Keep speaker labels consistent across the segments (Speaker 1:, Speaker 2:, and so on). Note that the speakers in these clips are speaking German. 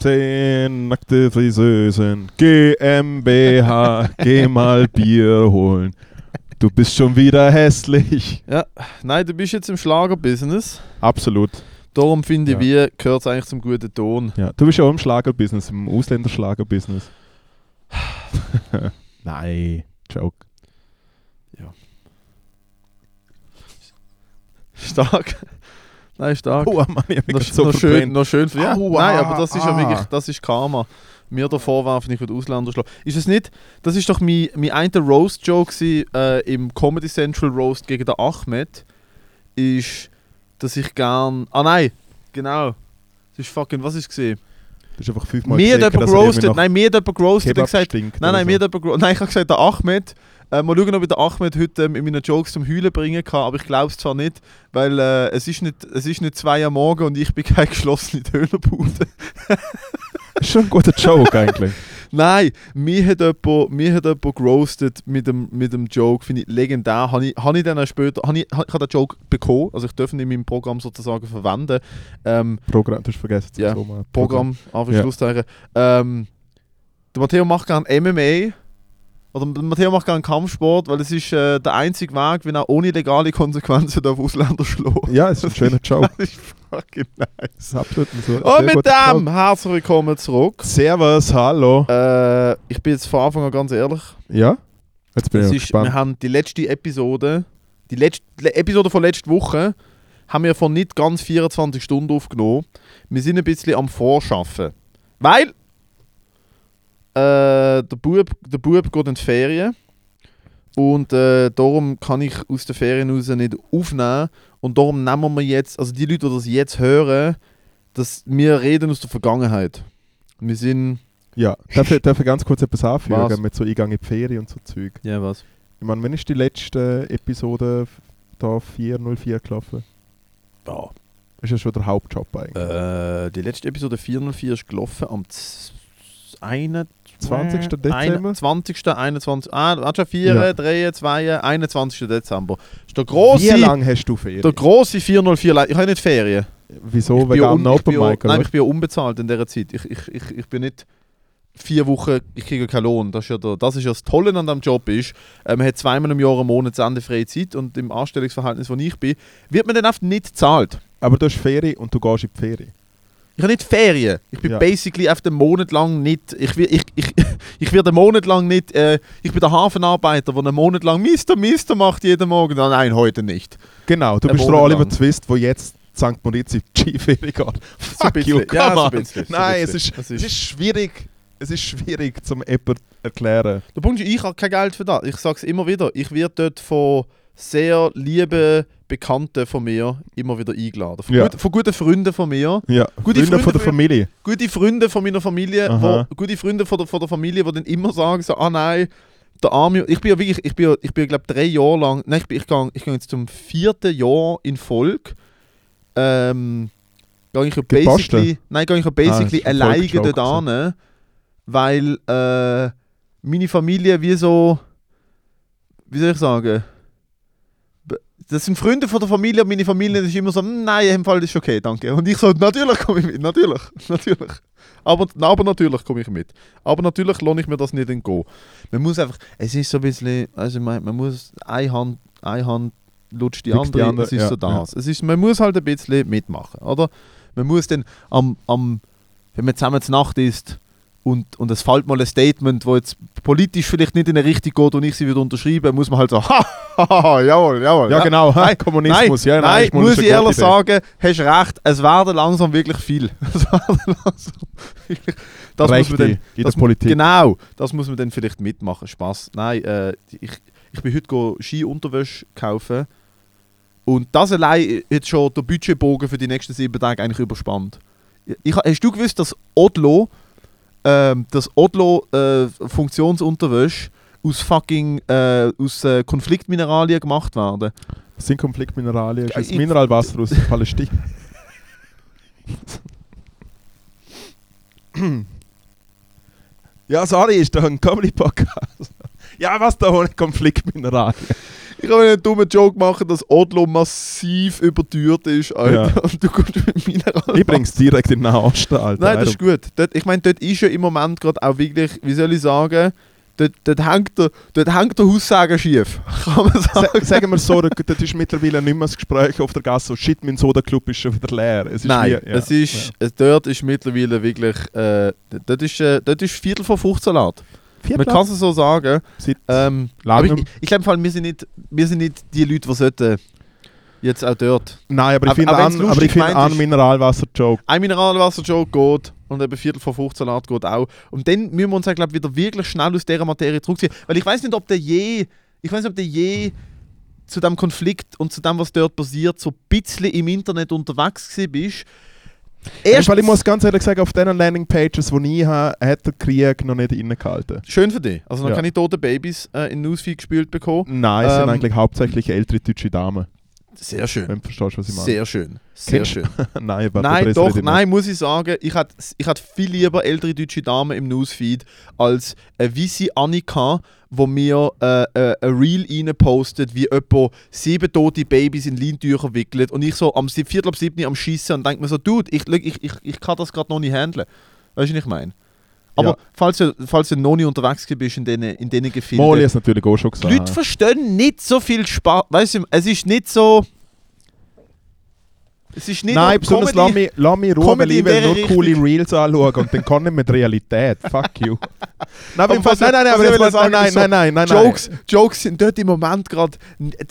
Speaker 1: 10 nackte Friseusen. GmbH, geh mal Bier holen. Du bist schon wieder hässlich.
Speaker 2: Ja, nein, du bist jetzt im Schlagerbusiness.
Speaker 1: Absolut.
Speaker 2: Darum finde
Speaker 1: Ja.
Speaker 2: wir, gehört es eigentlich zum guten Ton.
Speaker 1: Ja, du bist ja auch im Schlagerbusiness, im Ausländerschlagerbusiness. Nein, Joke.
Speaker 2: Stark. Nein, stark.
Speaker 1: Oh Mann, ich hab
Speaker 2: noch,
Speaker 1: mich so
Speaker 2: noch, schön,
Speaker 1: verbrennt.
Speaker 2: noch schön. Ja,
Speaker 1: Aua,
Speaker 2: nein, aber das ist ja
Speaker 1: ah.
Speaker 2: wirklich, das ist Karma. Mir der Vorwurf, ich würde Ausländer schlagen. Ist es nicht, das ist doch mein, mein einter Roast-Joke gewesen, äh, im Comedy Central Roast gegen den Ahmed, ist, dass ich gern, ah nein, genau, das ist fucking, was ist gesehen?
Speaker 1: Du hast einfach fünfmal
Speaker 2: Mir hat
Speaker 1: gesagt,
Speaker 2: jemand
Speaker 1: dass er irgendwie
Speaker 2: gerostet,
Speaker 1: nach
Speaker 2: nein, mir hat jemand gerostet und
Speaker 1: Kebab
Speaker 2: gesagt,
Speaker 1: stinkt
Speaker 2: Nein,
Speaker 1: oder
Speaker 2: nein, mir
Speaker 1: so.
Speaker 2: hat jemand gro- Nein, ich habe gesagt, der Ahmed. Äh, mal schauen, ob ich den Ahmed heute ähm, in meinen Jokes zum Heulen bringen kann, aber ich glaube es zwar nicht, weil äh, es, ist nicht, es ist nicht zwei am Morgen und ich bin keine geschlossene Dönerbude.
Speaker 1: Schon ein guter Joke eigentlich.
Speaker 2: Nein, mir hat jemand, mir hat jemand gerostet mit dem, mit dem Joke, finde ich legendär. Habe ich, habe ich dann auch später, habe ich, habe ich den Joke bekommen, also ich darf ihn in meinem Programm sozusagen verwenden. Ähm,
Speaker 1: Programm, du hast vergessen.
Speaker 2: Ja,
Speaker 1: so mal-
Speaker 2: Programm, Anfang,
Speaker 1: Ja.
Speaker 2: Schlusszeichen. Ähm, der Matteo macht gerne MMA. Oder der Matteo macht gerne Kampfsport, weil es ist äh, der einzige Weg, wenn er ohne legale Konsequenzen darf Ausländer schlagen.
Speaker 1: Ja, ist Oh, ein schöner Joke.
Speaker 2: Das ist fucking nice.
Speaker 1: Das ist absolut ein so
Speaker 2: Und
Speaker 1: sehr
Speaker 2: Oh, mit
Speaker 1: guter
Speaker 2: dem herzlich willkommen zurück.
Speaker 1: Joke. Servus, hallo.
Speaker 2: Äh, ich bin jetzt von Anfang an ganz ehrlich.
Speaker 1: Ja? Jetzt bin
Speaker 2: Es
Speaker 1: ich
Speaker 2: ist, wir
Speaker 1: gespannt.
Speaker 2: haben die letzte Episode, die letzte le- Episode von letzter Woche, haben wir von nicht ganz 24 Stunden aufgenommen. Wir sind ein bisschen am Vorschaffen. Weil äh, der, Bub, der Bub geht in die Ferien und äh, darum kann ich aus den Ferien raus nicht aufnehmen. Und darum nehmen wir jetzt, also die Leute, die das jetzt hören, dass wir reden aus der Vergangenheit. Wir sind...
Speaker 1: Ja, darf ich, darf ich ganz kurz etwas anführen
Speaker 2: Was?
Speaker 1: mit so Eingang in die Ferien und so Zeug?
Speaker 2: Ja, was?
Speaker 1: Ich meine, wann ist die letzte Episode f- da 404 gelaufen?
Speaker 2: Ja.
Speaker 1: Ist ja schon der Hauptjob eigentlich.
Speaker 2: Äh, die letzte Episode 404 ist gelaufen am z- 21.
Speaker 1: 20.
Speaker 2: Äh,
Speaker 1: Dezember?
Speaker 2: 20. 21. Ah, warte schon, 4,
Speaker 1: Ja.
Speaker 2: 3, 2, 21. Dezember. Ist der
Speaker 1: Wie
Speaker 2: große,
Speaker 1: lange hast du
Speaker 2: der
Speaker 1: Ferien?
Speaker 2: große 404. Le- Ich habe nicht Ferien.
Speaker 1: Wieso?
Speaker 2: ich bin
Speaker 1: Oh, Wegen
Speaker 2: ja un-
Speaker 1: einem
Speaker 2: ich bin
Speaker 1: Open
Speaker 2: ja-
Speaker 1: Mic,
Speaker 2: Nein,
Speaker 1: oder?
Speaker 2: ich bin ja unbezahlt in dieser Zeit. Ich, ich, ich, ich bin nicht vier Wochen, ich kriege keinen Lohn. Das ist ja, der, das, ist ja das Tolle an diesem Job ist, äh, man hat zweimal im Jahr einen Monatsende freie Zeit und im Anstellungsverhältnis, wo ich bin, wird man dann oft nicht bezahlt.
Speaker 1: Aber du hast Ferien und du gehst in die Ferien.
Speaker 2: Ich habe nicht Ferien. Ich bin
Speaker 1: Ja.
Speaker 2: basically auf den Monat lang nicht. Ich, wi- ich, ich, ich werde einen Monat lang nicht. Äh, ich bin der Hafenarbeiter, der einen Monat lang Mister, Mister macht jeden Morgen. Ah, nein, heute nicht.
Speaker 1: Genau, du
Speaker 2: Einen
Speaker 1: bist der
Speaker 2: Monat
Speaker 1: Oliver
Speaker 2: lang.
Speaker 1: Twist, der jetzt St. Moritz in die Skiferie geht.
Speaker 2: ein
Speaker 1: Fuck
Speaker 2: bisschen.
Speaker 1: you, come
Speaker 2: Ja, so ein
Speaker 1: on.
Speaker 2: bisschen, so ein
Speaker 1: Nein, es
Speaker 2: bisschen.
Speaker 1: ist,
Speaker 2: Das
Speaker 1: es
Speaker 2: ist-
Speaker 1: ist schwierig. Es ist schwierig, zum jemand erklären.
Speaker 2: Der Punkt ist, ich habe kein Geld für das. Ich sage es immer wieder. Ich werde dort von sehr lieben Bekannten von mir immer wieder eingeladen. Von,
Speaker 1: Ja.
Speaker 2: gut, von guten Freunden von mir.
Speaker 1: Ja,
Speaker 2: Gute
Speaker 1: Freunde
Speaker 2: Freunde
Speaker 1: von der
Speaker 2: von-
Speaker 1: Familie.
Speaker 2: gute Freunde von meiner Familie,
Speaker 1: Aha.
Speaker 2: wo, gute Freunde von der, von der Familie, die dann immer sagen, so, ah nein, der arme, ich bin ja wirklich, ich bin ja, ich bin ja, glaube drei Jahre lang, nein, ich, bin, ich, gang, ich gehe jetzt zum vierten Jahr in Folge, ähm, gehe ich ja
Speaker 1: Gebastelt?
Speaker 2: basically, nein, gehe ich ja basically
Speaker 1: Ah, das ist ein
Speaker 2: alleine
Speaker 1: Folgejoke
Speaker 2: dort an, weil äh, meine Familie wie so, wie soll ich sagen, B- das sind Freunde von der Familie und meine Familie das ist immer so, «Mm, nein, im Fall das ist okay, danke. Und ich so, natürlich komme ich mit, natürlich, natürlich. Aber, aber natürlich komme ich mit. Aber natürlich lohne ich mir das nicht entgehen. Man muss einfach, es ist so ein bisschen, also man, man muss, eine Hand, eine Hand lutscht die
Speaker 1: Fixt
Speaker 2: andere,
Speaker 1: die andere,
Speaker 2: es ist
Speaker 1: ja,
Speaker 2: so das. Es ist, man muss halt ein bisschen mitmachen, oder? Man muss dann am, am wenn man zusammen zur Nacht ist und, und es fällt mal ein Statement, wo jetzt politisch vielleicht nicht in eine Richtung geht und ich sie würde unterschreiben, muss man halt so, ha, ha, ha, ha, Oh, jawohl, jawohl.
Speaker 1: Ja,
Speaker 2: ja.
Speaker 1: genau, ha,
Speaker 2: Nein,
Speaker 1: Kommunismus. ja,
Speaker 2: Nein,
Speaker 1: ist mal
Speaker 2: muss
Speaker 1: eine
Speaker 2: ich
Speaker 1: gute
Speaker 2: ehrlich
Speaker 1: Idee.
Speaker 2: sagen, hast recht, es werden langsam wirklich viel. Es werden langsam wirklich. Das muss man
Speaker 1: Rechte
Speaker 2: dann,
Speaker 1: in der
Speaker 2: das mu-
Speaker 1: Politik.
Speaker 2: Genau, das muss man dann vielleicht mitmachen. Spaß. Nein, äh, ich, ich bin heute go Ski-Unterwäsche kaufen und das allein äh, hat schon den Budgetbogen für die nächsten sieben Tage eigentlich überspannt. Ich, hast du gewusst, dass Odlo, ähm, dass Odlo äh, Funktionsunterwäsche aus fucking äh, aus äh, Konfliktmineralien gemacht werden?
Speaker 1: Das sind Konfliktmineralien, das ist
Speaker 2: Ich-
Speaker 1: Mineralwasser aus Palästina. ja, sorry, ist doch ein Comedy-Podcast. Ja, was da ohne Konfliktmineralien?
Speaker 2: Ich habe einen dummen Joke machen, dass Odlo massiv überteuert ist, Alter.
Speaker 1: Ja.
Speaker 2: Und du kommst mit Mineral.
Speaker 1: Ich bring's direkt in den Nahosten, Alter.
Speaker 2: Nein, das ist gut. Dort, ich meine, dort ist ja im Moment gerade auch wirklich, wie soll ich sagen, dort, dort, hängt, der, dort hängt der Haussagen schief. Kann man sagen.
Speaker 1: Sa- Sagen wir so, da- das ist mittlerweile nicht mehr das Gespräch auf der Gasse, so shit, mein Soda-Club ist schon wieder leer. Es ist
Speaker 2: Nein,
Speaker 1: wie, ja.
Speaker 2: es ist, es- dort ist mittlerweile wirklich, äh, dort, ist, äh, dort ist Viertel vor 15 Salat.
Speaker 1: Viertel
Speaker 2: Man kann es so sagen.
Speaker 1: Seit
Speaker 2: Ähm, aber
Speaker 1: langem-
Speaker 2: ich, ich glaube, wir, sind nicht- wir sind nicht die Leute, die sollten jetzt auch dort.
Speaker 1: Nein, aber ich
Speaker 2: aber-
Speaker 1: finde
Speaker 2: aber wenn's
Speaker 1: an, aber
Speaker 2: lustig
Speaker 1: ich find
Speaker 2: gemeint
Speaker 1: an
Speaker 2: ist-
Speaker 1: Mineralwasser-Joke.
Speaker 2: Ein Mineralwasser-Joke geht und eben Viertel vor 15 Salat geht auch. Und dann müssen wir uns ja, glaube wieder wirklich schnell aus dieser Materie zurückziehen. Weil ich weiß nicht, ob der je, ich weiß nicht, ob der je zu dem Konflikt und zu dem, was dort passiert, so ein bisschen im Internet unterwegs gewesen bist.
Speaker 1: Erst, weil ich
Speaker 2: Erstens-
Speaker 1: muss ganz ehrlich sagen, auf diesen Landingpages, die ich habe, hat der Krieg noch nicht reingehalten.
Speaker 2: Schön für dich. Also noch
Speaker 1: Ja.
Speaker 2: keine toten Babys äh, in Newsfeed gespielt bekommen.
Speaker 1: Nein, es sind
Speaker 2: Ähm,
Speaker 1: eigentlich hauptsächlich ältere deutsche Damen,
Speaker 2: Sehr schön.
Speaker 1: wenn du verstehst, was ich meine.
Speaker 2: Sehr schön. Sehr
Speaker 1: Kennst du?
Speaker 2: schön.
Speaker 1: nein, warte,
Speaker 2: nein,
Speaker 1: das
Speaker 2: doch,
Speaker 1: rede ich
Speaker 2: nein, muss ich sagen, ich hätte ich hätte viel lieber ältere deutsche Damen im Newsfeed als eine weisse Annika, wo mir äh, äh, ein Reel reinpostet, wie jemand sieben tote Babys in Leintücher wickelt und ich so am sieb- Viertel ab siebten am Schiessen und denke mir so, Dude, ich, look, ich, ich, ich kann das gerade noch nicht handeln. Weißt du, was ich meine? Aber
Speaker 1: Ja.
Speaker 2: falls, du, falls du noch nicht unterwegs gewesen bist in diesen in denen
Speaker 1: nicht.
Speaker 2: Gefilden...
Speaker 1: Moli hat es natürlich auch schon gesagt.
Speaker 2: Die Leute verstehen nicht so viel Spaß. Weißt du, es ist nicht so. Es ist nicht
Speaker 1: Nein,
Speaker 2: nur
Speaker 1: besonders lass
Speaker 2: Comedy.
Speaker 1: mich, lass mich Ruhe,
Speaker 2: Comedy
Speaker 1: weil ich will
Speaker 2: in dieser
Speaker 1: nur
Speaker 2: Richtung.
Speaker 1: coole Reels anschauen und dann kann ich mit Realität. Fuck you. Nein, aber im Fall-
Speaker 2: was-
Speaker 1: nein, nein, nein,
Speaker 2: was
Speaker 1: aber
Speaker 2: ich
Speaker 1: jetzt
Speaker 2: will
Speaker 1: mal-
Speaker 2: sagen,
Speaker 1: nein,
Speaker 2: ist so,
Speaker 1: nein, nein, nein, nein.
Speaker 2: Jokes, Jokes sind dort im Moment gerade.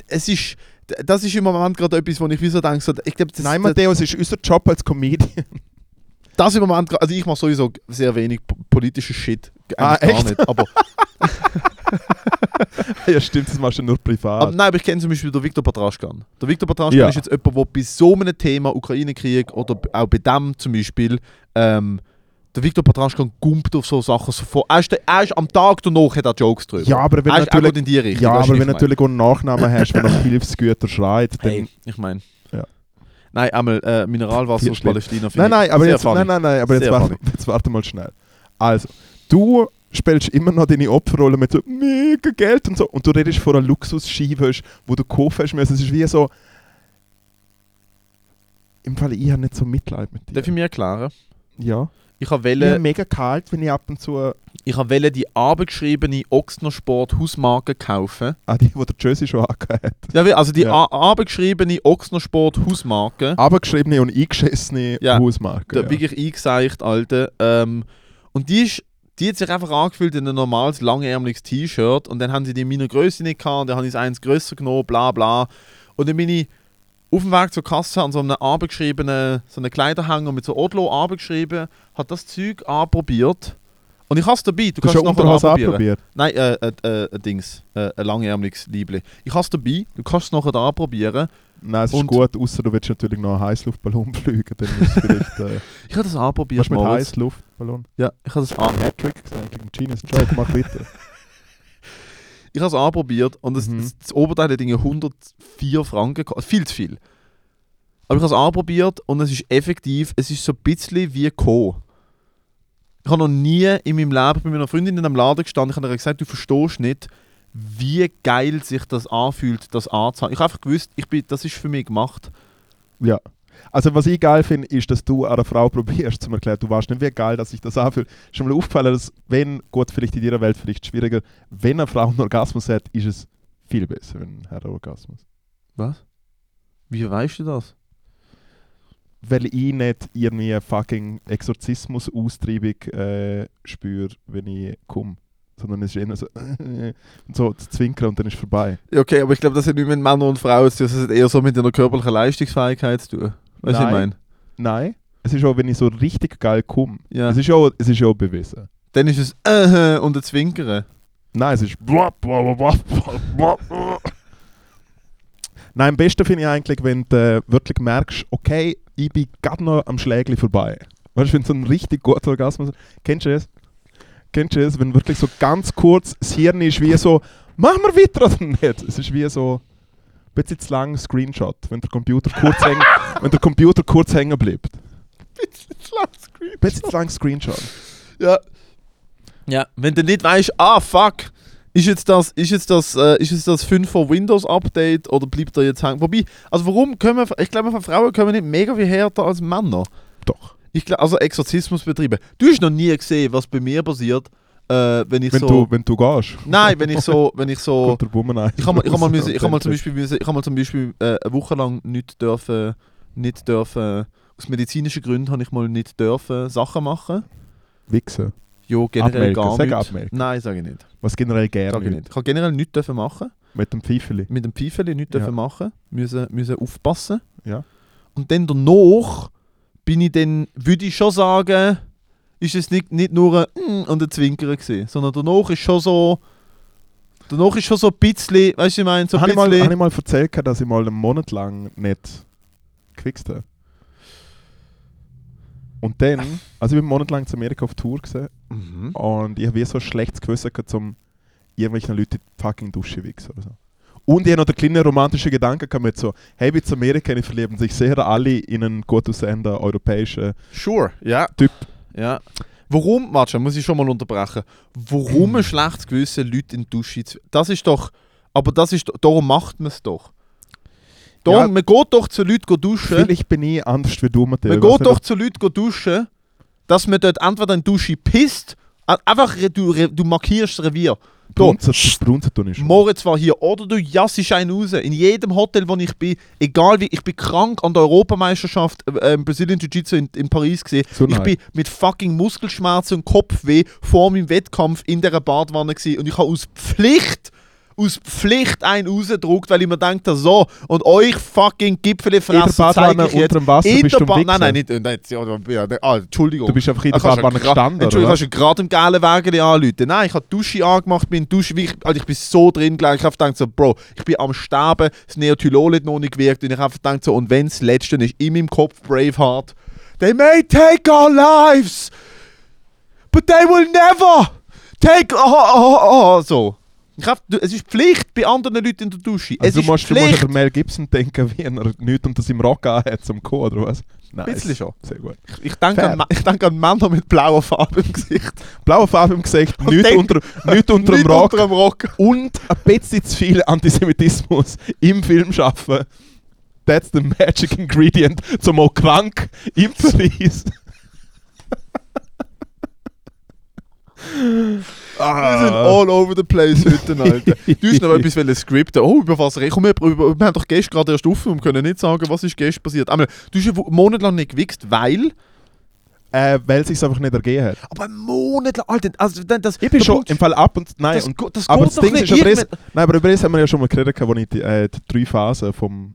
Speaker 2: Es ist. Das ist im Moment gerade etwas, wo ich wieso denke, so, ich glaube, das,
Speaker 1: Nein,
Speaker 2: das,
Speaker 1: Matthäus, es ist unser Job als Comedian.
Speaker 2: das im Moment gerade. Also ich mache sowieso sehr wenig po- politische Shit. Eigentlich
Speaker 1: Ah,
Speaker 2: gar
Speaker 1: echt?
Speaker 2: nicht. Aber,
Speaker 1: ja, stimmt, das machst du nur privat.
Speaker 2: aber nein, aber ich kenne zum Beispiel den Viktor Patraschkan. Der Viktor Patraschkan
Speaker 1: Ah. Ja.
Speaker 2: ist jetzt jemand, der bei so einem Thema Ukraine-Krieg oder b- auch bei dem zum Beispiel. Ähm, der Viktor Patraschkan gumpt auf so Sachen sofort. Er ist, der- er ist am Tag danach hat er Jokes drüber.
Speaker 1: ja, aber wenn
Speaker 2: er ist auch
Speaker 1: natürlich.
Speaker 2: gut in die Richtung.
Speaker 1: Ja,
Speaker 2: weißt du,
Speaker 1: aber
Speaker 2: was
Speaker 1: wenn
Speaker 2: ich
Speaker 1: du natürlich auch einen Nachnamen hast, wenn nach Hilfsgüter schreit, dann...
Speaker 2: meine? Hey, ich meine.
Speaker 1: Ja.
Speaker 2: Nein, einmal äh, Mineralwasser
Speaker 1: Viel
Speaker 2: aus
Speaker 1: schlimm.
Speaker 2: Palästina. finde
Speaker 1: Nein, nein,
Speaker 2: ich
Speaker 1: aber
Speaker 2: sehr
Speaker 1: jetzt,
Speaker 2: funny.
Speaker 1: nein, nein, nein, aber jetzt
Speaker 2: Sehr
Speaker 1: warte,
Speaker 2: funny.
Speaker 1: jetzt warte mal schnell. Also, du spielst immer noch deine Opferrolle mit so mega Geld und so und du redest von einer Luxus-Skiwäsche, wo du gekauft hast müssen. Es ist wie so... Im Fall, ich habe nicht so Mitleid mit dir.
Speaker 2: Darf ich mir erklären?
Speaker 1: ja.
Speaker 2: Ich Äh, habe
Speaker 1: Ich habe
Speaker 2: wählen,
Speaker 1: mega kalt, wenn ich ab und zu...
Speaker 2: ich habe wählen die abgeschriebene Ochsner Sport Hausmarke kaufen.
Speaker 1: Ah, die, die der Jersey schon angehört hat.
Speaker 2: Ja, wie- also die
Speaker 1: Ja.
Speaker 2: ja. abgeschriebene Ochsner Sport Hausmarke.
Speaker 1: Abgeschriebene und eingeschissene
Speaker 2: Ja.
Speaker 1: Hausmarke.
Speaker 2: Da
Speaker 1: ja.
Speaker 2: wirklich eingeseicht, Alter. Ähm, und die ist, die hat sich einfach angefühlt in ein normales, langärmliches T-Shirt und dann haben sie die in meiner Größe nicht gehabt und dann habe ich es eins grösser genommen, bla bla. Und dann bin ich auf dem Weg zur Kasse an so einem abgeschriebenen, so einem Kleiderhänger mit so Odlo abgeschrieben, hat das Zeug anprobiert und ich habe es dabei, du
Speaker 1: Du hast
Speaker 2: kannst es
Speaker 1: schon
Speaker 2: nachher
Speaker 1: Unterhose
Speaker 2: anprobieren.
Speaker 1: anprobiert.
Speaker 2: Nein, äh, äh, äh, ein Dings, äh, ein langärmliches Liebling. Ich habe es dabei, du kannst es nachher anprobieren.
Speaker 1: Nein, es
Speaker 2: Und-
Speaker 1: ist gut, außer du willst natürlich noch einen Heißluftballon fliegen. Dann ist es vielleicht... Äh,
Speaker 2: Ich habe
Speaker 1: was
Speaker 2: das anprobiert,
Speaker 1: mit
Speaker 2: Moritz.
Speaker 1: Heißluftballon?
Speaker 2: Ja, ich habe das an
Speaker 1: Hattrick gesagt gegen Genius Joke, mach weiter.
Speaker 2: Ich habe es anprobiert und das,
Speaker 1: Mhm.
Speaker 2: das, das Oberteil hat irgendwie 104 Franken gekostet. Viel zu viel. Aber ich habe es anprobiert und es ist effektiv, es ist so ein bisschen wie Co. Ich habe noch nie in meinem Leben bei meiner Freundin in einem Laden gestanden. Ich habe ihr gesagt, du verstehst nicht, wie geil sich das anfühlt, das anzuhaben. Ich habe einfach gewusst, ich bin, das ist für mich gemacht.
Speaker 1: ja. Also was ich geil finde, ist, dass du einer Frau probierst zu erklären, du weißt nicht, wie geil dass sich das anfühlt. Ist schon mal aufgefallen, dass wenn, gut, vielleicht in ihrer Welt vielleicht schwieriger, wenn eine Frau einen Orgasmus hat, ist es viel besser, wenn ein Herr Orgasmus.
Speaker 2: Was? Wie weißt du das?
Speaker 1: Weil ich nicht irgendwie eine fucking Exorzismus-Austreibung äh, spüre, wenn ich komme. Sondern es ist eher so, und so zu zwinkern und dann ist vorbei.
Speaker 2: Okay, aber ich glaube, das hat nicht mit Männern und Frauen zu tun, das hat eher so mit deiner körperlichen Leistungsfähigkeit zu tun. Weißt du, was ich
Speaker 1: Nein.
Speaker 2: meine?
Speaker 1: Nein, es ist auch, wenn ich so richtig geil komme.
Speaker 2: Ja.
Speaker 1: Es ist ja auch, es ist ja auch bewiesen.
Speaker 2: Dann ist es äh, und ein Zwinkern.
Speaker 1: Nein, es ist. blop, blop, blop, blop, blop, blop. Nein, am besten finde ich eigentlich, wenn du äh, wirklich merkst, okay, ich bin gerade noch am Schlägli vorbei. Weißt du, wenn so ein richtig guter Orgasmus Kennst du das? Kennst du das? Wenn wirklich so ganz kurz das Hirn ist wie so, machen wir weiter oder nicht? Es ist wie so. ein Bisschen zu lang Screenshot, wenn der Computer kurz hängen, wenn der Computer kurz hängen bleibt. Ein Bisschen zu lang Screenshot.
Speaker 2: Ja. Ja, wenn du nicht weißt, ah fuck, Ist jetzt das, ist jetzt das, äh, ist jetzt das 5er Windows Update oder bleibt er jetzt hängen? Wobei, also warum können wir, ich glaube, von Frauen können wir nicht mega viel härter als Männer.
Speaker 1: Doch.
Speaker 2: Ich glaube, also Exorzismus betreiben. Du hast noch nie gesehen, was bei mir passiert, äh, wenn ich
Speaker 1: Wenn,
Speaker 2: so.
Speaker 1: du, wenn du gehst.
Speaker 2: nein, wenn ich so, wenn ich so.
Speaker 1: kommt der Buben ein.
Speaker 2: Ich habe mal, ich hab mal, müssen, ich hab mal zum Beispiel, müssen, ich hab mal zum Beispiel äh, eine Woche lang nicht dürfen, nicht dürfen, aus medizinischen Gründen habe ich mal nicht dürfen Sachen machen.
Speaker 1: Wichsen.
Speaker 2: Ja, generell
Speaker 1: Abmelken.
Speaker 2: gar
Speaker 1: Sag
Speaker 2: nicht.
Speaker 1: abmelken.
Speaker 2: Nein, sage ich nicht.
Speaker 1: Was generell
Speaker 2: Sag
Speaker 1: gerne
Speaker 2: ich, nicht. ich habe generell nichts dürfen machen.
Speaker 1: Mit dem Pfeifeli.
Speaker 2: Mit dem Pfeifeli nichts
Speaker 1: Ja.
Speaker 2: dürfen machen. Müssen, müssen aufpassen.
Speaker 1: Ja.
Speaker 2: Und dann danach bin ich dann, würde ich schon sagen, ist es nicht, nicht nur ein «Mm» und ein Zwinkern gewesen, sondern danach ist schon so, danach ist schon so ein bisschen, weißt du, was ich meine, so ein
Speaker 1: habe ich,
Speaker 2: bisschen...
Speaker 1: mal- hab ich mal erzählt, gehabt, dass ich mal einen Monat lang nicht gewichst habe? Und dann, also ich bin einen Monat lang zu Amerika auf Tour gewesen
Speaker 2: Mhm.
Speaker 1: und ich habe wie so ein schlechtes Gewissen gehabt, um irgendwelchen Leuten in die fucking Dusche wichsen oder so. Und ich habe noch den kleinen romantischen Gedanken gehabt mit so, hey, wie zu Amerika nicht verlieben sich sehr alle in einen gut aussehenden europäischen
Speaker 2: Sure, ja.
Speaker 1: Typ.
Speaker 2: Ja. Warum, warte, schon, muss ich schon mal unterbrechen. Warum ein schlechtes Gewissen, Leute in die Dusche zu... Das ist doch... Aber das ist... doch- Darum macht man es doch. Darum,
Speaker 1: Ja.
Speaker 2: Man geht doch zu Leuten go duschen.
Speaker 1: Vielleicht bin ich anders wie du, Matteo.
Speaker 2: Man
Speaker 1: Ich weiss
Speaker 2: geht
Speaker 1: nicht,
Speaker 2: doch zu Leuten go duschen, dass man dort entweder in die Dusche pisst, a- einfach re- du, re- du markierst das Revier.
Speaker 1: ob
Speaker 2: Da,
Speaker 1: Brunzen- Brunzen tun ist.
Speaker 2: Moritz war hier. Oder du jassest einen raus. In jedem Hotel, wo ich bin, egal wie, ich bin krank an der Europameisterschaft äh, ähm, Brazilian Jiu-Jitsu in, in Paris gesehen.
Speaker 1: So
Speaker 2: ich
Speaker 1: nein.
Speaker 2: bin mit fucking Muskelschmerzen und Kopfweh vor meinem Wettkampf in dieser Badwanne gewesen. Und ich habe aus Pflicht, aus Pflicht einen rausgedruckt, weil ich mir denkt, so, und euch fucking
Speaker 1: In der
Speaker 2: Gipfelfresse zeige
Speaker 1: Badwanne
Speaker 2: ich jetzt.
Speaker 1: unter dem Wasser bist du am
Speaker 2: Ba-
Speaker 1: Wichsen.
Speaker 2: Nein, nein, nicht. äh, nein, ja, ja, ah, Entschuldigung.
Speaker 1: Du bist einfach in der
Speaker 2: Ah, kannst
Speaker 1: Badwanne
Speaker 2: ja gra-
Speaker 1: gestanden,
Speaker 2: Entschuldigung,
Speaker 1: oder?
Speaker 2: kannst du gerade im geilen Wägeli anrufen. Nein, ich habe die Dusche angemacht, bin in die Dusche, wie ich, also ich bin so drin gelegen, ich habe gedacht so, Bro, ich bin am Sterben, das Neotylol hat noch nicht gewirkt und ich habe gedacht so, und wenn das Letzte ist, in meinem Kopf Braveheart, they may take our lives, but they will never take, oh, oh, oh, oh so. Ich hab, du- es ist Pflicht bei anderen Leuten in der Dusche.
Speaker 1: Also
Speaker 2: es
Speaker 1: du musst,
Speaker 2: ist
Speaker 1: du musst
Speaker 2: Pflicht.
Speaker 1: an den Mel Gibson denken, wie er nichts unter seinem Rock anhat zum Co, oder was? Nein.
Speaker 2: Bisschen schon.
Speaker 1: Sehr gut.
Speaker 2: ich, denke an,
Speaker 1: Fair.
Speaker 2: Ma- ich denke an Männer mit blauer Farbe im Gesicht.
Speaker 1: Blaue Farbe im Gesicht,
Speaker 2: Und
Speaker 1: nichts
Speaker 2: denk-
Speaker 1: unter, nicht unter dem
Speaker 2: Nicht
Speaker 1: Rock
Speaker 2: Unter dem Rock.
Speaker 1: und ein bisschen zu viel Antisemitismus im Film schaffen. That's the magic ingredient zum auch krank im Paris.
Speaker 2: Wir sind
Speaker 1: ah,
Speaker 2: all over the place heute, Alter. Du hast noch etwas wollen scripten. Oh, über was reden? Komm, wir, über, wir haben doch gestern gerade erst offen und können nicht sagen, was ist gestern passiert. Einmal, du hast einen Wo- Monat lang nicht gewichst, weil...
Speaker 1: äh, weil es sich einfach nicht ergeben hat.
Speaker 2: Aber einen Monat lang... Alter, also, dann das,
Speaker 1: Ich bin
Speaker 2: der
Speaker 1: schon
Speaker 2: Punkt-
Speaker 1: im Fall ab und nein.
Speaker 2: das,
Speaker 1: und,
Speaker 2: go- das
Speaker 1: aber
Speaker 2: geht
Speaker 1: das
Speaker 2: doch
Speaker 1: Ding
Speaker 2: nicht.
Speaker 1: ist, über das,
Speaker 2: Irgendwann-
Speaker 1: nein, aber über das haben wir ja schon mal geredet, wo ich die, äh, die drei Phasen vom,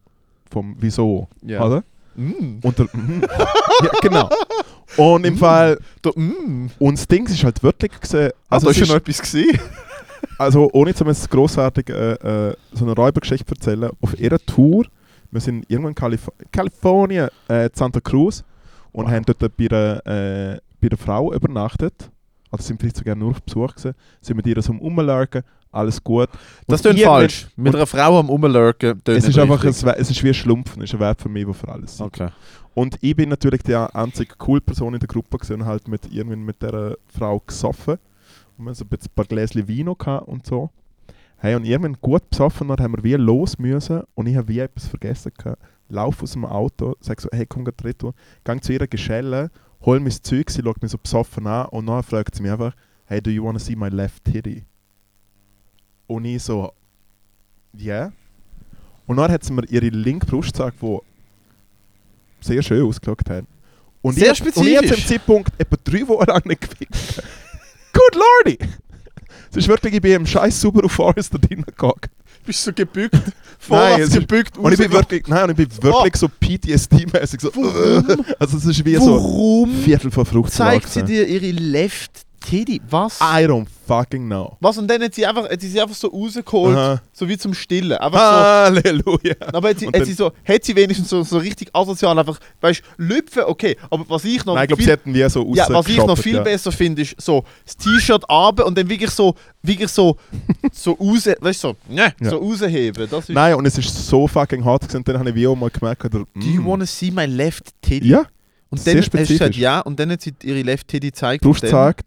Speaker 1: vom Wieso,
Speaker 2: Ja.
Speaker 1: oder?
Speaker 2: Mm,
Speaker 1: Und der, mhm. ja, genau. Und
Speaker 2: Mhm.
Speaker 1: im Fall,
Speaker 2: da, mm.
Speaker 1: und das Ding ist halt wirklich gesehen, also,
Speaker 2: Also, da
Speaker 1: es
Speaker 2: ist ja
Speaker 1: ist-
Speaker 2: noch etwas gesehen.
Speaker 1: also ohne zu jetzt grossartig äh, äh, so eine Räubergeschichte zu erzählen, auf ihrer Tour, wir sind irgendwann in Kalif Kalifornien, äh, Santa Cruz, und haben dort bei einer, äh, bei einer Frau übernachtet. Also sind vielleicht sogar nur auf Besuch gewesen, sind mit ihr so rumgelaufen, alles gut.
Speaker 2: Das
Speaker 1: Und
Speaker 2: klingt
Speaker 1: irgendwann-
Speaker 2: falsch. Mit einer Frau am Rumlurken
Speaker 1: Es ist einfach ein, We- es ist wie ein Schlumpfen, es ist ein Wert für mich, der für alles ist.
Speaker 2: Okay.
Speaker 1: Und ich bin natürlich die einzige coole Person in der Gruppe gewesen und halt mit irgendwie mit dieser Frau gesoffen. Und wir haben so ein bisschen- ein paar Gläschen Vino gehabt und so. Hey, und irgendwann gut besoffen, dann haben wir wie los müssen und ich habe wie etwas vergessen gehabt. Lauf aus dem Auto, sag so, hey, komm grad retour, gang zu ihrer Geschelle, hol mein Zeug, sie schaut mich so besoffen an und dann fragt sie mich einfach, hey, do you wanna see my left titty? Und ich so, yeah. Und dann hat sie mir ihre linke Brust gesagt, die sehr schön ausgeschaut hat. Und
Speaker 2: Sehr
Speaker 1: ich, Und ich hab
Speaker 2: spezifisch.
Speaker 1: zum Zeitpunkt etwa drei Wochen lang nicht gefickt. Good lordy! Es ist wirklich, ich bin im scheiß Subaru Forester drin gegangen.
Speaker 2: Bist du so gebückt?
Speaker 1: es
Speaker 2: Vorwärts
Speaker 1: ist-
Speaker 2: gebückt,
Speaker 1: Und ich bin
Speaker 2: rausge-
Speaker 1: wirklich, nein, und ich bin wirklich so PTSD-mäßig. So,
Speaker 2: Oh. Warum?
Speaker 1: also es ist wie so
Speaker 2: Warum
Speaker 1: Viertel von Fruchtsalat.
Speaker 2: zeigt sie dir ihre Left Titty? Was?
Speaker 1: I don't fucking know.
Speaker 2: Was? Und dann hat sie einfach, hat sie, sie einfach so rausgeholt,
Speaker 1: Aha.
Speaker 2: so wie zum Stillen. Einfach so.
Speaker 1: Halleluja.
Speaker 2: Aber hat sie,
Speaker 1: Und
Speaker 2: hat sie, so, hat sie wenigstens so, so richtig asozial einfach, weißt du, Lüpfen, okay. Aber was ich noch
Speaker 1: Nein, ich glaube,
Speaker 2: viel-
Speaker 1: sie hätten wie so
Speaker 2: ja, was ich noch
Speaker 1: rausgeschoppt,
Speaker 2: viel
Speaker 1: ja.
Speaker 2: besser finde, ist so das T-Shirt runter und dann wirklich so, wirklich so, so raus, weißt du, so, ne,
Speaker 1: Ja.
Speaker 2: so rausheben. Das ist,
Speaker 1: Nein, und es ist so fucking hart gewesen. Und dann habe ich wie auch mal gemerkt, oder,
Speaker 2: Do you
Speaker 1: mm.
Speaker 2: wanna see my left titty?
Speaker 1: Ja,
Speaker 2: und
Speaker 1: sehr
Speaker 2: dann hat sie gesagt
Speaker 1: spezifisch.
Speaker 2: ja und dann hat sie ihre left titty gezeigt.
Speaker 1: Brust
Speaker 2: und dann-
Speaker 1: sagt.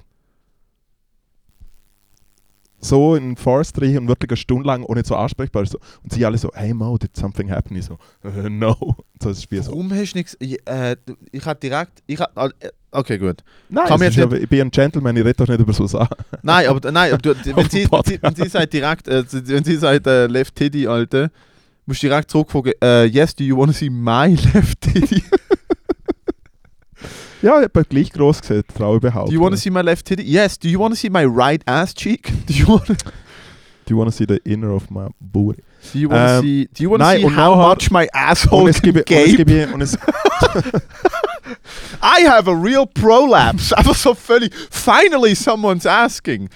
Speaker 1: so in den Forest rein und wirklich eine Stunde lang ohne so ansprechbar. So. Und sie alle so, hey Mo, did something happen? Ich so, äh, no. Und so ist das Spiel so.
Speaker 2: Warum hast du nichts? Ich, äh, du- ich hab direkt. Ich hab, ah, äh, okay, gut.
Speaker 1: Nein,
Speaker 2: Kann man
Speaker 1: es
Speaker 2: jetzt
Speaker 1: ist ja- ich bin ein Gentleman, ich rede doch nicht über so Sachen.
Speaker 2: Nein, aber, nein, aber du, wenn,
Speaker 1: Auf
Speaker 2: sie,
Speaker 1: dem Podcast.
Speaker 2: sie, wenn sie sagt direkt, äh, sie- wenn sie sagt äh, Left Titty, Alter, musst du direkt zurückfragen, äh, yes, do you want to see my Left Titty?
Speaker 1: Ja, ich habe gleich groß gesehen, traue ich behaupten.
Speaker 2: Do you want to see my left titty? Yes. Do you want to see my right ass cheek? Do you want to
Speaker 1: Do you wanna see the inner of my booty?
Speaker 2: Do you wanna
Speaker 1: Ähm,
Speaker 2: see Do you want to
Speaker 1: nein,
Speaker 2: see
Speaker 1: und
Speaker 2: how
Speaker 1: nachher-
Speaker 2: much my
Speaker 1: Und
Speaker 2: asshole
Speaker 1: es
Speaker 2: can
Speaker 1: gibt, und es
Speaker 2: gape?
Speaker 1: gibt, und es,
Speaker 2: I have a real prolapse. Einfach so völlig finally someone's asking.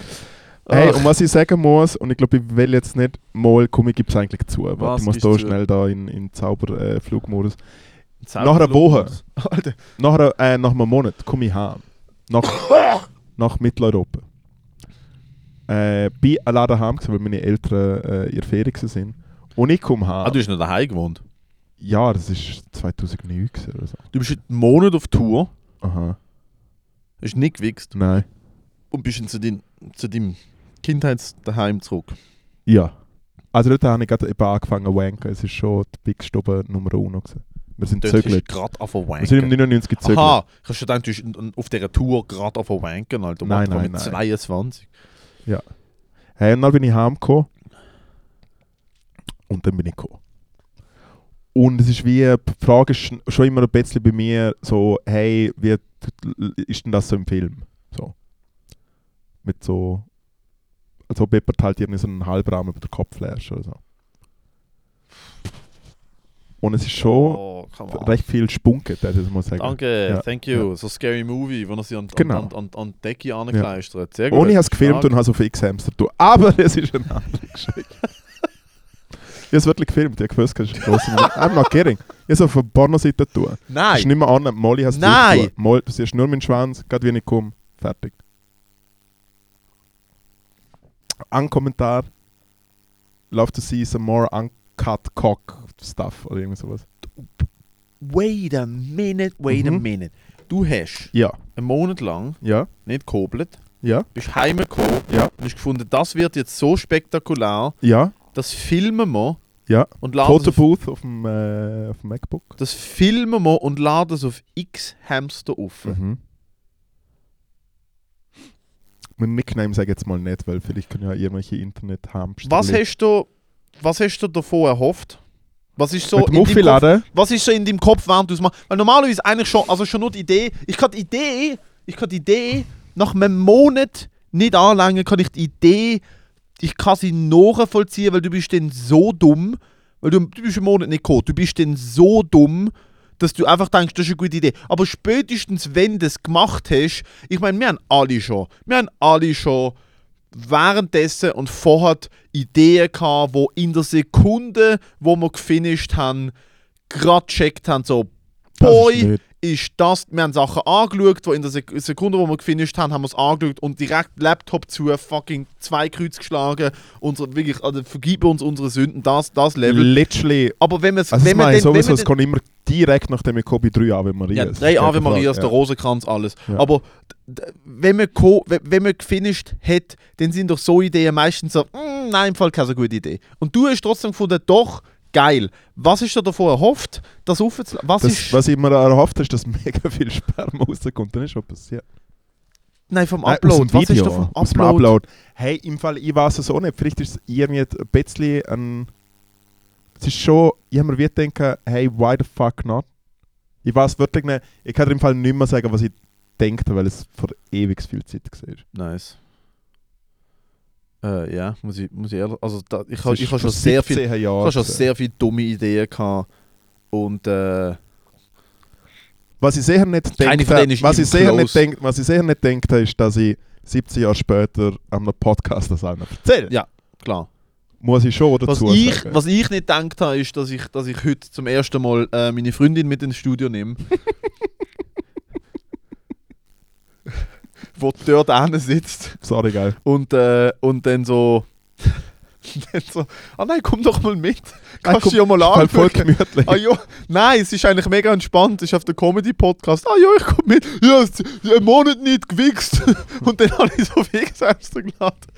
Speaker 1: hey,
Speaker 2: Ach,
Speaker 1: und was ich sagen muss, und ich glaube, ich will jetzt nicht mal, komm, ich gebe es eigentlich zu. Warte,
Speaker 2: Was
Speaker 1: ich muss
Speaker 2: gibst
Speaker 1: da
Speaker 2: du zu?
Speaker 1: schnell da in, in Zauberflugmodus. Äh, Flugmodus.
Speaker 2: Zauber-
Speaker 1: nach einer Woche.
Speaker 2: Alter.
Speaker 1: Nach, einer- äh, nach einem Monat komme ich heim. Nach, nach Mitteleuropa. Äh, bin alleine daheim gewesen, weil meine Eltern äh, ihr Ferien gewesen sind. Und ich komme heim.
Speaker 2: Ah, du hast noch daheim gewohnt.
Speaker 1: ja, das ist 2009 gewesen oder so.
Speaker 2: Du bist einen Monat auf Tour,
Speaker 1: Aha.
Speaker 2: hast nicht gewichst
Speaker 1: Nein.
Speaker 2: und bist dann zu, dein, zu deinem Kindheitsdaheim zurück.
Speaker 1: Ja. Also dort habe ich gerade eben angefangen zu wanken. Es war schon die Bigstube Nummer uno. Gewesen. Wir sind
Speaker 2: Dort hast du
Speaker 1: gezögert.
Speaker 2: gerade auf
Speaker 1: Wir sind im
Speaker 2: Wanken.
Speaker 1: 99 gezögert.
Speaker 2: Aha, ich hab schon gedacht, du hast n- n- auf dieser Tour gerade auf Wanken, Alter.
Speaker 1: Nein,
Speaker 2: Mann,
Speaker 1: nein,
Speaker 2: mit
Speaker 1: nein.
Speaker 2: 22.
Speaker 1: Hey, und dann bin ich heimgekommen. Und dann bin ich gekommen. Und es ist wie, die Frage ist schon- schon immer ein bisschen bei mir so, hey, wie ist denn das so im Film? So. Mit so, als ob jemand halt irgendwie so einen Halbrahmen über den Kopf lässt oder so. Und es ist schon
Speaker 2: Oh, come on.
Speaker 1: recht viel Spunket, das muss ich sagen.
Speaker 2: Danke,
Speaker 1: Ja,
Speaker 2: thank you. So Scary Movie, wo er sich an,
Speaker 1: Genau.
Speaker 2: an, an, an die Decke angekleistert. Sehr gut.
Speaker 1: Und ich habe es gefilmt
Speaker 2: Stark.
Speaker 1: und habe so viel Hamster tun. Aber es ist eine andere Geschichte. ich habe es wirklich gefilmt. Ich habe gewusst, das ist ein grosser Moment. I'm not kidding. Ich habe es auf der Pornoseite tun. Es ist
Speaker 2: Nein,
Speaker 1: nicht mehr an. Molly hast
Speaker 2: Nein.
Speaker 1: du Molly, Du siehst nur meinen Schwanz, gerade wie ich komme. Fertig. Ein Kommentar. Love to see some more uncut cock stuff oder irgend sowas.
Speaker 2: wait a minute, wait a
Speaker 1: Mhm.
Speaker 2: minute. Du hast
Speaker 1: Ja.
Speaker 2: einen Monat lang
Speaker 1: Ja.
Speaker 2: nicht gehobelt,
Speaker 1: Ja.
Speaker 2: bist heimgekommen
Speaker 1: Ja.
Speaker 2: und hast gefunden, das wird jetzt so spektakulär,
Speaker 1: Ja.
Speaker 2: das filmen wir
Speaker 1: Ja.
Speaker 2: und laden es auf,
Speaker 1: Fotobooth auf dem, äh, auf dem MacBook.
Speaker 2: das filmen wir und laden es auf x Hamster auf.
Speaker 1: Mhm. Mein Nickname sage ich jetzt mal nicht, weil vielleicht können ja irgendwelche internet hamster
Speaker 2: Was hast du, was hast du davon erhofft? Was ist so
Speaker 1: Mit
Speaker 2: in
Speaker 1: dem
Speaker 2: deinem Kopf
Speaker 1: Muffiladen?
Speaker 2: Was ist so in deinem Kopf, während du es machst? Weil normalerweise eigentlich schon, also schon nur die Idee, ich kann die Idee, ich kann die Idee nach einem Monat nicht anlangen, kann ich die Idee, ich kann sie nachvollziehen, weil du bist dann so dumm, weil du, du bist einen Monat nicht gekommen, du bist dann so dumm, dass du einfach denkst, das ist eine gute Idee. Aber spätestens, wenn du es gemacht hast, ich meine, wir haben alle schon, wir haben alle schon währenddessen und vorher Ideen gehabt, wo in der Sekunde, wo wir gefinisht haben, gerade gecheckt haben, so,
Speaker 1: Das ist
Speaker 2: boy,
Speaker 1: nicht-
Speaker 2: ist das, wir haben Sachen angeschaut, wo in der Sek Sekunde, wo wir gefinisht haben, haben wir es angeschaut und direkt Laptop zu, fucking zwei Kreuz geschlagen, unsere, wirklich, also vergib uns unsere Sünden, das, das Level.
Speaker 1: Literally.
Speaker 2: Aber wenn wir es,
Speaker 1: Also
Speaker 2: wenn
Speaker 1: ich
Speaker 2: wir
Speaker 1: meine
Speaker 2: den, wenn
Speaker 1: sowieso,
Speaker 2: wir
Speaker 1: es
Speaker 2: den,
Speaker 1: kann immer direkt nachdem ich Kobi 3 Ave Maria.
Speaker 2: ja, drei Ave Marias, der Rosenkranz, alles.
Speaker 1: Ja.
Speaker 2: Aber d- d- wenn man, ko- wenn- wenn man gefinisht hat, dann sind doch so Ideen meistens so, "Mm, nein, im Fall keine so gute Idee. Und du hast trotzdem gefunden, doch, geil. Was ist dir davon erhofft, das aufzulassen? Was
Speaker 1: Das,
Speaker 2: ist...
Speaker 1: was ich mir erhofft ist, dass mega viel Sperma rauskommt. Dann ist schon passiert.
Speaker 2: Nein, vom
Speaker 1: Nein,
Speaker 2: Upload.
Speaker 1: aus dem
Speaker 2: was ist
Speaker 1: Video,
Speaker 2: davon Upload?
Speaker 1: aus dem Upload. Hey, im Fall, ich weiß es auch nicht. Vielleicht ist es irgendwie ein bisschen ein... Es ist schon... Ich habe mir wie gedacht, hey, why the fuck not? Ich weiß wirklich nicht... Ich kann dir im Fall nicht mehr sagen, was ich denke, weil es vor ewig viel Zeit war.
Speaker 2: Nice. Äh, ja, muss ich, muss ich ehrlich... Also da, ich habe
Speaker 1: Es ist
Speaker 2: ich hab
Speaker 1: vor
Speaker 2: schon äh. sehr viel...
Speaker 1: 17
Speaker 2: Ich
Speaker 1: Jahren
Speaker 2: hab schon
Speaker 1: gewesen.
Speaker 2: sehr viele dumme Ideen gehabt. Und äh,
Speaker 1: Was ich sicher nicht
Speaker 2: Keine
Speaker 1: denke,
Speaker 2: von denen ist
Speaker 1: was
Speaker 2: even
Speaker 1: ich sicher nicht
Speaker 2: close.
Speaker 1: denke, was ich sicher nicht denke, ist, dass ich 17 Jahre später an einem Podcast das einer erzähle.
Speaker 2: Ja. klar.
Speaker 1: Muss ich schon
Speaker 2: Was
Speaker 1: dazu
Speaker 2: ich,
Speaker 1: sagen.
Speaker 2: was ich nicht gedacht habe, ist, dass ich, dass ich heute zum ersten Mal äh, meine Freundin mit ins Studio nehme. Wo die dort hinten sitzt.
Speaker 1: Sorry, geil.
Speaker 2: Und, äh, und dann so... dann so... Ah nein, komm doch mal mit. Kannst du
Speaker 1: komm,
Speaker 2: ja mal
Speaker 1: Voll, voll
Speaker 2: angucken.
Speaker 1: gemütlich.
Speaker 2: Ah ja, nein, es ist eigentlich mega entspannt. Es ist auf der Comedy-Podcast. Ah ja, ich komme mit. Ja, es- ja, einen Monat nicht gewichst. Und dann habe ich so viel Selbst geladen.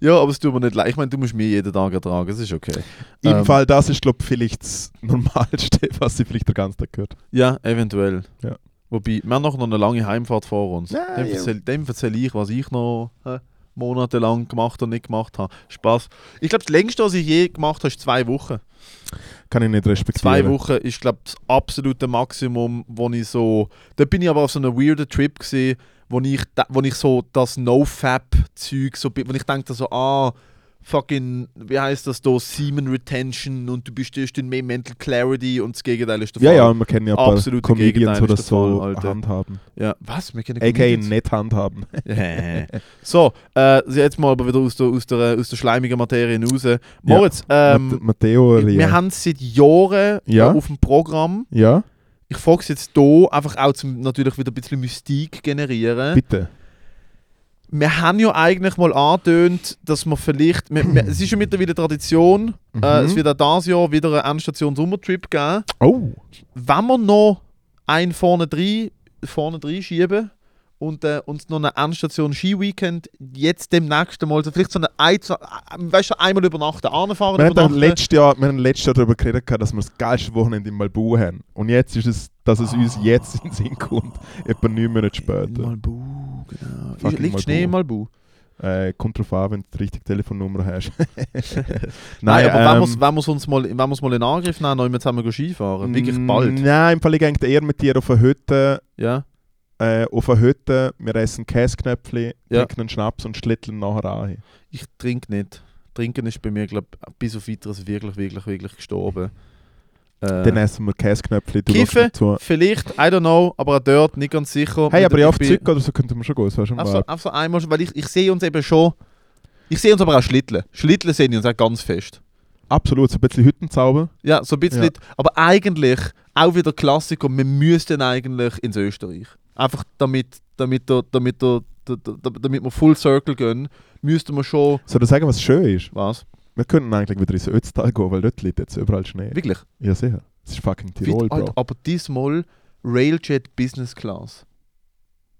Speaker 2: Ja, aber es tut mir nicht leid. Ich meine, du musst mir jeden Tag ertragen, es ist okay. Ähm.
Speaker 1: Im Fall, das ist, glaube ich, vielleicht das Normalste, was sie vielleicht den ganzen Tag gehört.
Speaker 2: Ja, eventuell.
Speaker 1: Ja.
Speaker 2: Wobei, wir haben noch eine lange Heimfahrt vor uns.
Speaker 1: Ja,
Speaker 2: dem
Speaker 1: ja.
Speaker 2: erzähle erzähl ich, was ich noch äh, monatelang gemacht und nicht gemacht habe. Spaß. Ich glaube, das längste, was ich je gemacht habe, ist zwei Wochen.
Speaker 1: Kann ich nicht respektieren.
Speaker 2: Zwei Wochen ist, glaube ich, das absolute Maximum, wo ich so. Da bin ich aber auf so einem weirden Trip gesehen, wo ich, da- wo ich so das No-Fab-Zeug, so, bi- wo ich denke, so, ah, fucking, wie heißt das da, Semen Retention und du bist erst in mehr Mental Clarity und das Gegenteil ist der
Speaker 1: Ja,
Speaker 2: Fall.
Speaker 1: ja, und wir kennen ja ein paar
Speaker 2: Absolute
Speaker 1: Comedians,
Speaker 2: Gegenteil
Speaker 1: die
Speaker 2: ist
Speaker 1: das
Speaker 2: der Fall,
Speaker 1: so
Speaker 2: Alter.
Speaker 1: handhaben.
Speaker 2: ja. Was? Wir kennen
Speaker 1: A.k.a.
Speaker 2: Comedians?
Speaker 1: nicht handhaben.
Speaker 2: Äh. so, äh, jetzt mal aber wieder aus der, aus der, aus der schleimigen Materie raus. Moritz,
Speaker 1: Mat-
Speaker 2: ähm,
Speaker 1: Matteo
Speaker 2: wir
Speaker 1: Ria.
Speaker 2: haben es seit Jahren
Speaker 1: Ja.
Speaker 2: äh, auf dem Programm.
Speaker 1: Ja,
Speaker 2: Ich frage es jetzt hier, einfach auch zum natürlich wieder ein bisschen Mystik generieren.
Speaker 1: bitte.
Speaker 2: Wir haben ja eigentlich mal angetönt, dass man vielleicht. Wir, wir, es ist ja mittlerweile Tradition, äh,
Speaker 1: Mhm.
Speaker 2: es wird auch dieses Jahr wieder eine Endstation Sommertrip geben.
Speaker 1: Oh,
Speaker 2: Wenn wir noch einen vorne drin, vorne drin schieben und äh, uns noch eine Endstation Ski-Weekend jetzt demnächst mal, so vielleicht so eine ein, zwei, äh, weißt du, einmal übernachten, anfahren,
Speaker 1: wir haben, dann
Speaker 2: übernachten.
Speaker 1: letztes Jahr, wir haben letztes Jahr darüber geredet, gehabt, dass wir das geilste Wochenende in Malibu haben. Und jetzt ist es, dass es uns jetzt in den Sinn kommt, etwa neun Monate
Speaker 2: In
Speaker 1: später.
Speaker 2: Malbu, genau. Ist-
Speaker 1: Fucking
Speaker 2: Liegt Schnee in Malbu?
Speaker 1: Äh, kommt drauf an, wenn du die richtige Telefonnummer hast.
Speaker 2: Nein, aber wenn
Speaker 1: ähm,
Speaker 2: wir's- wenn wir es uns mal, wenn wir's mal in Angriff nehmen, dann zusammen gehen Skifahren. Wirklich
Speaker 1: mm,
Speaker 2: bald.
Speaker 1: Nein, im Fall, ich gehe eher mit dir auf eine Hütte.
Speaker 2: Ja.
Speaker 1: Äh, auf eine Hütte, wir essen Käseknöpfchen,
Speaker 2: Ja.
Speaker 1: trinken einen Schnaps und schlitteln nachher an.
Speaker 2: Ich trinke nicht. Trinken ist bei mir, glaube ich, bis auf weiteres wirklich, wirklich, wirklich gestorben.
Speaker 1: Dann
Speaker 2: Äh,
Speaker 1: essen wir Käseknöpfchen, du
Speaker 2: Kiffen?
Speaker 1: schaust mir zu.
Speaker 2: vielleicht, I don't know, aber auch dort nicht ganz sicher.
Speaker 1: Hey,
Speaker 2: Mit-
Speaker 1: aber ja,
Speaker 2: ich
Speaker 1: auf
Speaker 2: bin-
Speaker 1: Zeug oder so könnten wir schon gehen, das wäre schon
Speaker 2: Einfach so,
Speaker 1: wahr.
Speaker 2: einfach so einmal, schon, weil ich, ich sehe uns eben schon. Ich sehe uns aber auch schlitteln. Schlitteln sehe ich uns auch ganz fest.
Speaker 1: Absolut, so ein bisschen Hüttenzauber.
Speaker 2: Ja, so ein bisschen.
Speaker 1: Ja.
Speaker 2: Aber eigentlich, auch wieder Klassiker, wir müssten eigentlich ins Österreich. Einfach damit, damit, der- damit, der- der- der- damit wir Full Circle gehen, müssten wir schon.
Speaker 1: Soll ich sagen, was schön ist?
Speaker 2: Was?
Speaker 1: Wir könnten eigentlich wieder ins Ötztal gehen, weil dort liegt jetzt überall Schnee.
Speaker 2: Wirklich?
Speaker 1: Ja, sicher. Das ist fucking Tirol,
Speaker 2: Fit,
Speaker 1: Bro.
Speaker 2: Alter, aber diesmal Railjet Business Class.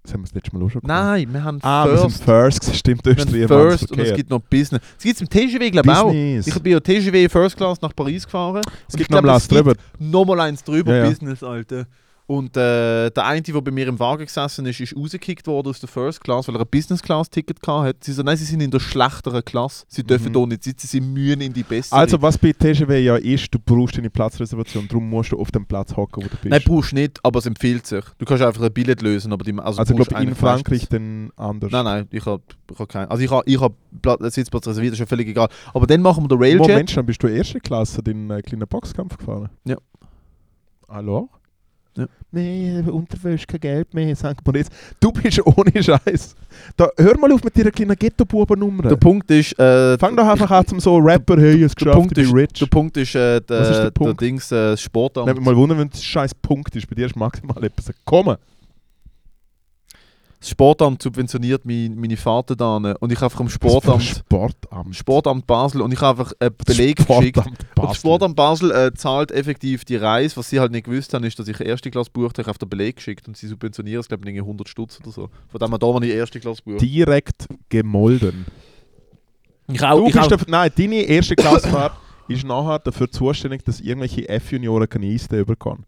Speaker 1: Das haben wir das letzte Mal auch schon gemacht.
Speaker 2: Nein, wir haben
Speaker 1: Ah, wir
Speaker 2: First.
Speaker 1: sind First, das stimmt,
Speaker 2: Wir haben
Speaker 1: Österreich war es
Speaker 2: First und es
Speaker 1: verkehrt.
Speaker 2: gibt noch Business. Es gibt es im TGW, glaube ich, auch.
Speaker 1: Business.
Speaker 2: Ich bin ja TGW First Class nach Paris gefahren.
Speaker 1: Es
Speaker 2: Und ich
Speaker 1: gibt noch
Speaker 2: glaub,
Speaker 1: mal eins drüber.
Speaker 2: Nochmal eins drüber,
Speaker 1: Ja, ja.
Speaker 2: Business, Alter. Und äh, der eine, der bei mir im Wagen gesessen ist, ist rausgekickt worden aus der First Class, weil er ein Business Class Ticket hatte. Sie so, nein, sie sind in der schlechteren Klasse. Sie dürfen
Speaker 1: Mhm.
Speaker 2: hier nicht sitzen, sie mühen in die bessere.
Speaker 1: Also was bei TGW ja ist, du brauchst deine Platzreservation, darum musst du auf dem Platz hocken, wo du bist.
Speaker 2: nein, brauchst du nicht, aber es empfiehlt sich. Du kannst einfach ein Billett lösen, aber die, also,
Speaker 1: also
Speaker 2: du
Speaker 1: ich
Speaker 2: brauchst
Speaker 1: glaube
Speaker 2: einen
Speaker 1: in Frankreich
Speaker 2: fest.
Speaker 1: dann anders.
Speaker 2: Nein, nein, ich habe ich hab keinen. Also ich habe ich hab Platz- Sitzplatz reserviert, ist ja völlig egal. Aber dann machen wir den Railjet.
Speaker 1: Moment, dann bist du erste Klasse den äh, kleinen Boxkampf gefahren.
Speaker 2: Ja.
Speaker 1: Hallo?
Speaker 2: Ja.
Speaker 1: Nee, Unterwäsche, kein Geld mehr, St. Moritz. Du bist ohne Scheiß. Da, hör mal auf mit deiner kleinen
Speaker 2: Der
Speaker 1: Ghetto-Buben-Nummer.
Speaker 2: Punkt ist, äh,
Speaker 1: Fang doch einfach an zum so Rapper, hey, es geschafft,
Speaker 2: Punkt
Speaker 1: ich bin rich.
Speaker 2: der Punkt ist, äh, der,
Speaker 1: Was ist der
Speaker 2: der,
Speaker 1: Punkt?
Speaker 2: Dings, äh, das Sportamt.
Speaker 1: Nehmt mal wundern, wenn es scheiß Punkt ist. Bei dir ist maximal etwas gekommen.
Speaker 2: Das Sportamt subventioniert mein, meine Fahrten da und ich habe vom Sportamt,
Speaker 1: Sportamt.
Speaker 2: Sportamt Basel und ich habe einfach einen
Speaker 1: Das
Speaker 2: Beleg geschickt.
Speaker 1: Sportamt
Speaker 2: Und das
Speaker 1: Basel.
Speaker 2: Sportamt Basel äh, zahlt effektiv die Reise. Was sie halt nicht gewusst haben, ist, dass ich erste Klasse bucht habe, ich auf den Beleg geschickt und sie subventionieren es, glaube ich, irgendwie 100 Stutz oder so. Von dem her, da, wenn ich erste Klasse buche.
Speaker 1: Direkt gemolden.
Speaker 2: Ich
Speaker 1: du
Speaker 2: ich
Speaker 1: bist der, nein, deine erste Klassefahrt ist nachher dafür zuständig, dass irgendwelche F-Junioren keine Eisdee überkommen.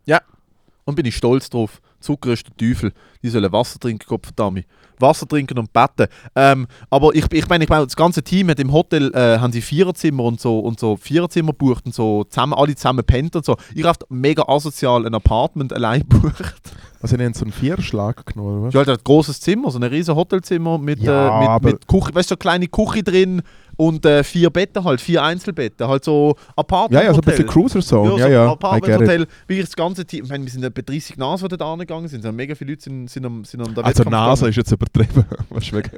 Speaker 2: und bin ich stolz drauf. Zucker ist der Teufel. Die sollen Wasser trinken, Gott verdammt. Wasser trinken und betten. Ähm, aber ich, ich meine, ich meine, das ganze Team hat im Hotel äh, haben sie Viererzimmer und so und so Viererzimmer bucht und so zusammen, alle zusammen pennt und so. Ich habe mega asozial ein Apartment allein bucht.
Speaker 1: Also, ich haben so einen Vierschlag genommen, oder was?
Speaker 2: Ich hatte ein großes Zimmer, so ein riesen Hotelzimmer mit,
Speaker 1: Ja,
Speaker 2: äh, mit,
Speaker 1: aber-
Speaker 2: mit Küche, weißt du, so kleine Küche drin und äh, vier Betten halt, vier Einzelbetten, halt so
Speaker 1: Ja,
Speaker 2: Apartment.
Speaker 1: ja, so ein bisschen Cruiser Zone. Ja,
Speaker 2: so
Speaker 1: ja, I
Speaker 2: Apartment
Speaker 1: get it.
Speaker 2: Hotel, wirklich das ganze Team. Ich meine, wir sind etwa 30 Nase, die da angegangen sind. Es sind mega viele Leute sind, sind am, sind am der
Speaker 1: Also,
Speaker 2: Wettkampf
Speaker 1: NASA ist jetzt übertrieben. Weißt du, wegen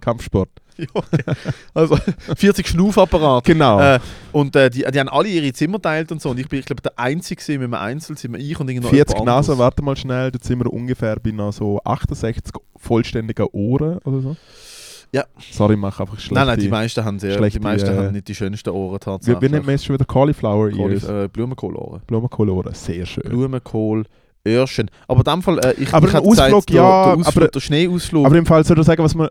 Speaker 1: Kampfsport.
Speaker 2: gegangen. Ja, also 40 Schnaufapparate.
Speaker 1: Genau.
Speaker 2: Äh, und äh, die, die haben alle ihre Zimmer teilt und so. Und ich bin, ich glaube, der Einzige gewesen mit einem Einzelzimmer. Ich und irgendwie noch
Speaker 1: 40
Speaker 2: jemand
Speaker 1: Nasen,
Speaker 2: anderes.
Speaker 1: warte mal schnell, da sind wir ungefähr bei noch so 68 vollständigen Ohren oder so.
Speaker 2: Ja.
Speaker 1: Sorry, ich mache einfach schlecht.
Speaker 2: Nein, nein, die meisten haben sehr,
Speaker 1: schlechte,
Speaker 2: die meisten
Speaker 1: äh,
Speaker 2: haben nicht die schönsten Ohren
Speaker 1: wir,
Speaker 2: tatsächlich.
Speaker 1: wir nennen jetzt schon wieder Cauliflower
Speaker 2: Kohl-
Speaker 1: Ears.
Speaker 2: äh, Blumenkohlohren.
Speaker 1: Blumenkohlohren, sehr schön.
Speaker 2: Blumenkohl. Öhrchen. Aber in dem Fall, äh, ich,
Speaker 1: Aber
Speaker 2: ich
Speaker 1: ein
Speaker 2: hätte gesagt,
Speaker 1: Ausflug, ja,
Speaker 2: der, der, Ausflug,
Speaker 1: aber-
Speaker 2: der Schneeausflug.
Speaker 1: Aber im Fall soll ich sagen, was man.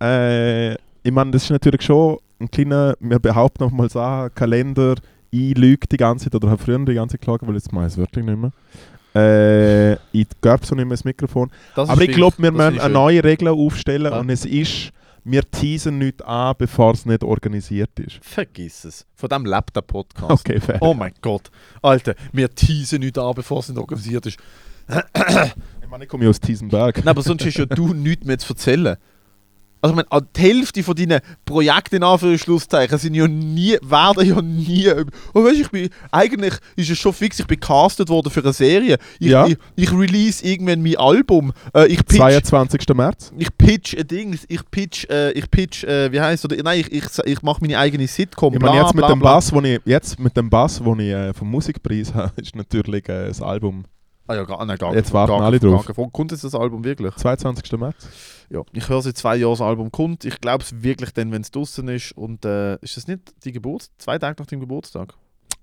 Speaker 1: Äh, ich meine, das ist natürlich schon einen kleinen, wir behaupten nochmal Sachen, Kalender, ich lüge die ganze Zeit, oder habe früher die ganze Zeit gelogen, weil jetzt mache ich es wirklich nicht mehr. Äh, ich gebe so nicht mehr das Mikrofon.
Speaker 2: Das
Speaker 1: Aber
Speaker 2: ist
Speaker 1: ich glaube, wir
Speaker 2: wichtig. Das
Speaker 1: müssen
Speaker 2: ist
Speaker 1: eine
Speaker 2: schön.
Speaker 1: neue Regel aufstellen
Speaker 2: Ja.
Speaker 1: und es ist, wir teasen nichts an, bevor es nicht organisiert ist.
Speaker 2: Vergiss es. Von dem lebt der Podcast.
Speaker 1: Okay, fair.
Speaker 2: Oh mein Gott. Alter, wir teasen nicht an, bevor es nicht organisiert ist.
Speaker 1: Ich meine, ich komme ja aus Tiesenberg.
Speaker 2: Nein, aber sonst hast ja du nichts mehr zu erzählen. Also ich meine, an die Hälfte von deinen Projekten in Anführungsschlusszeichen sind ja nie, werden ja nie... Oh, weißt, du, ich bin, eigentlich ist es schon fix, ich bin castet worden für eine Serie. Ich,
Speaker 1: Ja.
Speaker 2: ich, ich release irgendwann mein Album. Äh, ich pitch
Speaker 1: 22. März.
Speaker 2: ich pitch ein Dings, ich pitch, äh, ich pitch, äh, wie heißt oder nein, ich, ich, ich mache meine eigene Sitcom.
Speaker 1: Ich meine,
Speaker 2: Oh, bla,
Speaker 1: jetzt mit
Speaker 2: bla,
Speaker 1: dem
Speaker 2: bla.
Speaker 1: Bass, wo ich, jetzt mit dem Bass, wo ich äh, vom Musikpreis habe, ist natürlich äh, das Album
Speaker 2: Ah ja, gar, nein, gar,
Speaker 1: Jetzt warten
Speaker 2: gar,
Speaker 1: alle
Speaker 2: gar,
Speaker 1: drauf.
Speaker 2: Gar, wo kommt jetzt das Album wirklich?
Speaker 1: 22. März.
Speaker 2: Ja, ich höre seit zwei Jahren, das Album kommt. Ich glaube es wirklich dann, wenn es draußen ist. Und äh, ist das nicht die Geburt? Zwei Tage nach dem Geburtstag?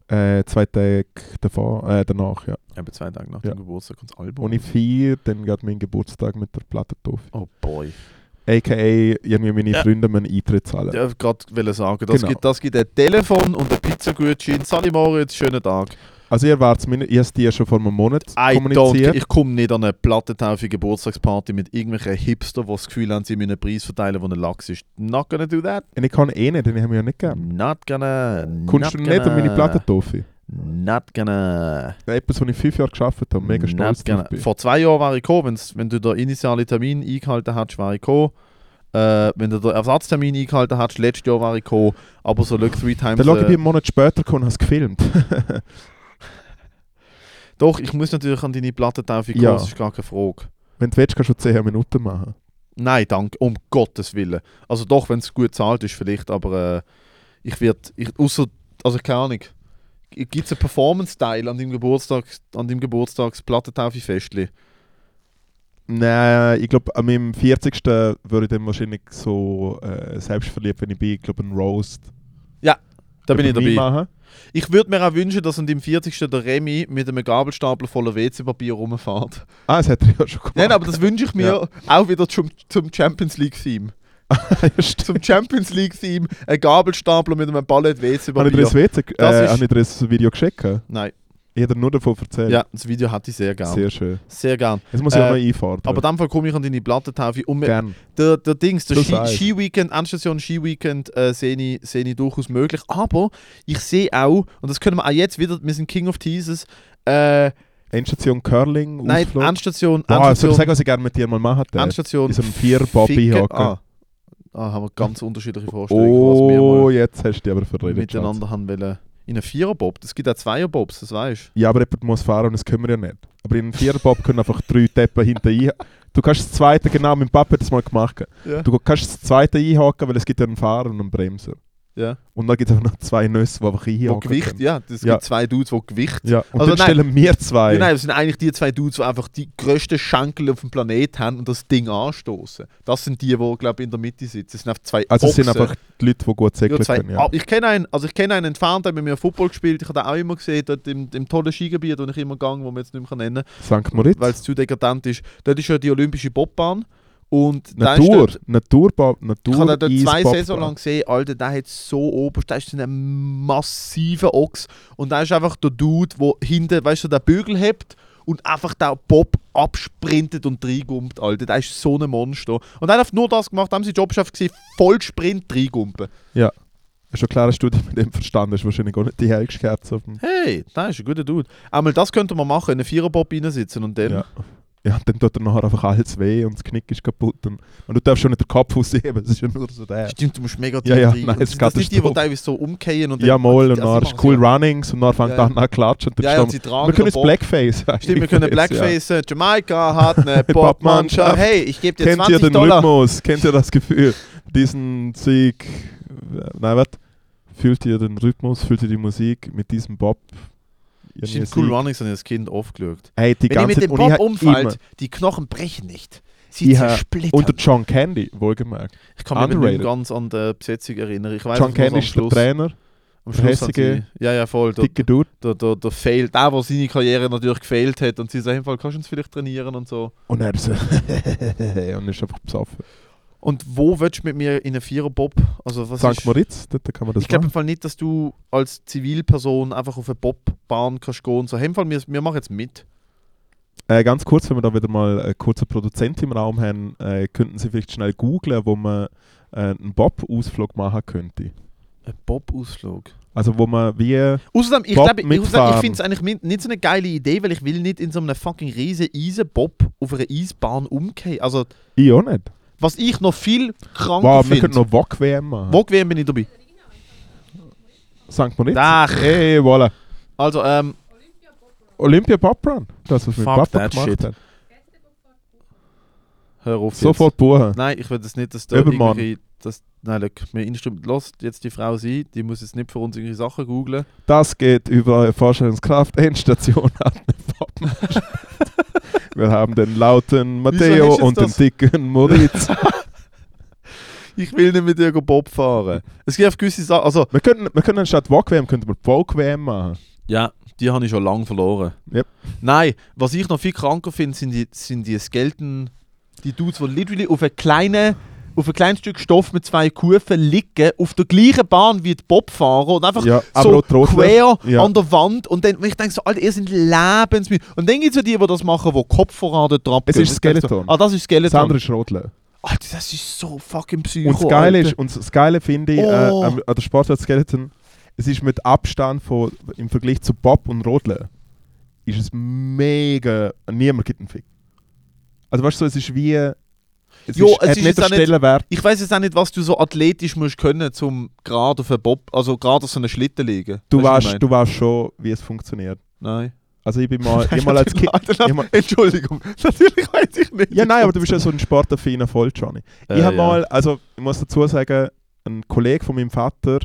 Speaker 1: Äh, zwei Tage davor, äh, danach, ja.
Speaker 2: Eben zwei Tage nach
Speaker 1: Ja.
Speaker 2: dem Geburtstag kommt das Album.
Speaker 1: Und ich feiere dann gerade meinen Geburtstag mit der Platte drauf.
Speaker 2: oh boy.
Speaker 1: A.k.a. irgendwie meine
Speaker 2: Ja.
Speaker 1: Freunde müssen Eintritt zahlen.
Speaker 2: Ja, gerade wollte sagen, das,
Speaker 1: Genau.
Speaker 2: gibt, das gibt ein Telefon und ein Pizzagutschein. Sali Moritz, schönen Tag.
Speaker 1: Also ihr wart mir, ich habe dir schon vor einem Monat
Speaker 2: I don't,
Speaker 1: kommuniziert.
Speaker 2: ich komme nicht an eine Plattentaufe Geburtstagsparty mit irgendwelchen Hipster, die das Gefühl haben, sie müssen einen Preis verteilen, der ein Lachs ist. Not gonna do that.
Speaker 1: Und ich kann eh nicht, den haben wir ja nicht gegeben.
Speaker 2: Not gonna.
Speaker 1: Kommst du
Speaker 2: not
Speaker 1: nicht an
Speaker 2: gonna,
Speaker 1: meine Platte drauf?
Speaker 2: Not gonna.
Speaker 1: Etwas, was ich fünf Jahre geschafft habe, mega stolz
Speaker 2: Nicht gerne.
Speaker 1: drauf bin.
Speaker 2: Vor zwei Jahren war ich gekommen, wenn's- wenn du den initialen Termin eingehalten hast, war ich gekommen. Äh, wenn du den Ersatztermin eingehalten hast, letztes Jahr war ich gekommen. Aber so look three times.
Speaker 1: Dann schaue ich
Speaker 2: äh,
Speaker 1: einen Monat später und habe es gefilmt.
Speaker 2: doch, ich muss natürlich an deine Plattentaufe kommen,
Speaker 1: Ja.
Speaker 2: das ist gar keine Frage.
Speaker 1: Wenn du willst, kannst du 10 Minuten machen.
Speaker 2: Nein, danke, um Gottes Willen. Also doch, wenn es gut zahlt ist vielleicht, aber äh, ich werde, ich, außer, also keine Ahnung, gibt es einen Performance-Teil an deinem Geburtstag, an deinem Geburtstags-Plattentaufe-Festli?
Speaker 1: Nein, ich glaube, an meinem 40. würde ich dann wahrscheinlich so äh, selbstverliebt, wenn ich bin, ich glaube, einen Roast.
Speaker 2: Da bin ich
Speaker 1: über
Speaker 2: dabei.
Speaker 1: mich Machen.
Speaker 2: Ich würde mir auch wünschen, dass an deinem 40. der Remy mit einem Gabelstapler voller WC-Papier rumfährt.
Speaker 1: Ah, das hat er ja schon gemacht.
Speaker 2: Nein, aber das wünsche ich mir auch wieder zum, zum Champions League-Theme. Zum Champions League-Theme ein Gabelstapler mit einem Ballett
Speaker 1: Habe ich dir
Speaker 2: WC-Papier.
Speaker 1: das, WC, ge-
Speaker 2: Das
Speaker 1: äh,
Speaker 2: ist-
Speaker 1: habe ich dir das Video geschickt? Ich
Speaker 2: Nein,
Speaker 1: habe dir nur davon erzählt.
Speaker 2: ja, das Video hatte ich sehr gern.
Speaker 1: Sehr
Speaker 2: Sehr,
Speaker 1: schön.
Speaker 2: gern.
Speaker 1: Jetzt muss ich
Speaker 2: Äh,
Speaker 1: auch noch einfordern.
Speaker 2: Aber dann komme ich an deine Plattentaufe und mir-
Speaker 1: Gern.
Speaker 2: der, der Dings, der
Speaker 1: Du
Speaker 2: Ski-
Speaker 1: sagst.
Speaker 2: Ski-Weekend, Endstation Ski-Weekend äh, sehe ich, sehe ich durchaus möglich. Aber ich sehe auch, und das können wir auch jetzt wieder, wir sind King of Teases, äh,
Speaker 1: Endstation Curling,
Speaker 2: nein,
Speaker 1: Ausflug.
Speaker 2: Endstation,
Speaker 1: Wow, also soll
Speaker 2: Endstation,
Speaker 1: ich sagen, was ich gerne mit dir mal machen darf?
Speaker 2: Endstation.
Speaker 1: In so einem Vier-Bobby
Speaker 2: Ficken-
Speaker 1: hocken.
Speaker 2: Ah. ah, haben wir ganz unterschiedliche Vorstellungen,
Speaker 1: Oh,
Speaker 2: was
Speaker 1: jetzt hast du dich aber
Speaker 2: wir mal
Speaker 1: verredet. Schatz.
Speaker 2: miteinander haben wollen. In einem Vierer-Bob, es gibt auch Zweier-Bobs, das weißt
Speaker 1: Ja, aber jemand muss fahren und das können wir ja nicht. Aber in einem Viererbob können einfach drei Teppen hinter ein. Du kannst das zweite, genau, mein Papa hat das mal gemacht.
Speaker 2: Ja.
Speaker 1: Du kannst das zweite einhaken, weil es gibt ja einen Fahrer und einen Bremser.
Speaker 2: Ja.
Speaker 1: Und dann gibt es einfach noch zwei Nüsse, die einfach einhaken
Speaker 2: Wo Gewicht,
Speaker 1: können.
Speaker 2: ja, es
Speaker 1: Ja.
Speaker 2: gibt zwei Dudes, die Gewicht.
Speaker 1: Ja, und
Speaker 2: Also
Speaker 1: dann
Speaker 2: nein.
Speaker 1: stellen wir zwei.
Speaker 2: Ja, nein, das sind eigentlich die zwei Dudes, die einfach die grössten Schenkel auf dem Planeten haben und das Ding anstoßen. Das sind die, die, glaube ich, in der Mitte sitzen. Das sind einfach zwei
Speaker 1: also es sind
Speaker 2: Ochsen.
Speaker 1: einfach die Leute, die gut
Speaker 2: Ja,
Speaker 1: segeln
Speaker 2: zwei,
Speaker 1: können. Ja.
Speaker 2: Ah, ich kenne einen, also ich kenne einen entfernt, der hat mit mir Football gespielt. Ich habe den auch immer gesehen, dort im, im tollen Skigebiet, wo ich immer gegangen, wo man jetzt nicht mehr nennen kann.
Speaker 1: St. Moritz.
Speaker 2: weil es zu dekadent ist. Dort ist ja die olympische Bobbahn und da ist
Speaker 1: Natur,
Speaker 2: dort-
Speaker 1: Naturbau, Natur,
Speaker 2: Ich habe dort zwei
Speaker 1: Eisbobbahn.
Speaker 2: Saison lang gesehen, Alter, der hat so oberst, der ist ein massiver Ochs und da ist einfach der Dude, der hinten, weißt du, den Bügel hebt und einfach den Bob absprintet und reingumpt, Alter, der ist so ein Monster. Und er hat nur das gemacht, da haben sie Jobschaft gesehen, voll Sprint reingumpen.
Speaker 1: Ist schon klar, dass du dich mit dem verstanden hast. Wahrscheinlich gar nicht die hellste Kerze auf dem...
Speaker 2: Hey, der ist ein guter Dude. Einmal das könnte man machen, in einen Viererbob reinsitzen und dann...
Speaker 1: Ja. Ja, und dann tut er nachher einfach alles weh und das Knick ist kaputt. Und, und du darfst schon nicht den Kopf ausheben, es ist ja nur so der.
Speaker 2: Stimmt, du musst mega
Speaker 1: Ja, ja,
Speaker 2: rein.
Speaker 1: nein, es
Speaker 2: Sind
Speaker 1: geht
Speaker 2: das nicht die, die
Speaker 1: drauf.
Speaker 2: teilweise so umkehren und
Speaker 1: Ja, mal, und
Speaker 2: also
Speaker 1: dann
Speaker 2: sie
Speaker 1: ist
Speaker 2: machen's
Speaker 1: cool
Speaker 2: ja.
Speaker 1: Runnings und dann fängt
Speaker 2: Ja, ja.
Speaker 1: an zu klatschen. Und dann
Speaker 2: Ja, ja, und
Speaker 1: stehen
Speaker 2: sie tragen
Speaker 1: wir können
Speaker 2: den
Speaker 1: es
Speaker 2: Bob.
Speaker 1: Blackface.
Speaker 2: Stimmt, wir
Speaker 1: eigentlich
Speaker 2: können
Speaker 1: jetzt,
Speaker 2: Blackface. äh, Jamaika hat eine Popmannschaft.
Speaker 1: Popmannschaft.
Speaker 2: Hey, ich gebe
Speaker 1: Ja.
Speaker 2: dir
Speaker 1: Kennt ihr
Speaker 2: 20
Speaker 1: den
Speaker 2: Dollar.
Speaker 1: Rhythmus? Kennt ihr das Gefühl? Diesen Sieg. Nein, was? Fühlt ihr den Rhythmus? Fühlt ihr die Musik mit diesem Bob? Ihr
Speaker 2: Stimmt,
Speaker 1: Musik?
Speaker 2: Cool Runnings habe ich als Kind oft geschaut.
Speaker 1: Hey, die
Speaker 2: Wenn ihr
Speaker 1: ganze
Speaker 2: mit dem
Speaker 1: und ich
Speaker 2: Bob
Speaker 1: hab
Speaker 2: umfällt,
Speaker 1: immer-
Speaker 2: die Knochen brechen nicht. Sie
Speaker 1: Ich hab-
Speaker 2: zersplittern.
Speaker 1: Und der John Candy, wohlgemerkt.
Speaker 2: ich kann mich nicht
Speaker 1: Underrated.
Speaker 2: mehr ganz an die Besetzung erinnern. Ich weiß,
Speaker 1: John
Speaker 2: dass wir es
Speaker 1: Candy ist der
Speaker 2: am Schluss,
Speaker 1: Trainer,
Speaker 2: am Schluss haben
Speaker 1: hässige-
Speaker 2: sie- Ja, ja, voll. Der,
Speaker 1: dicke Dude.
Speaker 2: der, der, der, Fail, der, der seine Karriere natürlich gefehlt hat. Und sie sagen, hey, kannst du uns vielleicht trainieren und so.
Speaker 1: Und er so. und ist einfach besoffen.
Speaker 2: Und wo willst du mit mir in einen Vierer-Bob? Also was
Speaker 1: St.
Speaker 2: ist-
Speaker 1: Moritz, dort kann man das
Speaker 2: Ich glaube im
Speaker 1: machen.
Speaker 2: Fall nicht, dass du als Zivilperson einfach auf eine Bobbahn kannst gehen und so, hey, im Fall, wir, wir machen jetzt mit.
Speaker 1: Äh, ganz kurz, wenn wir da wieder mal einen kurzen Produzent im Raum haben, äh, könnten Sie vielleicht schnell googlen, wo man äh, einen Bob-Ausflug machen könnte.
Speaker 2: Ein Bob-Ausflug.
Speaker 1: Also wo man wie...
Speaker 2: Außerdem, ich
Speaker 1: Bob
Speaker 2: glaube, ich,
Speaker 1: mitfahren.
Speaker 2: ich finde es eigentlich mi- nicht so eine geile Idee, weil ich will nicht in so einem fucking riesen Eisenbob auf einer Eisbahn umkehren. Also,
Speaker 1: Ich auch nicht.
Speaker 2: was ich noch viel kranker
Speaker 1: Wow, wir
Speaker 2: finde.
Speaker 1: könnten noch Wok-WM machen.
Speaker 2: Wo gewesen bin ich dabei?
Speaker 1: St. Moritz.
Speaker 2: Ach.
Speaker 1: Hey, voilà.
Speaker 2: Also, ähm,
Speaker 1: Olympia Bob Run. Das, was wir mit
Speaker 2: Fuck
Speaker 1: Papa
Speaker 2: that
Speaker 1: gemacht
Speaker 2: shit.
Speaker 1: haben.
Speaker 2: hör auf
Speaker 1: Sofort buchen.
Speaker 2: Jetzt. Nein, ich will das nicht, dass da
Speaker 1: Übermorgen.
Speaker 2: irgendwelche... Das, nein, look, mir instimmt, lass jetzt die Frau sein, die muss jetzt nicht für uns irgendwelche Sachen googlen.
Speaker 1: Das geht über Vorstellungskraft. Endstation hat eine Pappmaschine. Wir haben den lauten Matteo
Speaker 2: hast du
Speaker 1: und
Speaker 2: das?
Speaker 1: den dicken Moritz.
Speaker 2: Ich will nicht mit dir Bob fahren. Es gibt gewisse Sachen, also...
Speaker 1: wir, können, wir können statt Wok-WM könnten wir Vogue-WM machen.
Speaker 2: Ja, die habe ich schon lange verloren.
Speaker 1: Yep.
Speaker 2: Nein, was ich noch viel kranker finde, sind die, sind die Skelten, die Dudes, die literally auf einem kleinen auf ein kleines Stück Stoff mit zwei Kurven liegen, auf der gleichen Bahn wie die Bobfahrer und einfach
Speaker 1: Ja, aber
Speaker 2: so
Speaker 1: auch die Roten.
Speaker 2: quer
Speaker 1: Ja.
Speaker 2: an der Wand und dann, und ich denke so, Alter, ihr sind lebensmüde. Und dann gibt es ja die, die das machen, die Kopf voran dort drauf
Speaker 1: Es
Speaker 2: gehen.
Speaker 1: ist
Speaker 2: Ich denk so,
Speaker 1: Skeleton.
Speaker 2: Ah, das ist
Speaker 1: Das
Speaker 2: Skeleton.
Speaker 1: andere ist Rotle.
Speaker 2: Alter, das ist so fucking psycho,
Speaker 1: Und das Geile,
Speaker 2: Alter.
Speaker 1: ist, und das Geile finde ich
Speaker 2: Oh.
Speaker 1: äh, am- an der Sportart Skeleton, es ist mit Abstand von, im Vergleich zu Bob und Rodle, ist es mega. Niemand gibt einen Fick. Also weißt du, so, es ist wie. Es
Speaker 2: Jo,
Speaker 1: ist,
Speaker 2: es
Speaker 1: hat
Speaker 2: ist
Speaker 1: nicht
Speaker 2: jetzt
Speaker 1: der
Speaker 2: auch nicht-
Speaker 1: Stellenwert.
Speaker 2: Ich weiß jetzt auch nicht, was du so athletisch musst können, zum gerade auf einen Bob, also gerade auf so einen Schlitten legen.
Speaker 1: Du
Speaker 2: Weisst
Speaker 1: weißt, du weißt schon, wie es funktioniert.
Speaker 2: Nein.
Speaker 1: Also ich bin mal, ich mal als Kind. ich mal-
Speaker 2: Entschuldigung, natürlich weiß ich nicht.
Speaker 1: Ja, nein, aber du bist ja so ein sportaffiner Voll, Johnny.
Speaker 2: Äh,
Speaker 1: ich habe
Speaker 2: ja.
Speaker 1: mal, also ich muss dazu sagen, ein Kollege von meinem Vater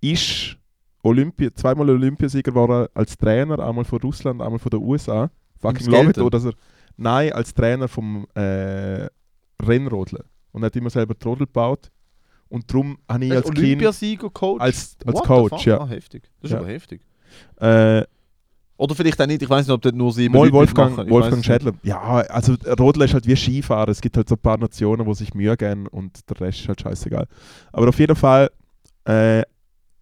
Speaker 1: ist Olympi zweimal Olympiasieger geworden als Trainer, einmal von Russland, einmal von den USA. Fucking
Speaker 2: Im
Speaker 1: love it,
Speaker 2: Skaten?
Speaker 1: oder? dass er- Nein, als Trainer vom äh, Rennrodeln. Und er hat immer selber die Rodel gebaut. Und darum habe ich
Speaker 2: als
Speaker 1: als Kind,
Speaker 2: Olympiasieger Coach.
Speaker 1: als, als
Speaker 2: Äh, What the
Speaker 1: Coach,
Speaker 2: fuck?
Speaker 1: ja.
Speaker 2: Ah, heftig. Das ist
Speaker 1: Ja.
Speaker 2: aber heftig.
Speaker 1: Äh,
Speaker 2: Oder vielleicht auch nicht, ich weiß nicht, ob das nur sieben
Speaker 1: Mal
Speaker 2: Leute
Speaker 1: Wolfgang,
Speaker 2: mitmachen. Ich
Speaker 1: Wolfgang
Speaker 2: weiss
Speaker 1: Schädler. Ja, also Rodler ist halt wie Skifahren. Es gibt halt so ein paar Nationen, wo sich Mühe geben und der Rest ist halt scheißegal. Aber auf jeden Fall äh,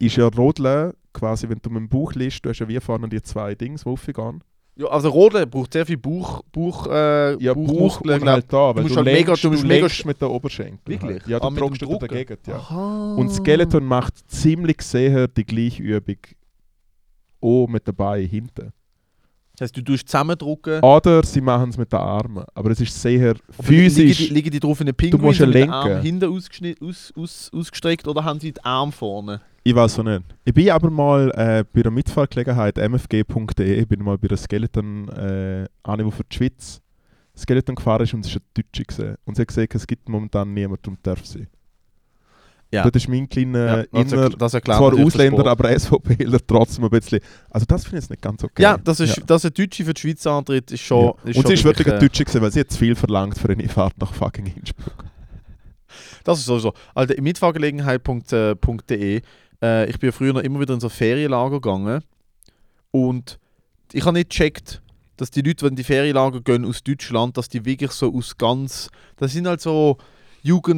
Speaker 1: ist ja Rodler quasi, wenn du mit dem Buch liest, du hast ja wie vorne die zwei Dings raufgegangen.
Speaker 2: nicht. Ja, also Rodeln braucht sehr viel Bauch, Bauch, äh,
Speaker 1: Ja, Buch
Speaker 2: Bauchmuskeln,
Speaker 1: und halt da, weil
Speaker 2: musst
Speaker 1: du,
Speaker 2: halt
Speaker 1: lenkst,
Speaker 2: mega- du musst
Speaker 1: du
Speaker 2: mega
Speaker 1: lenkst mit der Oberschenkel.
Speaker 2: Wirklich?
Speaker 1: Halt. Ja, du
Speaker 2: Ah, mit
Speaker 1: drückst
Speaker 2: dem Ah.
Speaker 1: du
Speaker 2: Drucken?
Speaker 1: dagegen. Ja.
Speaker 2: Aha.
Speaker 1: Und Skeleton macht ziemlich sicher die gleiche Übung. Oh, mit den Beinen hinten.
Speaker 2: Das heißt, du tust zusammendrücken.
Speaker 1: Oder sie machen es mit den Armen. Aber es ist sehr physisch.
Speaker 2: Liegen die, liegen die drauf in den Pinguin,
Speaker 1: musst
Speaker 2: so
Speaker 1: ja
Speaker 2: mit den
Speaker 1: lenken.
Speaker 2: Arm hinten ausgeschnitten- aus, aus, ausgestreckt oder haben sie den Arm vorne?
Speaker 1: Ich weiß auch nicht. Ich bin aber mal äh, bei einer Mitfahrgelegenheit mfg.de, ich bin mal bei einer Skeleton, äh, eine, die für die Schweiz Skeleton gefahren ist und es war eine Deutsche. Gewesen. Und sie hat gesagt, es gibt momentan niemanden, darum darf sie.
Speaker 2: Ja.
Speaker 1: Das ist mein kleiner
Speaker 2: das erkl-
Speaker 1: Inner,
Speaker 2: das erklärt
Speaker 1: zwar
Speaker 2: natürlich den
Speaker 1: Äh, Ausländer,
Speaker 2: Sport.
Speaker 1: aber SVPler trotzdem ein bisschen. Also das finde ich jetzt nicht ganz okay.
Speaker 2: Ja, das ist,
Speaker 1: Ja.
Speaker 2: dass ein Deutsche für die Schweiz antritt, ist
Speaker 1: Ja.
Speaker 2: schon. Ist
Speaker 1: und
Speaker 2: schon
Speaker 1: sie ist wirklich eine
Speaker 2: äh,
Speaker 1: Deutsche, gewesen, weil sie hat zu viel verlangt für eine Fahrt nach fucking Innsbruck.
Speaker 2: Das ist sowieso. Also, Alter, in mitfahrgelegenheit.de. Äh, ich bin ja früher noch immer wieder in so Ferienlager gegangen. Und ich habe nicht gecheckt, dass die Leute, wenn die Ferienlager gehen aus Deutschland, dass die wirklich so aus ganz. Das sind halt so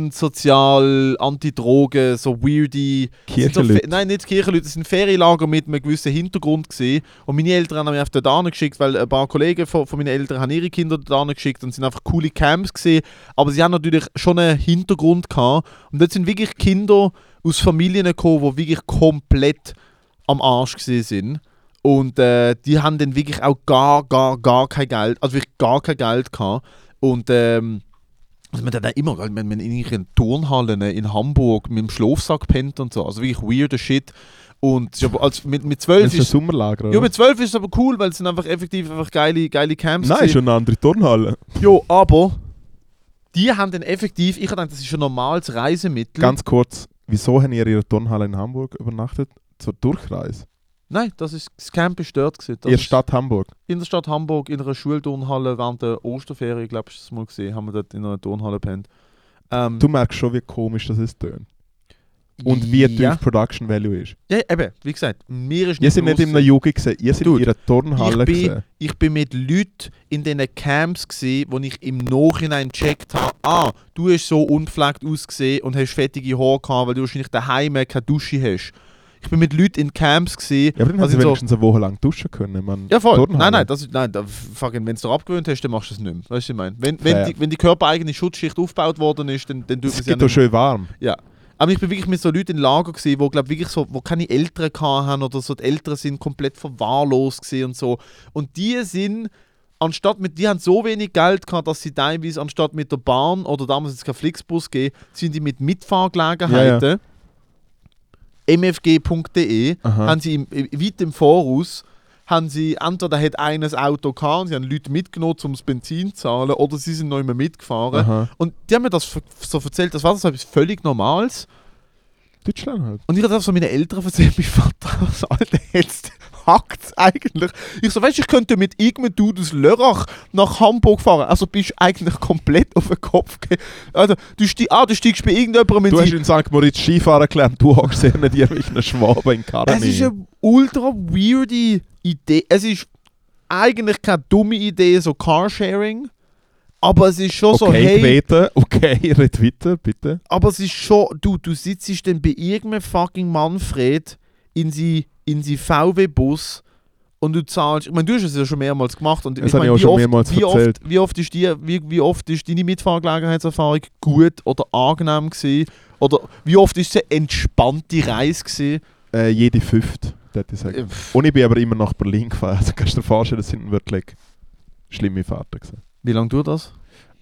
Speaker 2: Jugendsozial, Antidrogen, so weirdy. sind so Fe-
Speaker 1: Kirchenleute.
Speaker 2: Also Nein, nicht Kirchenleute, es sind Ferienlager mit einem gewissen Hintergrund gesehen. Und meine Eltern haben mich auf dort geschickt, weil ein paar Kollegen von, von meinen Eltern haben ihre Kinder dort geschickt und es sind einfach coole Camps gesehen. Aber sie haben natürlich schon einen Hintergrund gehabt. Und dort sind wirklich Kinder aus Familien gekommen, die wirklich komplett am Arsch gesehen sind. Und äh, die haben dann wirklich auch gar, gar, gar kein Geld, also wirklich gar kein Geld gehabt. Und ähm, also man hat dann auch immer, wenn man in irgendwelchen Turnhallen in Hamburg mit dem Schlafsack pennt und so, also wirklich weirder Shit. Und es ist aber- als mit, mit
Speaker 1: Das
Speaker 2: 12
Speaker 1: ist äh, ein
Speaker 2: ist,
Speaker 1: Sommerlager.
Speaker 2: ja,
Speaker 1: oder?
Speaker 2: mit 12 ist es aber cool, weil es sind einfach effektiv einfach geile, geile Camps.
Speaker 1: Nein,
Speaker 2: gewesen.
Speaker 1: ist schon eine andere Turnhalle.
Speaker 2: Jo, aber die haben dann effektiv, ich dachte, das ist ein normales Reisemittel.
Speaker 1: Ganz kurz, wieso haben ihr in ihrer Turnhalle in Hamburg übernachtet? Zur Durchreise.
Speaker 2: Nein, das ist das Camp ist dort gewesen. Das
Speaker 1: in der
Speaker 2: ist-
Speaker 1: Stadt Hamburg.
Speaker 2: in der Stadt Hamburg in einer Schulturnhalle während der Osterferien, glaube ich, ist das mal gesehen, haben wir dort in einer Turnhalle pennt. Ähm,
Speaker 1: Du merkst schon, wie komisch das ist. Tönt. und wie
Speaker 2: Ja.
Speaker 1: tief Production Value ist.
Speaker 2: Ja, eben, wie gesagt, mir ist
Speaker 1: Ihr seid nicht in
Speaker 2: draussen.
Speaker 1: einer Jugend, gewesen, ihr seid in
Speaker 2: Dude,
Speaker 1: ihrer Turnhalle.
Speaker 2: ich bin-
Speaker 1: gewesen.
Speaker 2: ich bin mit Leuten in diesen Camps, gewesen, wo ich im Nachhinein gecheckt habe, ah, du hast so unpflegt ausgesehen und hast fettige Haare gehabt, weil du wahrscheinlich daheim keine Dusche hast. Ich bin mit Leuten in Camps. Gewesen,
Speaker 1: Ja, aber dann haben
Speaker 2: also
Speaker 1: sie
Speaker 2: so-
Speaker 1: wenigstens eine Woche lang duschen können. Man.
Speaker 2: ja, voll.
Speaker 1: Turnhalle.
Speaker 2: Nein, nein, das, ist- nein da, fucking, wenn du dir abgewöhnt hast, dann machst du es nicht mehr. Weißt du, was ich meine? Wenn, wenn,
Speaker 1: Fair.
Speaker 2: die, wenn die körpereigene Schutzschicht aufgebaut worden ist, dann, dann tut man
Speaker 1: es
Speaker 2: es ja
Speaker 1: geht doch
Speaker 2: nicht mehr.
Speaker 1: schön warm.
Speaker 2: Aber ich bin wirklich mit so Leuten in Lager gewesen, wo glaub wirklich so, wo keine Eltern hatten oder so, die Eltern sind komplett verwahrlost gewesen und so. Und die sind, anstatt mit, die haben so wenig Geld gehabt, dass sie teilweise anstatt mit der Bahn oder damals jetzt kein Flixbus gehen, sind die mit Mitfahrgelegenheiten. mfg.de
Speaker 1: Aha.
Speaker 2: E haben sie im, im, weit im Voraus haben sie entweder hat eines Auto gehabt, und sie haben Leute mitgenommen, um das Benzin zu zahlen, oder sie sind noch immer mitgefahren.
Speaker 1: Aha.
Speaker 2: Und die haben mir das f- so erzählt, das war so etwas völlig Normales.
Speaker 1: Deutschland halt.
Speaker 2: Und ich habe das so meinen Eltern erzählt, mein Vater, was Alter, jetzt hackt's eigentlich. Ich so, weißt du, ich könnte mit irgendeinem Dude aus Lörrach nach Hamburg fahren. Also bist du eigentlich komplett auf den Kopf gegangen. Also, du, ste ah, du steigst bei irgendjemandem
Speaker 1: Du hast
Speaker 2: in
Speaker 1: in St. Moritz Skifahren gelernt, du hast gesehen, dir mit einem Schwaben in Karren.
Speaker 2: Es ist eine ultra weirde Idee. Es ist eigentlich keine dumme Idee, so Carsharing. Aber es ist schon
Speaker 1: okay,
Speaker 2: so, hey,
Speaker 1: gewählt, okay, red weiter, bitte.
Speaker 2: Aber es ist schon, du, du sitzt dann bei irgendeinem fucking Manfred in sie, in sie VW-Bus und du zahlst. Ich meine, du hast es ja schon mehrmals gemacht und
Speaker 1: Das habe ich auch
Speaker 2: wie
Speaker 1: schon
Speaker 2: oft,
Speaker 1: mehrmals
Speaker 2: wie
Speaker 1: erzählt.
Speaker 2: Oft, wie, oft ist die, wie, wie oft ist deine Mitfahrgelegenheitserfahrung gut oder angenehm gewesen? Oder wie oft ist es eine entspannte Reise gewesen? Äh,
Speaker 1: Äh, jede fünfte, würde ich sagen. Und ich bin aber immer nach Berlin gefahren. Also kannst du dir vorstellen, das sind wirklich schlimme Fahrten gewesen.
Speaker 2: Wie lange dauert das?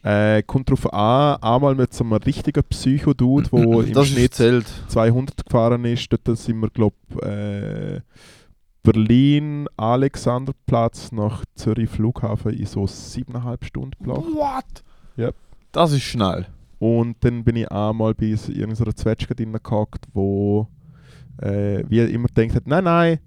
Speaker 1: Äh, kommt drauf an, einmal mit so einem richtigen Psycho-Dude, der im
Speaker 2: das
Speaker 1: Schnitt
Speaker 2: ist zählt.
Speaker 1: 200 gefahren ist. Dort sind wir, glaube ich, äh, Berlin, Alexanderplatz nach Zürich Flughafen in so 7,5 Stunden gebraucht.
Speaker 2: What?
Speaker 1: Yep.
Speaker 2: Das ist schnell.
Speaker 1: Und dann bin ich einmal bei so- irgendeiner Zwetschge drin gehackt, wo äh, wie er immer denkt hat, nein, nein,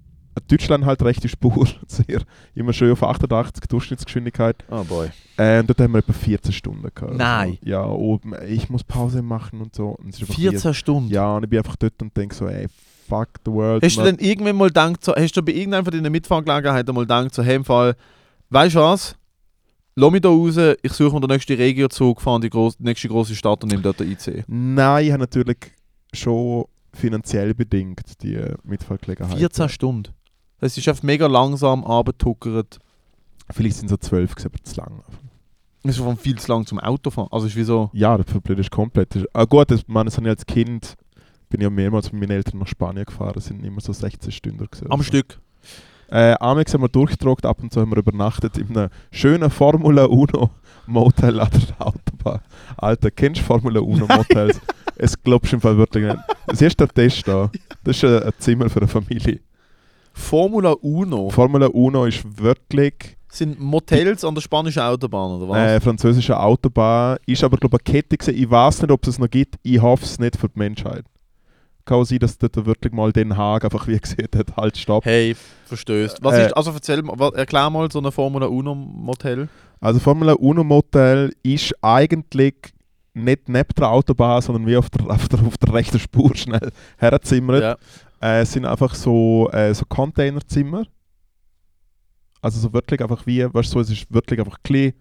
Speaker 1: Deutschland halt rechte Spur. Sehr, immer schön auf 88 Durchschnittsgeschwindigkeit.
Speaker 2: Oh boy.
Speaker 1: Äh, und dort haben wir etwa 14 Stunden gehabt.
Speaker 2: Nein.
Speaker 1: Also, ja, oben, ich muss Pause machen und so. Und es ist einfach
Speaker 2: 14 Stunden.
Speaker 1: Ja, und ich bin einfach dort und denke so, ey, fuck the world.
Speaker 2: Hast du
Speaker 1: man.
Speaker 2: denn irgendwann mal gedacht, so, hast du bei irgendeiner von deinen Mitfahrgelegenheiten mal gedacht, so, hey, im Fall, weißt du was? Lass mich da raus, ich suche mir den nächsten Regiozug, fahre in die gross, nächste große Stadt und nehme dort den IC.
Speaker 1: Nein, ich habe natürlich schon finanziell bedingt die Mitfallgelegenheit.
Speaker 2: 14 Stunden. Das ist einfach mega langsam runtergetuckert.
Speaker 1: Vielleicht sind es so 12, gewesen, aber zu lang.
Speaker 2: Das ist vor allem viel zu lang zum Autofahren. Also ist wie so,
Speaker 1: Ja, das verblödest du komplett. Das ist- Ah, gut, das, man, das habe ich als Kind, bin ich ja mehrmals mit meinen Eltern nach Spanien gefahren, das sind immer so 16 Stunden. Gewesen,
Speaker 2: am
Speaker 1: Also.
Speaker 2: Stück.
Speaker 1: Äh, Amex haben wir durchgedruckt, ab und zu haben wir übernachtet in einem schönen Formula Uno Motel an der Autobahn. Alter, kennst du Formula Uno Motels? Es glaubst du im Fall wirklich nicht. Das ist der Test da. Das ist ein ein Zimmer für eine Familie.
Speaker 2: Formula Uno
Speaker 1: Formula Uno ist wirklich
Speaker 2: sind Motels an der spanischen Autobahn, oder was?
Speaker 1: äh, französische Autobahn. Ist aber, glaube ich, eine Kette gewesen. Ich weiß nicht, ob es es noch gibt. Ich hoffe es nicht für die Menschheit. Kann auch sein, dass dort wirklich mal Den Haag einfach wie gesehen hat, halt stopp.
Speaker 2: Hey, verstößt. Was
Speaker 1: Äh,
Speaker 2: ist, also erzähl, mal- wa- erklär mal so eine Formula Uno Motel.
Speaker 1: Also Formula Uno Motel ist eigentlich nicht neben der Autobahn, sondern wie auf der, auf der, auf der rechten Spur schnell hergezimmert.
Speaker 2: Ja.
Speaker 1: Äh, es sind einfach so, äh, so Containerzimmer. Also so wirklich einfach wie, weißt du, so, es ist wirklich einfach klein,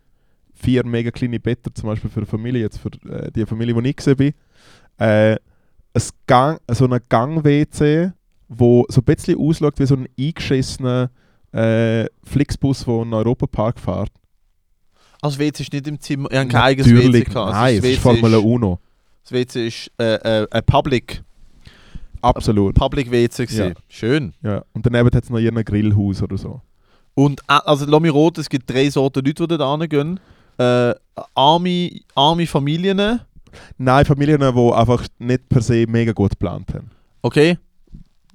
Speaker 1: vier mega kleine Betten, zum Beispiel für eine Familie, jetzt für äh, die Familie, die ich gesehen bin. Äh, ein Gang, so ein Gang-WC, wo so ein bisschen aussieht wie so ein eingeschissener äh, Flixbus, der in den Europapark fährt.
Speaker 2: Also das WC ist nicht im Zimmer, ich habe kein eigenes WC
Speaker 1: Natürlich,
Speaker 2: gehabt. Also
Speaker 1: Nein,
Speaker 2: das
Speaker 1: es ist
Speaker 2: WC
Speaker 1: Formula
Speaker 2: ist-
Speaker 1: Uno.
Speaker 2: Das WC ist äh, äh, ein Public,
Speaker 1: Absolut.
Speaker 2: Public WC gewesen.
Speaker 1: Ja.
Speaker 2: Schön.
Speaker 1: Ja. Und daneben hat es noch irgendein Grillhaus oder so.
Speaker 2: Und äh, also lass mich rot, es gibt drei Sorten Leute, die da hingehen. Äh, arme, arme Familien,
Speaker 1: Nein, Familien, die einfach nicht per se mega gut geplant haben.
Speaker 2: okay?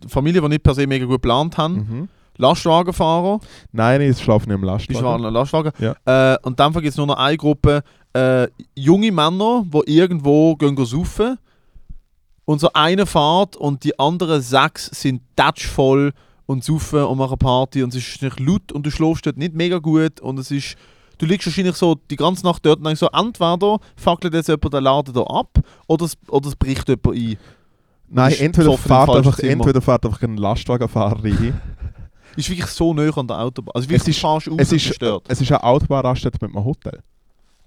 Speaker 2: Familien, die nicht per se mega gut geplant haben.
Speaker 1: Mhm.
Speaker 2: Lastwagenfahrer,
Speaker 1: Nein, ich schlafe nicht im
Speaker 2: die schwaren
Speaker 1: Lastwagen.
Speaker 2: Lastwagen. Äh, und dann gibt es nur noch eine Gruppe äh, junge Männer, die irgendwo gehen go saufen. Und so eine fährt und die anderen sechs sind touchvoll und saufen und machen Party und es ist nicht laut und du schläfst dort nicht mega gut und es ist... Du liegst wahrscheinlich so die ganze Nacht dort und denkst so, entweder fackelt jetzt jemand den Laden hier ab oder es, oder es bricht jemand ein.
Speaker 1: Nein,
Speaker 2: Ist
Speaker 1: entweder
Speaker 2: besoffen im
Speaker 1: fährt,
Speaker 2: falschen
Speaker 1: einfach,
Speaker 2: Zimmer.
Speaker 1: entweder fährt einfach ein Lastwagenfahrer rein.
Speaker 2: Ist wirklich so nah an der Autobahn. Also
Speaker 1: Es
Speaker 2: wirklich,
Speaker 1: ist-
Speaker 2: du fährst auf
Speaker 1: es
Speaker 2: und
Speaker 1: ist-
Speaker 2: gestört.
Speaker 1: es ist eine Autobahnraststätte mit einem Hotel.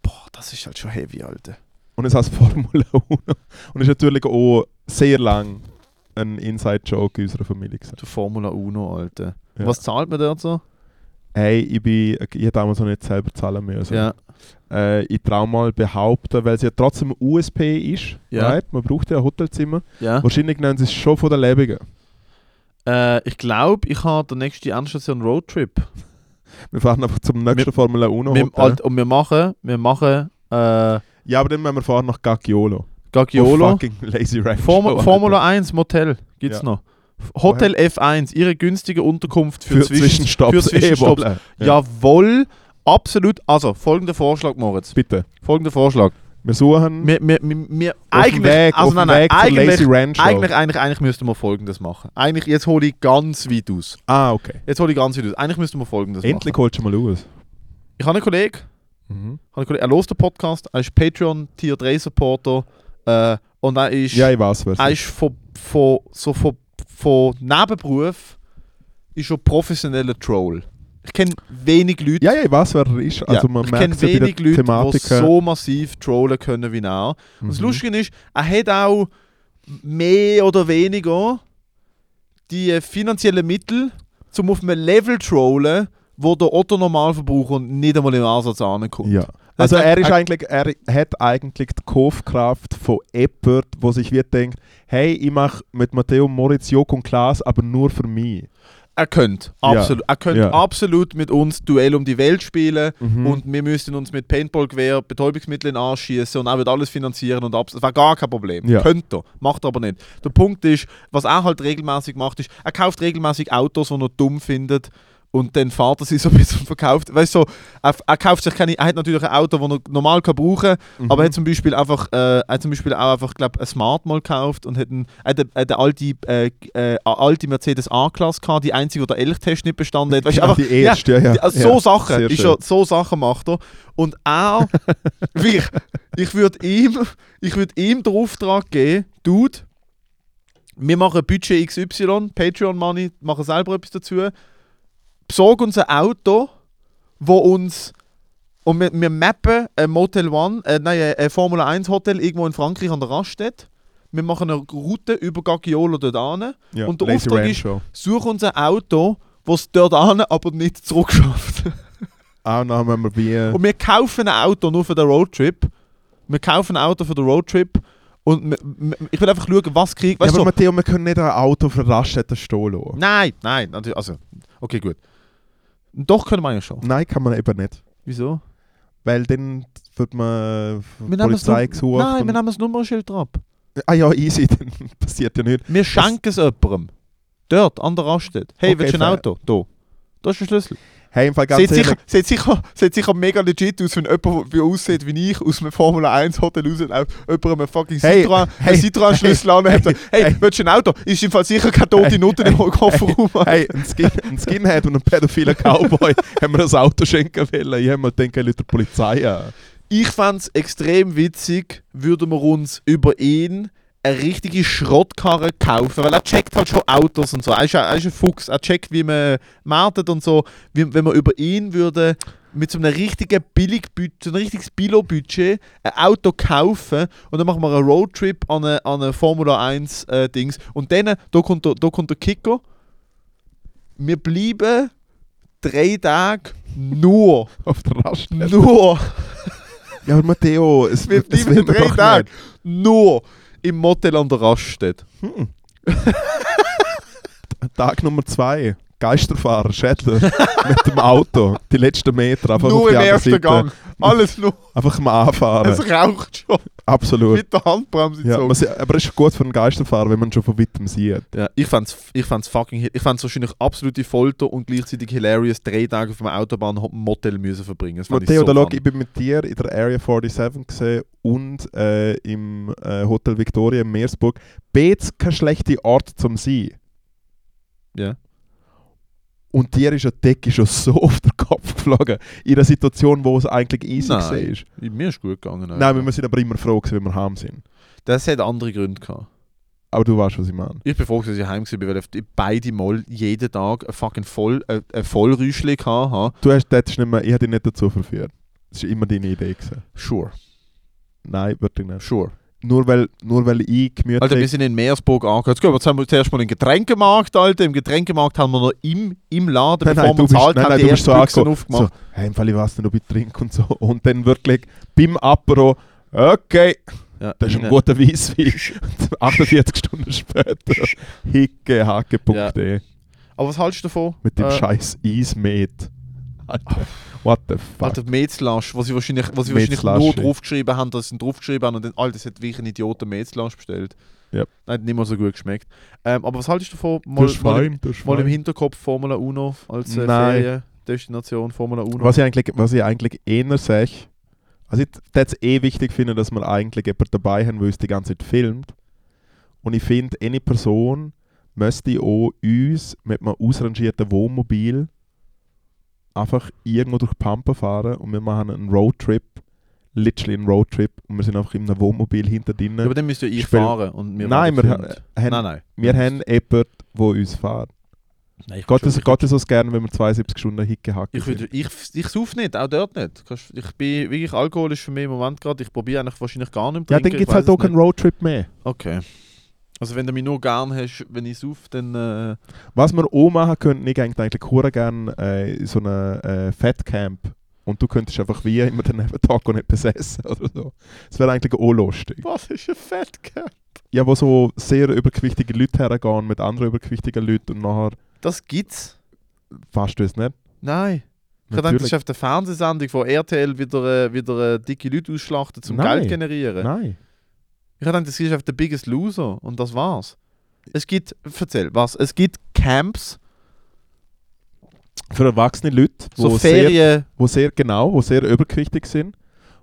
Speaker 2: Boah, das ist halt schon heavy, Alter.
Speaker 1: Und es heißt Formula 1. Und ist natürlich auch sehr lang ein Inside-Joke in unserer Familie gewesen.
Speaker 2: Du Formula Uno, Alter.
Speaker 1: Ja.
Speaker 2: Was zahlt man dort so?
Speaker 1: Hey, ich, bin, ich hätte damals noch nicht selber zahlen müssen.
Speaker 2: Ja.
Speaker 1: Äh, ich traue mal behaupten, weil es ja trotzdem USP ist.
Speaker 2: Ja. Ah.
Speaker 1: Right? Man braucht ja ein Hotelzimmer.
Speaker 2: ja.
Speaker 1: Wahrscheinlich nennen sie es schon von der Lebige.
Speaker 2: Äh, ich glaube, ich habe der nächste Endstation Roadtrip.
Speaker 1: Wir fahren einfach zum nächsten Formula 1 Hotel.
Speaker 2: Wir, alt, und wir machen, wir machen äh,
Speaker 1: ja, aber dann müssen wir fahren nach Gaggiolo.
Speaker 2: Gaggiolo.
Speaker 1: Oh, fucking Lazy Ranch.
Speaker 2: Formu
Speaker 1: Alter.
Speaker 2: Formula 1 Motel gibt es
Speaker 1: Ja.
Speaker 2: noch. Hotel F1, ihre günstige Unterkunft für,
Speaker 1: für,
Speaker 2: Zwischen-
Speaker 1: Zwischenstopps.
Speaker 2: für Zwischenstopps.
Speaker 1: Ebole. Ja.
Speaker 2: Jawohl, absolut. Also, folgender Vorschlag, Moritz.
Speaker 1: Bitte.
Speaker 2: Folgender Vorschlag.
Speaker 1: Wir suchen
Speaker 2: Wir, wir, wir, wir
Speaker 1: auf dem
Speaker 2: eigentlich,
Speaker 1: Weg,
Speaker 2: also
Speaker 1: auf
Speaker 2: nein,
Speaker 1: dem
Speaker 2: nein,
Speaker 1: Weg zur Lazy
Speaker 2: eigentlich,
Speaker 1: Ranch.
Speaker 2: eigentlich, eigentlich, eigentlich müssten wir folgendes machen. Eigentlich, jetzt hole ich ganz weit aus.
Speaker 1: Ah, okay.
Speaker 2: Jetzt hole ich ganz weit aus. Eigentlich müssten wir Mhm. folgendes
Speaker 1: Endlich
Speaker 2: machen.
Speaker 1: holst du mal aus.
Speaker 2: Ich habe einen Kollegen, habe einen Kollegen, er hört den Podcast, er ist Patreon Tier 3 Supporter äh, und er ist.
Speaker 1: Ja, ich weiß was.
Speaker 2: er ist von, von, so von, von Nebenberuf ist ein professioneller Troll. Ich kenne wenig Leute,
Speaker 1: Ja, ja, ich weiß, wer er ist. Also
Speaker 2: Ja,
Speaker 1: man
Speaker 2: ich
Speaker 1: merkt
Speaker 2: kenne
Speaker 1: es ja bei der
Speaker 2: wenig Leute, die
Speaker 1: Thematik. her.
Speaker 2: so massiv trollen können wie er. Und das
Speaker 1: Mhm.
Speaker 2: Lustige ist, er hat auch mehr oder weniger die äh, finanziellen Mittel, um auf einem Level zu trollen, wo der Otto Normalverbraucher nicht einmal im Ansatz ankommt.
Speaker 1: Ja. Also
Speaker 2: Er-
Speaker 1: er ist
Speaker 2: er-
Speaker 1: eigentlich, er hat eigentlich die Kaufkraft von jemand, wo sich wird denkt, hey, ich mache mit Matteo, Moritz, Joko und Klaas, aber nur für mich.
Speaker 2: Er könnte,
Speaker 1: Ja.
Speaker 2: absolut, er könnte
Speaker 1: Ja.
Speaker 2: absolut mit uns Duell um die Welt spielen.
Speaker 1: Mhm.
Speaker 2: und wir müssten uns mit Paintballgewehr Betäubungsmitteln anschießen und er würde alles finanzieren und abs- das war gar kein Problem.
Speaker 1: Ja.
Speaker 2: Könnte er, macht er aber nicht. Der Punkt ist, was er halt regelmäßig macht, ist, er kauft regelmäßig Autos, die er dumm findet und dann fährt er sie so ein bisschen und verkauft. Weißt du, so, er, er kauft sich keine, er hat natürlich ein Auto, das er normal kann brauchen
Speaker 1: Mhm.
Speaker 2: aber er hat zum Beispiel einfach, äh, er hat zum Beispiel auch einfach, glaub, ein Smart mal gekauft und hat einen, er hat eine, eine alte, äh, äh, eine alte Mercedes A-Klasse gehabt, die einzige, wo der Elchtest nicht bestanden hat. Weißt du,
Speaker 1: Genau,
Speaker 2: einfach,
Speaker 1: die erste, ja, ja.
Speaker 2: die- Also
Speaker 1: Ja,
Speaker 2: so Sachen,
Speaker 1: sehr
Speaker 2: ist
Speaker 1: schön.
Speaker 2: ja, so Sachen macht er. Und auch, wirklich, ich würde ihm, ich würde ihm den Auftrag geben, Dude, wir machen Budget XY, Patreon Money, machen selber etwas dazu, besorg uns ein Auto, wo uns und wir, wir mappen ein Motel One, äh, nein, ein Formula 1 Hotel irgendwo in Frankreich an der Raststätte. Wir machen eine Route über Gaggiolo dort an.
Speaker 1: Ja,
Speaker 2: und der
Speaker 1: Lazy
Speaker 2: Auftrag
Speaker 1: Ranch
Speaker 2: ist-
Speaker 1: schon.
Speaker 2: Such uns ein Auto, das es dort an, aber nicht zurückschafft.
Speaker 1: Auch noch haben wir wie...
Speaker 2: Und wir kaufen ein Auto nur für den Roadtrip. Wir kaufen ein Auto für den Roadtrip. Und wir, wir, ich will einfach schauen, was kriegt.
Speaker 1: Ja,
Speaker 2: Weißt
Speaker 1: aber
Speaker 2: du?
Speaker 1: Matteo, wir können nicht ein Auto für Raststätten stehen lassen.
Speaker 2: Nein, nein, natürlich. Also, okay, gut. Doch können wir ja schon.
Speaker 1: Nein, kann man eben nicht.
Speaker 2: Wieso?
Speaker 1: Weil dann wird man von
Speaker 2: Wir
Speaker 1: der
Speaker 2: nehmen das
Speaker 1: Polizei
Speaker 2: Nu-
Speaker 1: gesucht.
Speaker 2: Nein, wir
Speaker 1: und,
Speaker 2: nehmen das Nummernschild ab.
Speaker 1: ah ja, easy, dann passiert ja nichts.
Speaker 2: Wir schenken es jemandem. Dort, an der Raststätte. Hey,
Speaker 1: Okay,
Speaker 2: willst du ein
Speaker 1: fair.
Speaker 2: Auto? Da. Da ist der Schlüssel.
Speaker 1: Hey, im Fall ganz
Speaker 2: Sieht
Speaker 1: ehrlich,
Speaker 2: sicher, sieht, sicher, sieht sicher mega legit aus, wenn jemand wie aussieht wie ich aus einem Formel 1 Hotel rausläuft, jemandem einen fucking
Speaker 1: Hey,
Speaker 2: Citroën,
Speaker 1: hey,
Speaker 2: einen Citroën Schlüssel hey, hey,
Speaker 1: hey.
Speaker 2: willst du ein Auto? Ist im Fall sicher keine tote Nutte im Kofferraum.
Speaker 1: Hey, ein, Skin, ein Skinhead und ein pädophiler Cowboy haben mir ein Auto schenken wollen. Ich habe mir gedacht, ich rufe die Polizei äh, an.
Speaker 2: Ich fände es extrem witzig, würden wir uns über ihn eine richtige Schrottkarre kaufen, weil er checkt halt schon Autos und so. Er ist, ein- er ist ein Fuchs, er checkt, wie man martet und so. Wie, wenn wir über ihn würde mit so einem richtigen Billigbudget, so ein richtiges Billo-Budget ein Auto kaufen und dann machen wir einen Roadtrip an eine, an eine Formula 1 äh, Dings und dann, da kommt, der, da kommt der Kicker, wir bleiben drei Tage nur,
Speaker 1: Auf der Raststätte.
Speaker 2: nur
Speaker 1: Ja, aber Matteo, es
Speaker 2: wir
Speaker 1: es
Speaker 2: bleiben
Speaker 1: will
Speaker 2: drei
Speaker 1: doch
Speaker 2: Tage nur im Motel an der Raststätte.
Speaker 1: nicht. Hm. Tag Nummer zwei. Geisterfahrer, Schädler. mit dem Auto. Die letzten Meter. Einfach auf
Speaker 2: nur
Speaker 1: die
Speaker 2: im
Speaker 1: andere
Speaker 2: ersten
Speaker 1: Seite.
Speaker 2: Gang. Alles nur.
Speaker 1: Einfach mal anfahren.
Speaker 2: Es raucht schon
Speaker 1: Absolut.
Speaker 2: mit der Handbremse
Speaker 1: Ja, man
Speaker 2: gezogen.
Speaker 1: sie- aber es ist gut für einen Geisterfahrer, wenn man schon von weitem sieht.
Speaker 2: Ja, ich fand's, ich fand's fucking, hi- ich fand's wahrscheinlich absolute Folter und gleichzeitig hilarious, drei Tage auf einer Autobahn im Motel müssen verbringen. Das fand
Speaker 1: Matteo,
Speaker 2: ich so
Speaker 1: da schau,
Speaker 2: fun.
Speaker 1: ich bin mit dir in der Area 47 gesehen und äh, im äh, Hotel Victoria in Meersburg. Beetz kein schlechter Ort zum Sein.
Speaker 2: Ja.
Speaker 1: Und dir ist ja die Decke schon so auf den Kopf geflogen. In einer Situation, wo es eigentlich easy
Speaker 2: Nein.
Speaker 1: war. Nein,
Speaker 2: Mir ist gut gegangen.
Speaker 1: Nein
Speaker 2: Alter.
Speaker 1: wir sind aber immer froh, gewesen, wenn wir heim sind.
Speaker 2: das hat andere Gründe gehabt.
Speaker 1: Aber du weißt, was ich meine.
Speaker 2: Ich bin froh, dass ich heim war, weil ich beide Mal jeden Tag ein fucking voll, ein, ein Vollrüschli hatte.
Speaker 1: Du hast das nicht mehr, ich habe dich nicht dazu verführt. Das war immer deine Idee. Gewesen.
Speaker 2: Sure,
Speaker 1: Nein, wirklich nicht.
Speaker 2: sure.
Speaker 1: Nur weil, nur weil ich gemütlich...
Speaker 2: Alter, wir sind in Meersburg angekommen. Jetzt gehen wir zusammen- zuerst mal in den Getränkemarkt, Alter. Im Getränkemarkt haben wir noch im, im Laden,
Speaker 1: nein,
Speaker 2: bevor
Speaker 1: nein,
Speaker 2: wir
Speaker 1: du bist,
Speaker 2: bezahlt
Speaker 1: nein,
Speaker 2: haben,
Speaker 1: nein,
Speaker 2: die
Speaker 1: du bist so
Speaker 2: ersten Büchsen
Speaker 1: angekommen.
Speaker 2: aufgemacht.
Speaker 1: So, hey, im Fall, ich weiß nicht, ob ich trinke und so. Und dann wirklich beim Apero, okay,
Speaker 2: Ja,
Speaker 1: das ist ein
Speaker 2: rein.
Speaker 1: guter Weisswein. 48 Stunden später, hickehacke.de
Speaker 2: Aber was hältst du davon?
Speaker 1: mit dem
Speaker 2: Äh,
Speaker 1: scheiß Eismet. Alter, what the fuck.
Speaker 2: Alter, Metzlasch, was sie wahrscheinlich, was sie wahrscheinlich
Speaker 1: Metzlasch,
Speaker 2: nur
Speaker 1: ja.
Speaker 2: draufgeschrieben haben, dass sie ihn draufgeschrieben haben und dann, Alter, das hat wirklich ein Idiot einen Metzlasch bestellt.
Speaker 1: Ja.
Speaker 2: Nein, hat nicht mehr so gut geschmeckt. Ähm, aber was haltest du davon, mal,
Speaker 1: das ist
Speaker 2: mal,
Speaker 1: fein, das ist
Speaker 2: mal im
Speaker 1: fein.
Speaker 2: Hinterkopf Formula Uno als äh,
Speaker 1: Nein.
Speaker 2: Feriendestination Formula Uno?
Speaker 1: Was ich eigentlich, was ich eigentlich eher sage, also ich würde es eh wichtig finden, dass man eigentlich jemanden dabei haben, der uns die ganze Zeit filmt. Und ich finde, eine Person müsste auch uns mit einem ausrangierten Wohnmobil einfach irgendwo durch die Pampa fahren und wir machen einen Roadtrip, literally einen Roadtrip und wir sind einfach in einem Wohnmobil hinter
Speaker 2: Ja,
Speaker 1: drinnen.
Speaker 2: aber dann müsst ihr ich
Speaker 1: Spiel-
Speaker 2: fahren und wir
Speaker 1: Nein, wir,
Speaker 2: werden
Speaker 1: ha-
Speaker 2: gefilmt.
Speaker 1: haben,
Speaker 2: Nein, nein.
Speaker 1: wir haben jemanden, der uns fährt.
Speaker 2: Nein, ich
Speaker 1: Gott,
Speaker 2: würd
Speaker 1: es
Speaker 2: schon-
Speaker 1: Gott es uns gerne, wenn wir 72 Stunden hickehackt
Speaker 2: Ich, würde, ich, ich sauf nicht, auch dort nicht. Kannst- Ich bin wirklich Alkohol ist für mich im Moment gerade. Ich probiere eigentlich wahrscheinlich gar nicht mehr
Speaker 1: Ja, dann gibt es halt auch keinen Roadtrip mehr.
Speaker 2: Okay. Also wenn du mich nur gern hast, wenn ich sauf, dann. Äh,
Speaker 1: Was wir auch machen könnten, ich eigentlich eigentlich hure gerne äh, so eine äh, Fatcamp und du könntest einfach wie immer daneben Tag und nicht besessen oder so. Das wäre eigentlich auch lustig.
Speaker 2: was ist ein Fettcap?
Speaker 1: Ja, wo so sehr übergewichtige Leute hergehen mit anderen übergewichtigen Leuten und nachher
Speaker 2: Das gibt's?
Speaker 1: fasst du es nicht.
Speaker 2: Nein. Ich dachte, das ist auf der Fernsehsendung von RTL wieder, äh, wieder äh, dicke Leute ausschlachten zum
Speaker 1: Nein.
Speaker 2: Geld generieren.
Speaker 1: Nein.
Speaker 2: Ich dachte, das ist auf der Biggest Loser und das war's. Es gibt, erzähl, was? Es gibt Camps,
Speaker 1: Für erwachsene Leute,
Speaker 2: so
Speaker 1: wo sehr,
Speaker 2: Ferien.
Speaker 1: wo sehr genau, wo sehr übergewichtig sind.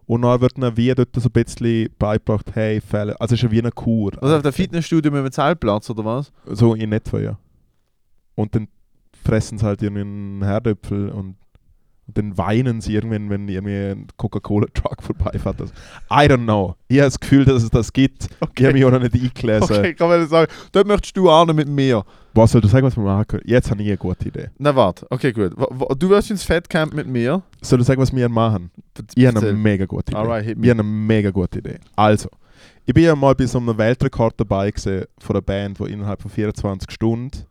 Speaker 1: Und dann wird ihnen wie dort so ein bisschen beigebracht, hey, Fälle. Also es ist ja wie eine Kur.
Speaker 2: Was auf der Fitnessstudio mit dem Zeltplatz oder was?
Speaker 1: So in etwa, ja. Und dann fressen sie halt ihren Herdöpfel und, und dann weinen sie irgendwann, wenn irgendwie ein Coca-Cola-Truck vorbeifährt. Also, I don't know. Ich habe das Gefühl, dass es das gibt. Ich habe mich auch noch nicht eingelesen.
Speaker 2: Okay, kann man sagen, dort möchtest du an mit mir.
Speaker 1: Was soll du sagen, was wir machen können? Jetzt habe ich eine gute Idee.
Speaker 2: Na warte, okay, gut. Wa- wa- Du wirst ins Fettcamp mit mir.
Speaker 1: Soll du sagen, was wir machen? Ich habe eine mega gute Idee.
Speaker 2: Alright, hit
Speaker 1: Wir
Speaker 2: me.
Speaker 1: haben eine mega gute Idee. Also, ich bin ja mal bei so einem Weltrekord dabei gewesen von einer Band, die innerhalb von 24 Stunden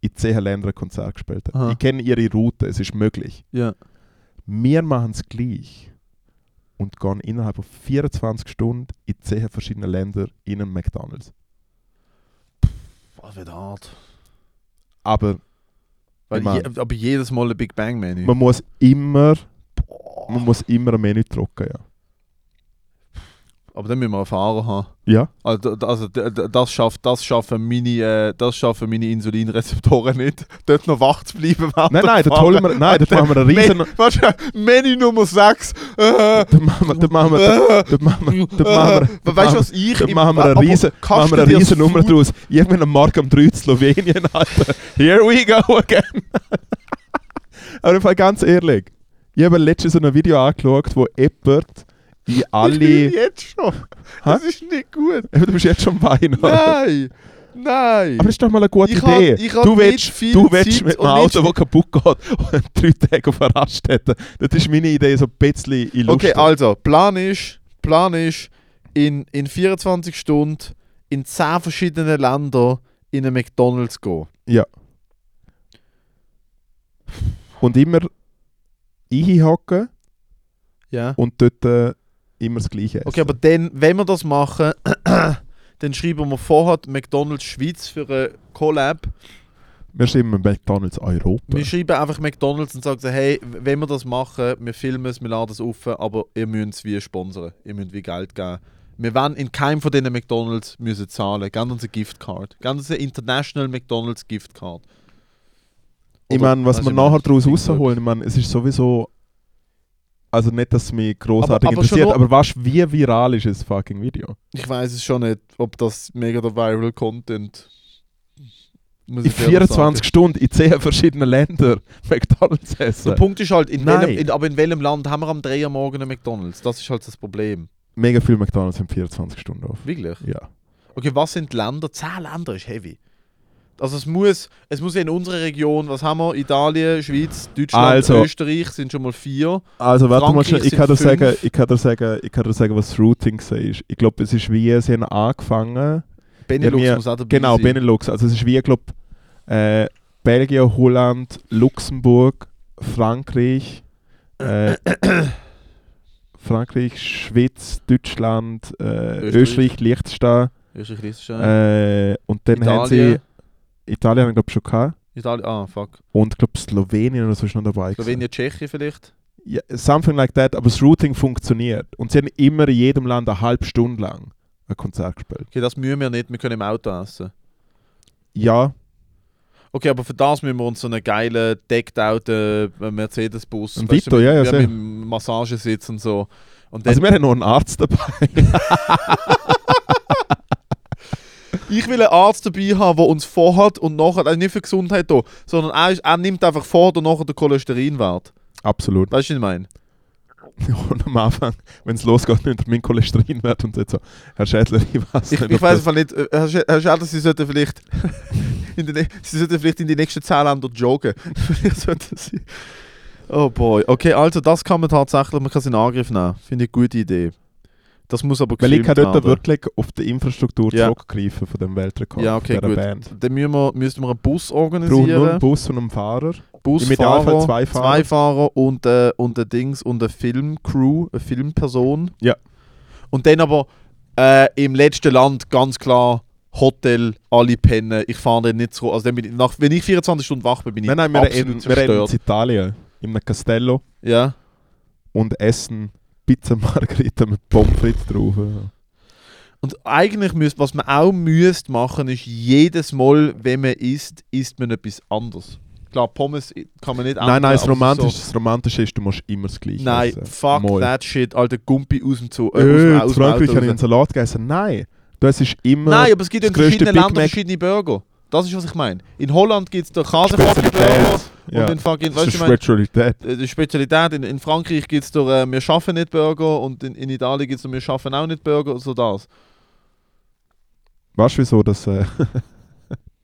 Speaker 1: in 10 Ländern ein Konzert gespielt hat.
Speaker 2: Aha.
Speaker 1: Ich kenne ihre Route, es ist möglich.
Speaker 2: Ja.
Speaker 1: Wir machen es gleich und gehen innerhalb von 24 Stunden in 10 verschiedene Länder in einen McDonalds.
Speaker 2: Was wird hart.
Speaker 1: Aber
Speaker 2: Weil
Speaker 1: Mann.
Speaker 2: je, aber jedes Mal ein Big Bang Menü.
Speaker 1: man muss immer,
Speaker 2: Boah.
Speaker 1: man muss immer ein Menü drucken, ja.
Speaker 2: Aber dann müssen wir erfahren haben.
Speaker 1: Ja,
Speaker 2: Also, d- also d- d- das schafft, das schaffen meine, äh, das schaffen meine Insulinrezeptoren nicht, dort noch wach zu bleiben.
Speaker 1: nein,
Speaker 2: während der
Speaker 1: nein, dort
Speaker 2: Fahrt.
Speaker 1: holen wir, nein, dort machen wir einen riesen,
Speaker 2: Me- Warte, Menü Nummer 6. Äh,
Speaker 1: dort machen wir, dort machen wir, dort machen wir, dort machen wir, dort
Speaker 2: weißt du,
Speaker 1: machen
Speaker 2: was ich
Speaker 1: Dann
Speaker 2: im-
Speaker 1: machen wir eine
Speaker 2: aber
Speaker 1: riesen,
Speaker 2: kannst
Speaker 1: machen wir
Speaker 2: du
Speaker 1: eine
Speaker 2: dir
Speaker 1: riesen
Speaker 2: das
Speaker 1: Nummer
Speaker 2: Food-
Speaker 1: draus. Irgendwann am Morgen um 3 in Slowenien, Alter. Here we go again. Aber im Fall ganz ehrlich, ich habe letztens so ein Video angeschaut, wo jemand in
Speaker 2: Ich bin
Speaker 1: alle...
Speaker 2: jetzt schon. Das ist nicht gut.
Speaker 1: Du bist jetzt schon bei Aber
Speaker 2: Nein. Nein.
Speaker 1: das ist doch mal eine gute
Speaker 2: Ich hab-
Speaker 1: Idee.
Speaker 2: ich hab
Speaker 1: du
Speaker 2: nicht
Speaker 1: willst,
Speaker 2: viel
Speaker 1: du willst
Speaker 2: Zeit
Speaker 1: mit einem
Speaker 2: und
Speaker 1: Auto,
Speaker 2: nicht-
Speaker 1: das kaputt geht, und drei Tage auf eine Raststätte. Das ist meine Idee, so ein bisschen in Lust.
Speaker 2: Okay, also, Plan ist, Plan ist in, in 24 Stunden in 10 verschiedenen Ländern in einen McDonalds gehen.
Speaker 1: Und immer einhocken
Speaker 2: Ja.
Speaker 1: und dort äh, immer das Gleiche essen.
Speaker 2: Okay, aber dann, wenn wir das machen, dann schreiben wir vorher die McDonalds Schweiz für eine Collab.
Speaker 1: Wir schreiben mit McDonalds Europa.
Speaker 2: Wir schreiben einfach McDonalds und sagen so, hey, w- wenn wir das machen, wir filmen es, wir laden es auf, aber ihr müsst es wie sponsern, ihr müsst wie Geld geben. Wir wollen in keinem von diesen McDonalds müssen zahlen. Gebt uns eine Giftcard. Gebt uns eine International McDonalds Giftcard.
Speaker 1: Ich
Speaker 2: Oder-
Speaker 1: meine, was
Speaker 2: also
Speaker 1: wir
Speaker 2: ich meine,
Speaker 1: nachher daraus
Speaker 2: klingt
Speaker 1: rausholen, ich meine, es ist sowieso. Also nicht, dass es mich
Speaker 2: Aber-
Speaker 1: großartig
Speaker 2: aber schon
Speaker 1: interessiert,
Speaker 2: nur-
Speaker 1: aber weißt du, wie viral ist das fucking Video?
Speaker 2: Ich weiß es schon nicht, ob das mega der Viral Content. Muss
Speaker 1: In
Speaker 2: ich ehrlich sagen.
Speaker 1: 24 Stunden in 10 verschiedenen Ländern McDonalds essen.
Speaker 2: Der Punkt ist halt, in
Speaker 1: Nein.
Speaker 2: welchem, in, aber in welchem Land haben wir am 3 Uhr morgen einen McDonalds? Das ist halt das Problem.
Speaker 1: Mega viel McDonalds in 24 Stunden auf.
Speaker 2: Wirklich?
Speaker 1: Ja.
Speaker 2: Okay, was sind die Länder? Zehn Länder ist heavy. Also es muss, es muss in unserer Region, was haben wir? Italien, Schweiz, Deutschland,
Speaker 1: Also.
Speaker 2: Österreich sind schon mal vier.
Speaker 1: Also warte mal,
Speaker 2: Frankreich
Speaker 1: schnell, ich
Speaker 2: sind
Speaker 1: kann, dir
Speaker 2: fünf.
Speaker 1: sagen, ich, kann dir sagen, ich kann dir sagen, was das Routing war. Ich glaube, es ist wie, sie haben angefangen,
Speaker 2: Benelux
Speaker 1: Ja, wir-
Speaker 2: muss auch dabei
Speaker 1: genau,
Speaker 2: sein.
Speaker 1: Benelux, also es ist wie, ich glaube, äh, Belgien, Holland, Luxemburg, Frankreich, äh, Frankreich, Schweiz, Deutschland, äh,
Speaker 2: Österreich.
Speaker 1: Österreich, Liechtenstein
Speaker 2: Österreich, Liechtenstein,
Speaker 1: äh, und dann haben sie,
Speaker 2: Italien,
Speaker 1: Italien glaube ich schon gehabt
Speaker 2: Italien, ah fuck.
Speaker 1: und glaube Slowenien oder so ist noch dabei gewesen.
Speaker 2: Slowenien, Tschechien vielleicht.
Speaker 1: ja, something like that, aber das Routing funktioniert. Und sie haben immer in jedem Land eine halbe Stunde lang ein Konzert gespielt.
Speaker 2: Okay, das müssen wir nicht, wir können im Auto essen.
Speaker 1: Ja,
Speaker 2: Okay, aber für das müssen wir uns so einen geilen, decked out äh, Mercedes-Bus.
Speaker 1: Ein
Speaker 2: weißt du,
Speaker 1: Vito, ja, ja,
Speaker 2: mit,
Speaker 1: sehr.
Speaker 2: mit dem Massagesitz und so. Und dann,
Speaker 1: also wir haben noch einen Arzt dabei.
Speaker 2: ich will einen Arzt dabei haben, der uns vorhat und nachher, also nicht für Gesundheit da, sondern er, ist, er nimmt einfach vor und nachher den Cholesterinwert.
Speaker 1: Absolut.
Speaker 2: Weißt du, was ich meine?
Speaker 1: Und am Anfang, wenn es losgeht, nimmt er mein Cholesterinwert und sagt so, Herr Schädler, ich weiß
Speaker 2: Ich,
Speaker 1: nicht,
Speaker 2: ich
Speaker 1: ob
Speaker 2: weiß
Speaker 1: das-
Speaker 2: einfach nicht, äh, Herr Sch- Herr Schädler, Sie sollten vielleicht in, den, nä- Sie sollten vielleicht in die nächsten 10 Länder joggen. Vielleicht sollten Sie. Oh boy. Okay, also das kann man tatsächlich, man kann es in Angriff nehmen. Finde ich eine gute Idee. Das muss aber
Speaker 1: Weil ich kann
Speaker 2: gefilmt
Speaker 1: dort
Speaker 2: werden.
Speaker 1: wirklich auf die Infrastruktur
Speaker 2: Ja.
Speaker 1: zurückgreifen von dem Weltrekord,
Speaker 2: Ja, okay,
Speaker 1: von
Speaker 2: gut.
Speaker 1: dieser Band.
Speaker 2: Dann müssen wir, müssen wir einen Bus
Speaker 1: Ich brauche nur einen
Speaker 2: organisieren.
Speaker 1: Bus und einen Fahrer.
Speaker 2: Bus,
Speaker 1: Im Idealfall zwei Fahrer.
Speaker 2: zwei Fahrer und, äh, und ein Dings und eine Filmcrew, eine Filmperson.
Speaker 1: Ja.
Speaker 2: Und dann aber äh, im letzten Land ganz klar Hotel, alle pennen, ich fahre dann nicht zurück. Also dann bin ich, nach, wenn ich 24 Stunden wach bin, bin ich
Speaker 1: Nein, nein, wir
Speaker 2: absolut
Speaker 1: reden, wir reden
Speaker 2: zerstört.
Speaker 1: in Italien, in einem Castello
Speaker 2: ja.
Speaker 1: und essen Pizza Margherita mit Pommes frites drauf.
Speaker 2: Und eigentlich müsste, was man auch müsste machen, ist jedes Mal, wenn man isst, isst man etwas anderes. Klar, Pommes kann man nicht
Speaker 1: Nein, nein, das
Speaker 2: aber
Speaker 1: Romantische,
Speaker 2: so-
Speaker 1: das Romantische ist, du musst immer das Gleiche
Speaker 2: Nein,
Speaker 1: essen.
Speaker 2: fuck
Speaker 1: Mal.
Speaker 2: that shit, alter Gumpi aus dem
Speaker 1: Äh,
Speaker 2: Zoo. aus dem-
Speaker 1: in
Speaker 2: aus
Speaker 1: Frankreich
Speaker 2: dem Auto
Speaker 1: habe ich
Speaker 2: raus.
Speaker 1: einen Salat gegessen. Nein, das ist immer
Speaker 2: Nein, aber es gibt
Speaker 1: das
Speaker 2: in verschiedenen
Speaker 1: größte Big
Speaker 2: Ländern
Speaker 1: Mac-
Speaker 2: verschiedene Burger. Das ist, was ich meine. In Holland gibt es den Käseburger
Speaker 1: Spezialität.
Speaker 2: und
Speaker 1: Ja.
Speaker 2: den fucking,
Speaker 1: Das
Speaker 2: weißt du,
Speaker 1: ist
Speaker 2: ich meine,
Speaker 1: Spezialität.
Speaker 2: äh, die Spezialität. In, in Frankreich gibt es den äh, «Wir schaffen nicht Burger» und in, in Italien gibt es den «Wir schaffen auch nicht Burger» und so das.
Speaker 1: Weißt du, wieso das. Äh,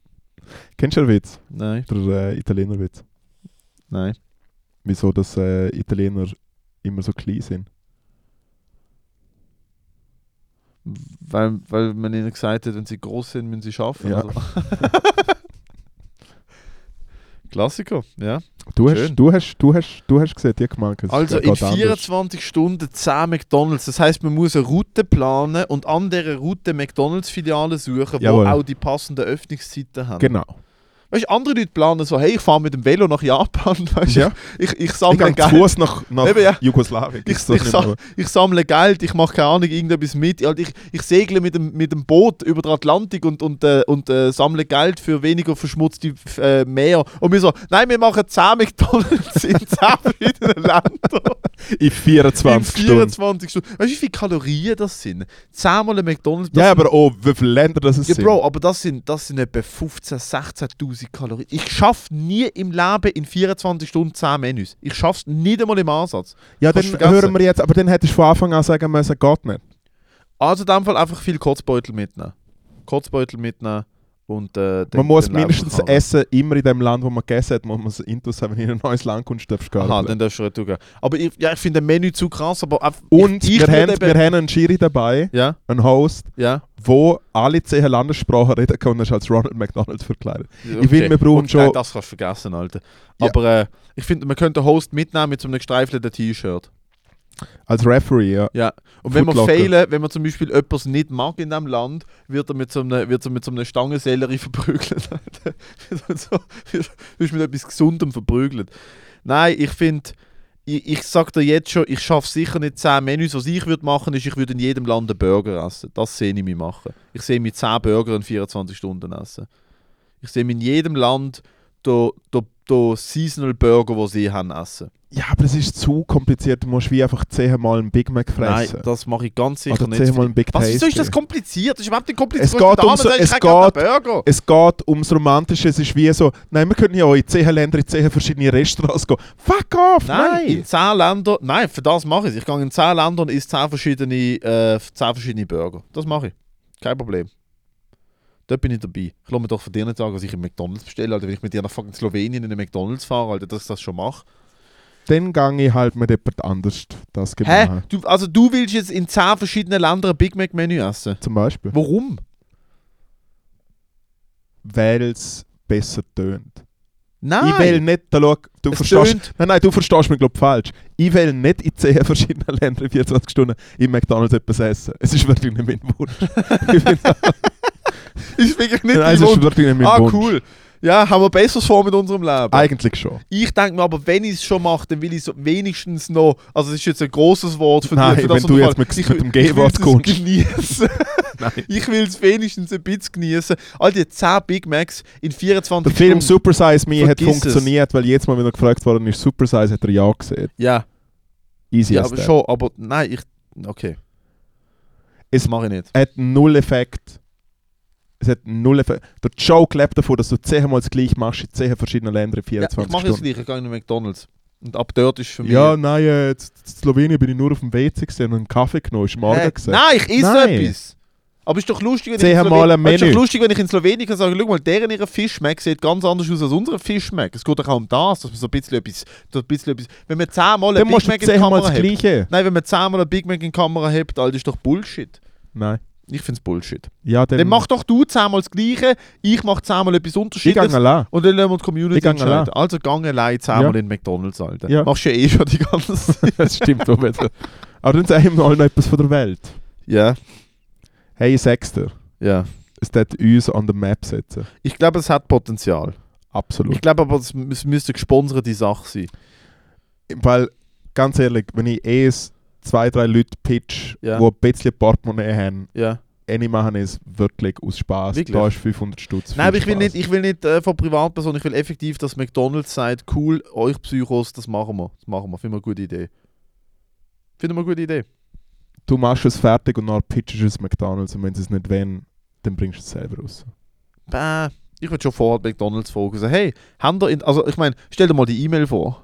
Speaker 1: Kennst du den Witz?
Speaker 2: Nein,
Speaker 1: Der äh, Italiener-Witz.
Speaker 2: nein.
Speaker 1: Wieso dass äh, Italiener immer so klein sind.
Speaker 2: Weil, weil man ihnen gesagt hat, wenn sie groß sind, müssen sie schaffen.
Speaker 1: Ja.
Speaker 2: Also. Klassiker, ja.
Speaker 1: Du hast,
Speaker 2: Schön.
Speaker 1: du hast, du hast, du hast gesehen, die gemeint, es
Speaker 2: Also
Speaker 1: geht
Speaker 2: in
Speaker 1: anders.
Speaker 2: 24 Stunden 10 McDonalds. Das heißt, man muss eine Route planen und an dieser Route McDonalds-Filialen suchen, wo
Speaker 1: Jawohl.
Speaker 2: auch die passenden Öffnungszeiten haben.
Speaker 1: Genau.
Speaker 2: Weißt du, andere Leute planen so, hey, ich fahre mit dem Velo nach Japan. Weißt, du,
Speaker 1: Ja.
Speaker 2: Ich, ich
Speaker 1: Ich
Speaker 2: sammle
Speaker 1: gehe zu
Speaker 2: Geld.
Speaker 1: Fuß nach, nach
Speaker 2: Eben, ja.
Speaker 1: Jugoslawien.
Speaker 2: Ich,
Speaker 1: Gibt's das
Speaker 2: ich,
Speaker 1: nicht
Speaker 2: sa
Speaker 1: mehr?
Speaker 2: ich sammle Geld, ich mache keine Ahnung, irgendetwas mit. Halt, Ich, ich, ich segle mit dem, mit dem Boot über den Atlantik und, und, äh, und äh, sammle Geld für weniger verschmutzte äh, Meer. Und wir so, nein, wir machen 10 McDonalds in 10 verschiedenen Ländern.
Speaker 1: in 24
Speaker 2: in
Speaker 1: Stunden.
Speaker 2: 24 Stunden. Weißt du, wie viele Kalorien das sind? Zehnmal ein McDonalds. das
Speaker 1: Ja, aber oh, wie viele Länder das es
Speaker 2: sind, ja,
Speaker 1: sind.
Speaker 2: Bro, aber das sind, das sind etwa 15.000, 16.000 Kalorien. Ich schaffe nie im Leben in 24 Stunden 10 Menüs. Ich schaff's nicht einmal im Ansatz.
Speaker 1: Ja, dann
Speaker 2: Kannst vergessen.
Speaker 1: hören wir jetzt, aber dann hättest du von Anfang an sagen müssen, geht nicht.
Speaker 2: Also in dem Fall einfach viel Kotzbeutel mitnehmen. Kotzbeutel mitnehmen und äh, den,
Speaker 1: Man muss
Speaker 2: den Lauf
Speaker 1: mindestens
Speaker 2: haben.
Speaker 1: essen, immer in dem Land, wo man gegessen hat, muss man es intus haben, wenn du in ein neues Land kommst, darfst du
Speaker 2: Aha,
Speaker 1: gar nicht.
Speaker 2: dann darfst du retour gehen. Aber ich, ja, ich finde den Menü zu krass, aber auch-
Speaker 1: Und
Speaker 2: ich, ich
Speaker 1: wir,
Speaker 2: würd
Speaker 1: haben,
Speaker 2: eben-
Speaker 1: wir haben einen Schiri dabei,
Speaker 2: Ja,
Speaker 1: einen Host,
Speaker 2: ja.
Speaker 1: wo alle zehn Landessprachen reden kann und er ist als Ronald McDonald verkleidet.
Speaker 2: Okay.
Speaker 1: will, wir brauchen
Speaker 2: Und,
Speaker 1: schon-
Speaker 2: Nein, das kannst du vergessen, Alter.
Speaker 1: Ja.
Speaker 2: Aber äh, ich finde, man könnte den Host mitnehmen mit so einem gestreifelten T-Shirt.
Speaker 1: Als Referee, ja.
Speaker 2: Ja. Und wenn wir
Speaker 1: Footlocker.
Speaker 2: fehlen, wenn man zum Beispiel etwas nicht mag in diesem Land, wird er mit so einem, wird er mit so einem Stangensellerie verprügelt. Alter. Wird mit so, wirst wirst mit etwas Gesundem verprügelt. Nein, ich finde, ich, ich sag dir jetzt schon, ich schaffe sicher nicht 10 Menüs. Was ich würde machen, ist, ich würde in jedem Land einen Burger essen. Das sehe ich mich machen. Ich sehe mich 10 Burger in 24 Stunden essen. Ich sehe mich in jedem Land den, den, den Seasonal Burger, den sie haben, essen.
Speaker 1: Ja, aber es ist zu kompliziert, du musst wie einfach zehnmal einen Big Mac fressen.
Speaker 2: Nein, das mache ich ganz sicher
Speaker 1: Oder
Speaker 2: nicht.
Speaker 1: zehnmal einen Big
Speaker 2: Was, wieso ist
Speaker 1: Tasty.
Speaker 2: das kompliziert? Das ist überhaupt nicht kompliziert.
Speaker 1: Es
Speaker 2: Du kannst
Speaker 1: geht um
Speaker 2: den
Speaker 1: so-
Speaker 2: Namen sagen,
Speaker 1: es
Speaker 2: ich habe
Speaker 1: geht-
Speaker 2: keinen Burger.
Speaker 1: Es geht ums Romantische, es ist wie so, nein, wir können ja auch in zehn Länder, in zehn verschiedene Restaurants gehen. Fuck off,
Speaker 2: Nein, in
Speaker 1: nein!
Speaker 2: 10 Ländern, nein, für das mache ich es. Ich gehe in 10 Ländern und esse 10 verschiedene, äh, 10 verschiedene Burger. Das mache ich. Kein Problem. Dort bin ich dabei. Ich lasse mir doch von dir nicht sagen, was ich im McDonalds bestelle. Alter, wenn ich mit dir nach fucking Slowenien in den McDonalds fahre, Alter, dass ich das schon mache.
Speaker 1: Dann gehe ich halt mit jemand anders das
Speaker 2: Hä?
Speaker 1: gemacht.
Speaker 2: Du, also du willst jetzt in 10 verschiedenen Ländern ein Big Mac Menü essen?
Speaker 1: Zum Beispiel.
Speaker 2: Warum?
Speaker 1: Weil es besser tönt.
Speaker 2: Nein!
Speaker 1: Ich will nicht, da schau, du
Speaker 2: Es
Speaker 1: verstehst.
Speaker 2: tönt-
Speaker 1: Nein, nein, du verstehst mich, glaube falsch. Ich will nicht in 10 verschiedenen Ländern in 24 Stunden im McDonalds etwas essen. Es ist wirklich nicht mein Wunsch. Ich bin-
Speaker 2: ist wirklich nicht
Speaker 1: nein,
Speaker 2: dein
Speaker 1: es ist
Speaker 2: Wunsch.
Speaker 1: wirklich nicht mein
Speaker 2: Ah,
Speaker 1: Wunsch.
Speaker 2: cool. Ja, haben wir Besseres vor mit unserem Leben.
Speaker 1: Eigentlich schon.
Speaker 2: Ich denke mir aber, wenn ich es schon mache, dann will ich es wenigstens noch. Also, das ist jetzt ein großes Wort für
Speaker 1: Nein,
Speaker 2: dich. Für
Speaker 1: wenn du jetzt
Speaker 2: Unterfall.
Speaker 1: mit-
Speaker 2: Ich-
Speaker 1: mit dem G-Wort
Speaker 2: ich will's
Speaker 1: kommst.
Speaker 2: geniessen.
Speaker 1: Nein.
Speaker 2: Ich will es wenigstens ein bisschen genießen. All die 10 Big Macs in 24
Speaker 1: Der Film
Speaker 2: Stunden.
Speaker 1: Super Size Me hat
Speaker 2: Vergiss es.
Speaker 1: funktioniert, weil jedes Mal, wenn er gefragt worden ist, Super Size, hat er ja gesehen.
Speaker 2: ja,
Speaker 1: Easy
Speaker 2: ja
Speaker 1: as
Speaker 2: aber
Speaker 1: that.
Speaker 2: schon, aber nein, ich. Okay.
Speaker 1: Es-
Speaker 2: Das mache ich nicht.
Speaker 1: hat null Effekt. Es hat null Effekt. Der Joke lebt davon, dass du zehnmal das gleiche machst in zehn verschiedenen Ländern in
Speaker 2: Ja,
Speaker 1: 24
Speaker 2: ich mache jetzt
Speaker 1: Stunden.
Speaker 2: gleich, ich gehe in den McDonalds. Und ab dort ist für mich.
Speaker 1: Ja, nein, äh, jetzt- in Slowenien bin ich nur auf dem WC gesehen und einen Kaffee genommen, ist morgen
Speaker 2: Hä?
Speaker 1: gesehen.
Speaker 2: Äh, Nein, ich esse
Speaker 1: Nein.
Speaker 2: etwas. Aber ist doch lustig, wenn
Speaker 1: Zehn
Speaker 2: ich
Speaker 1: Mal
Speaker 2: in Slowenien-
Speaker 1: am
Speaker 2: Aber ist doch
Speaker 1: Menü.
Speaker 2: lustig, wenn ich in Slowenien kann sagen, schau mal, deren ihre Fischmeck sieht ganz anders aus als unsere Fischmeck. Es geht doch auch um das, dass man so ein bisschen etwas, so ein bisschen etwas. Wenn man zehnmal
Speaker 1: Dann
Speaker 2: ein Big
Speaker 1: musst du
Speaker 2: Mac in die
Speaker 1: zehnmal
Speaker 2: Kamera
Speaker 1: das
Speaker 2: hebt.
Speaker 1: gleiche.
Speaker 2: Nein, wenn man zehnmal ein Big Mac in die Kamera hebt, Alter, ist doch Bullshit.
Speaker 1: Nein.
Speaker 2: Ich find's Bullshit.
Speaker 1: Ja, dann,
Speaker 2: Dann mach doch du zehnmal das Gleiche, ich mach zehnmal etwas
Speaker 1: ich gehe
Speaker 2: Unterschiedliches.
Speaker 1: allein.
Speaker 2: Und dann lassen wir die Community
Speaker 1: Ich gang
Speaker 2: entscheiden.
Speaker 1: allein.
Speaker 2: Also gang allein zehnmal in McDonalds, Alter.
Speaker 1: Ja.
Speaker 2: Machst du ja eh schon die ganze Zeit.
Speaker 1: das stimmt auch wieder. Aber dann sagen wir allen noch etwas von der Welt.
Speaker 2: Ja,
Speaker 1: Hey, Sechster,
Speaker 2: ja.
Speaker 1: es wird uns an der Map setzen.
Speaker 2: Ich glaube, es hat Potenzial.
Speaker 1: Absolut.
Speaker 2: Ich glaube aber, es, es müsste gesponserte Sache sein.
Speaker 1: Weil, ganz ehrlich, wenn ich eh s- zwei, drei Leute pitch, die
Speaker 2: Ja.
Speaker 1: ein bisschen Portemonnaie haben,
Speaker 2: Ja.
Speaker 1: eine machen es wirklich aus Spaß.
Speaker 2: Wirklich?
Speaker 1: Da ist 500 Stutz.
Speaker 2: Nein, aber
Speaker 1: viel
Speaker 2: ich will
Speaker 1: Spaß.
Speaker 2: nicht, ich will nicht äh, von Privatpersonen, ich will effektiv, dass McDonalds sagt, cool, euch Psychos, das machen wir. Das machen wir. Finden wir eine gute Idee. Finden wir eine gute Idee.
Speaker 1: Du machst es fertig und dann pitchst du es McDonalds und wenn sie es nicht wollen, dann bringst du es selber raus.
Speaker 2: Bäh. Ich würde schon vorher die McDonalds fragen. sagen, Hey, haben da in, also ich meine, stell dir mal die E-Mail vor.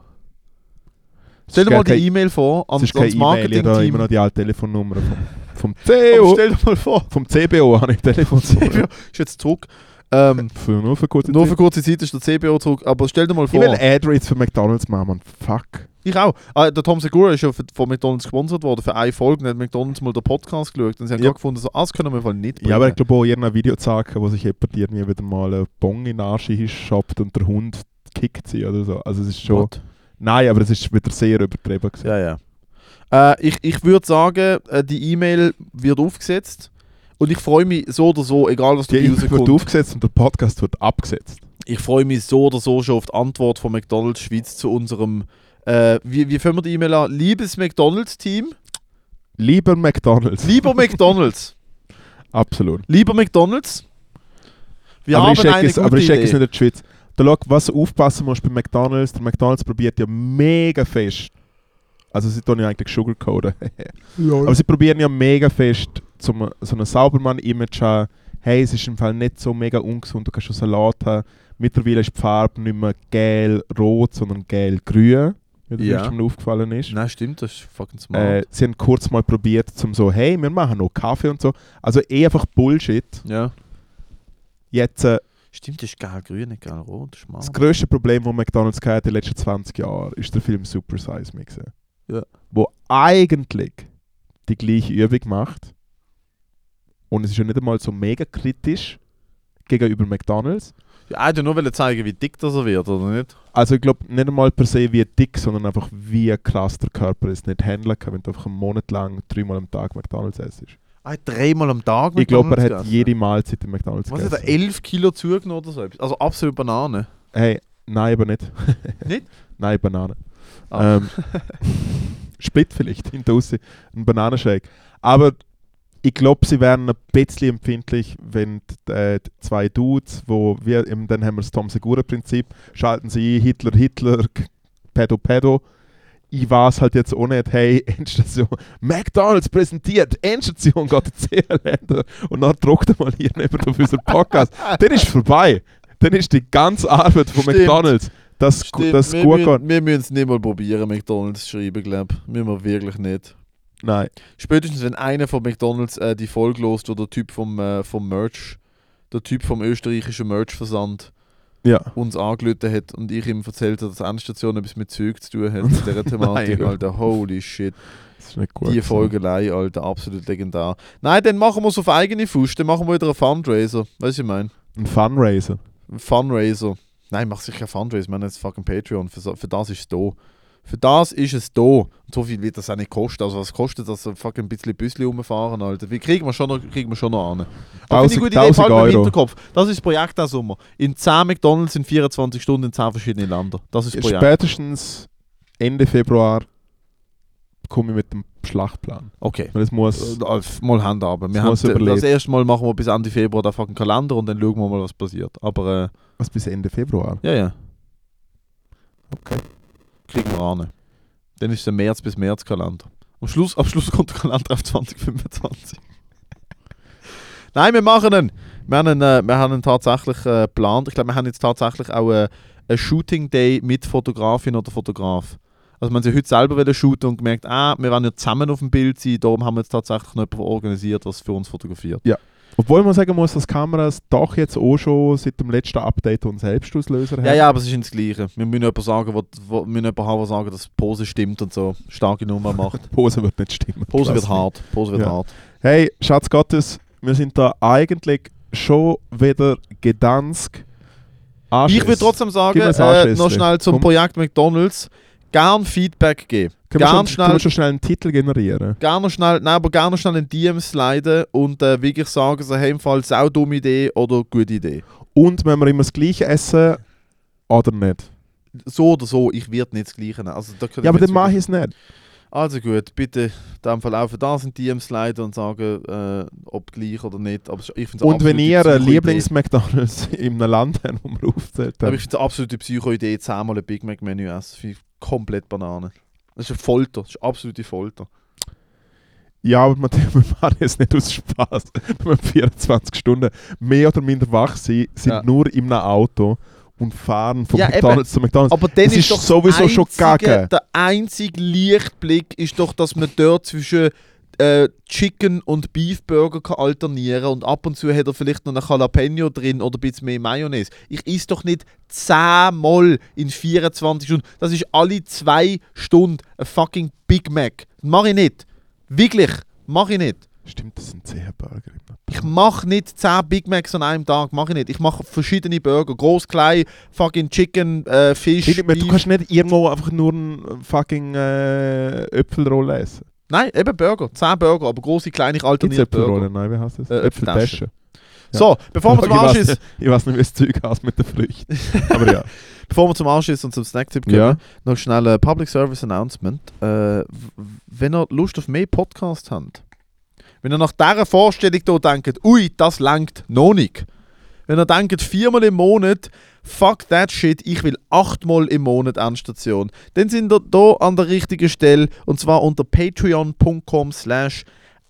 Speaker 2: Stell dir mal die E-Mail vor
Speaker 1: Es
Speaker 2: an
Speaker 1: ist keine
Speaker 2: ans
Speaker 1: E-Mail, ich habe da immer
Speaker 2: Marketing-Team. oh.
Speaker 1: noch die alte Telefonnummer vom, vom
Speaker 2: Aber
Speaker 1: CEO.
Speaker 2: Stell dir mal vor.
Speaker 1: Vom CBO habe ich die Telefonnummer.
Speaker 2: ist jetzt zurück. Ähm,
Speaker 1: Für nur für kurze
Speaker 2: nur für
Speaker 1: Zeit.
Speaker 2: kurze Zeit ist der CBO zurück, aber stell dir mal
Speaker 1: Ich
Speaker 2: vor.
Speaker 1: will Ad-Rates für McDonalds machen, Mann. Fuck.
Speaker 2: Ich auch. Ah, der Tom Segura ist ja für- von McDonalds gesponsert worden. Für eine Folge Dann hat McDonalds mal den Podcast geschaut und sie haben
Speaker 1: Ja.
Speaker 2: gerade gefunden, so, ah, das können wir wohl nicht bringen.
Speaker 1: Ja, aber ich glaube auch, ihr habt ein Video gezeigt, wo sich jemand irgendwie wieder mal einen Bong in den Arsch schoppt und der Hund kickt sie oder so. Also es ist schon...
Speaker 2: What?
Speaker 1: Nein, aber es ist wieder sehr übertrieben gewesen.
Speaker 2: Ja, ja. Äh, ich ich würde sagen, äh, die E-Mail wird aufgesetzt und ich freue mich so oder so, egal was
Speaker 1: Die
Speaker 2: dabei
Speaker 1: E-Mail wird
Speaker 2: rauskommt,
Speaker 1: aufgesetzt und der Podcast wird abgesetzt.
Speaker 2: ich freue mich so oder so schon auf die Antwort von McDonalds Schweiz zu unserem, äh, wie, wie fangen wir die E-Mail an? Liebes McDonalds-Team,
Speaker 1: Lieber McDonalds.
Speaker 2: lieber McDonalds,
Speaker 1: Absolut.
Speaker 2: lieber McDonalds, wir
Speaker 1: aber ich
Speaker 2: haben
Speaker 1: check
Speaker 2: eine
Speaker 1: es,
Speaker 2: gute
Speaker 1: aber ich check
Speaker 2: Idee.
Speaker 1: es nicht in der Schweiz. Da schau, was du aufpassen musst bei McDonalds. Der McDonalds probiert ja mega fest. Also sie tun ja eigentlich Sugarcoaten. aber sie probieren ja mega fest, zum so einen Saubermann-Image zu haben. Hey, es ist im Fall nicht so mega ungesund, du kannst schon Salat haben. Mittlerweile ist die Farbe nicht mehr gelb-rot, sondern gelb-grün. Wie das
Speaker 2: Ja.
Speaker 1: ja. mir aufgefallen ist.
Speaker 2: Nein, stimmt, das ist fucking smart.
Speaker 1: Äh, sie haben kurz mal probiert, zum so, hey, wir machen noch Kaffee und so. Also eh einfach Bullshit.
Speaker 2: Ja.
Speaker 1: Jetzt, äh,
Speaker 2: Stimmt, das ist geil grün, nicht geil rot, das ist mal.
Speaker 1: das grösste Problem, das McDonalds gehabt hat in den letzten 20 Jahren, ist der Film Super Size Me. gewesen.
Speaker 2: Ja.
Speaker 1: Wo eigentlich die gleiche Übung macht. Und es ist ja nicht einmal so mega kritisch gegenüber McDonalds.
Speaker 2: Ja, Ah, ich wollte nur wollte zeigen, wie dick das er wird, oder nicht?
Speaker 1: Also ich glaube, nicht einmal per se wie dick, sondern einfach wie krass der Körper es nicht handeln kann, wenn du einfach einen Monat lang dreimal am Tag McDonalds isst.
Speaker 2: Ah, er hat dreimal am Tag
Speaker 1: Ich glaube, er hat
Speaker 2: McDonald's
Speaker 1: jede Mahlzeit in McDonalds
Speaker 2: gegessen. Was hat er,
Speaker 1: gegessen.
Speaker 2: 11 Kilo zugenommen oder so? etwas? Also absolut Banane.
Speaker 1: Hey, nein, aber nicht.
Speaker 2: E- Nicht?
Speaker 1: Nein, Banane.
Speaker 2: Ah.
Speaker 1: Ähm, Split vielleicht, in der Ausse, ein Bananenshake. Aber ich glaube, sie wären ein bisschen empfindlich, wenn die, äh, die zwei Dudes, wo wir, eben, dann haben wir das Tom Segura-Prinzip, schalten sie ein, Hitler, Hitler, k- Pedo, Pedo. Ich weiß halt jetzt auch nicht, hey, Endstation, McDonalds präsentiert, Endstation geht in 10 Länder und dann druckt er mal hier neben auf unseren Podcast. dann ist vorbei. Dann ist die ganze Arbeit von
Speaker 2: Stimmt.
Speaker 1: McDonalds, dass
Speaker 2: Stimmt,
Speaker 1: das
Speaker 2: wir,
Speaker 1: gut geht.
Speaker 2: müssen, wir müssen es nicht mal probieren, McDonalds zu schreiben, glaube ich. Müssen wir wirklich nicht.
Speaker 1: Nein.
Speaker 2: Spätestens, wenn einer von McDonalds äh, die Folge lost, wo der Typ vom, äh, vom Merch der Typ vom österreichischen Merch-Versand
Speaker 1: Ja.
Speaker 2: uns angelötet hat und ich ihm erzählt habe, dass Endstation etwas mit Zeug zu tun hat, mit dieser Thematik,
Speaker 1: Nein.
Speaker 2: Alter, holy shit.
Speaker 1: Das ist nicht gut.
Speaker 2: Die Folge allein, Alter, absolut legendar. Nein, dann machen wir es auf eigene Faust, dann machen wir wieder einen Fundraiser. Weißt du, was ich meine?
Speaker 1: Ein Fundraiser.
Speaker 2: Ein Fundraiser. Nein, mach sicher einen Fundraiser, wir haben jetzt fucking Patreon, für, so- für das ist es da. Für das ist es da. Und so viel wird das auch nicht kosten. Also was kostet das, so fucking ein bisschen Büsli rumfahren, Alter? Wie kriegen wir schon noch, kriegen wir schon noch an. Aber finde
Speaker 1: 1000
Speaker 2: ich eine gute Idee, behalten wir im
Speaker 1: Euro.
Speaker 2: Hinterkopf. Das ist das Projekt diesen Sommer. In 10 McDonalds in 24 Stunden in 10 verschiedenen Ländern. Das ist das Projekt.
Speaker 1: Spätestens Ende Februar komme ich mit dem Schlachtplan.
Speaker 2: Okay.
Speaker 1: Weil es muss.
Speaker 2: Äh, als- Mal Hand haben. Wir
Speaker 1: Das
Speaker 2: haben
Speaker 1: muss überleben.
Speaker 2: das erste Mal machen wir bis Ende Februar den fucking Kalender und dann schauen wir mal, was passiert. Aber
Speaker 1: Was bis Ende Februar?
Speaker 2: äh, ja, ja.
Speaker 1: Okay.
Speaker 2: Kriegen wir an. Dann ist der März bis März Kalender. Am Schluss, am Schluss kommt der Kalender auf 2025. Nein, wir machen ihn. Wir haben ihn, äh, wir haben ihn tatsächlich äh, geplant. Ich glaube, wir haben jetzt tatsächlich auch äh, einen Shooting Day mit Fotografin oder Fotograf. Also, man sie heute selber wollen shooten und gemerkt, ah, wir wollen ja zusammen auf dem Bild sein, darum haben wir jetzt tatsächlich noch jemanden organisiert, was für uns fotografiert.
Speaker 1: Obwohl man sagen muss, dass Kameras doch jetzt auch schon seit dem letzten Update einen Selbstauslöser haben.
Speaker 2: Ja, ja, aber es ist ins Gleiche. Wir müssen jemanden sagen, wo, wo, wir müssen jemanden haben, der sagen, dass die Pose stimmt und so starke Nummer macht.
Speaker 1: Die Pose wird nicht stimmen.
Speaker 2: Pose wird
Speaker 1: Lass
Speaker 2: hart. Pose wird
Speaker 1: Ja.
Speaker 2: hart.
Speaker 1: Hey, Schatz Gottes, wir sind da eigentlich schon wieder Gedansk.
Speaker 2: Ich würde trotzdem sagen,
Speaker 1: Gib uns
Speaker 2: äh,
Speaker 1: Anschlüsse.
Speaker 2: noch schnell zum
Speaker 1: Komm.
Speaker 2: Projekt McDonalds. Gern Feedback geben.
Speaker 1: können wir, schon,
Speaker 2: ganz
Speaker 1: können
Speaker 2: schnell-
Speaker 1: wir schon schnell einen Titel generieren.
Speaker 2: Gerne noch schnell, nein, aber gerne noch schnell in DMs sliden und äh, wirklich sagen, so, hey, im Fall sau dumme Idee oder gute Idee.
Speaker 1: Und wenn wir immer das Gleiche essen, oder nicht?
Speaker 2: So oder so, ich werde nicht das Gleiche nehmen. Also, da können
Speaker 1: Ja, aber
Speaker 2: wir
Speaker 1: dann
Speaker 2: jetzt
Speaker 1: mache ich es nicht.
Speaker 2: Also gut, bitte in dem Fall auch für das in DMs leiten und sagen, äh, ob gleich oder nicht. Aber es ist- ich find's eine
Speaker 1: Und wenn
Speaker 2: absolute
Speaker 1: ihr einen
Speaker 2: Psycho-Idee.
Speaker 1: Lieblings-McDonalds in einem Land habt, wo wir aufzählt
Speaker 2: Aber
Speaker 1: haben.
Speaker 2: ich finde es eine absolute Psycho-Idee, zehnmal ein Big Mac-Menü essen. Finde ich komplett Banane. Das ist eine Folter, das ist eine absolute Folter.
Speaker 1: Ja, aber man- wir machen es nicht aus Spaß. Wir müssen 24 Stunden mehr oder minder wach sein, sind
Speaker 2: Ja.
Speaker 1: nur in einem Auto und fahren von
Speaker 2: Ja, eben.
Speaker 1: McDonalds zu McDonalds.
Speaker 2: Aber dann
Speaker 1: Es
Speaker 2: ist,
Speaker 1: ist
Speaker 2: doch
Speaker 1: sowieso
Speaker 2: das
Speaker 1: schon gegangen.
Speaker 2: Der einzige Lichtblick ist doch, dass man dort zwischen äh, Chicken und Beef Burger kann alternieren und ab und zu hat er vielleicht noch einen Jalapeno drin oder ein bisschen mehr Mayonnaise. Ich esse doch nicht 10 Mal in 24 Stunden. Das ist alle zwei Stunden ein fucking Big Mac. Mach ich nicht. Wirklich, mach ich nicht.
Speaker 1: Stimmt, das sind 10 Burger.
Speaker 2: Ich mache nicht 10 Big Macs an einem Tag, mache ich nicht. Ich mache verschiedene Burger, groß, klein, fucking Chicken, äh, Fisch,
Speaker 1: Philipp,
Speaker 2: Beef.
Speaker 1: Du kannst nicht irgendwo einfach nur einen fucking äh, Äpfelrolle essen.
Speaker 2: Nein, eben Burger. 10 Burger, aber große, kleine, ich
Speaker 1: Gibt es
Speaker 2: alterniere Burger.
Speaker 1: Äpfelrolle? Nein, wie heißt das?
Speaker 2: Äh, Äpfeltasche.
Speaker 1: Äpfeltasche. Ja.
Speaker 2: So, bevor wir
Speaker 1: ich,
Speaker 2: zum
Speaker 1: weiß,
Speaker 2: Anschiss,
Speaker 1: nicht- ich weiß nicht, wie das Zeug heißt mit den Früchten. Aber ja.
Speaker 2: bevor wir zum Anschiss und zum Snacktipp kommen,
Speaker 1: ja.
Speaker 2: noch schnell ein Public Service Announcement. Äh, w- wenn ihr Lust auf mehr Podcasts habt, wenn ihr nach dieser Vorstellung hier denkt, ui, das langt noch nicht. Wenn ihr denkt, viermal im Monat, fuck that shit, ich will achtmal im Monat Endstation, dann sind ihr hier an der richtigen Stelle und zwar unter patreon.com slash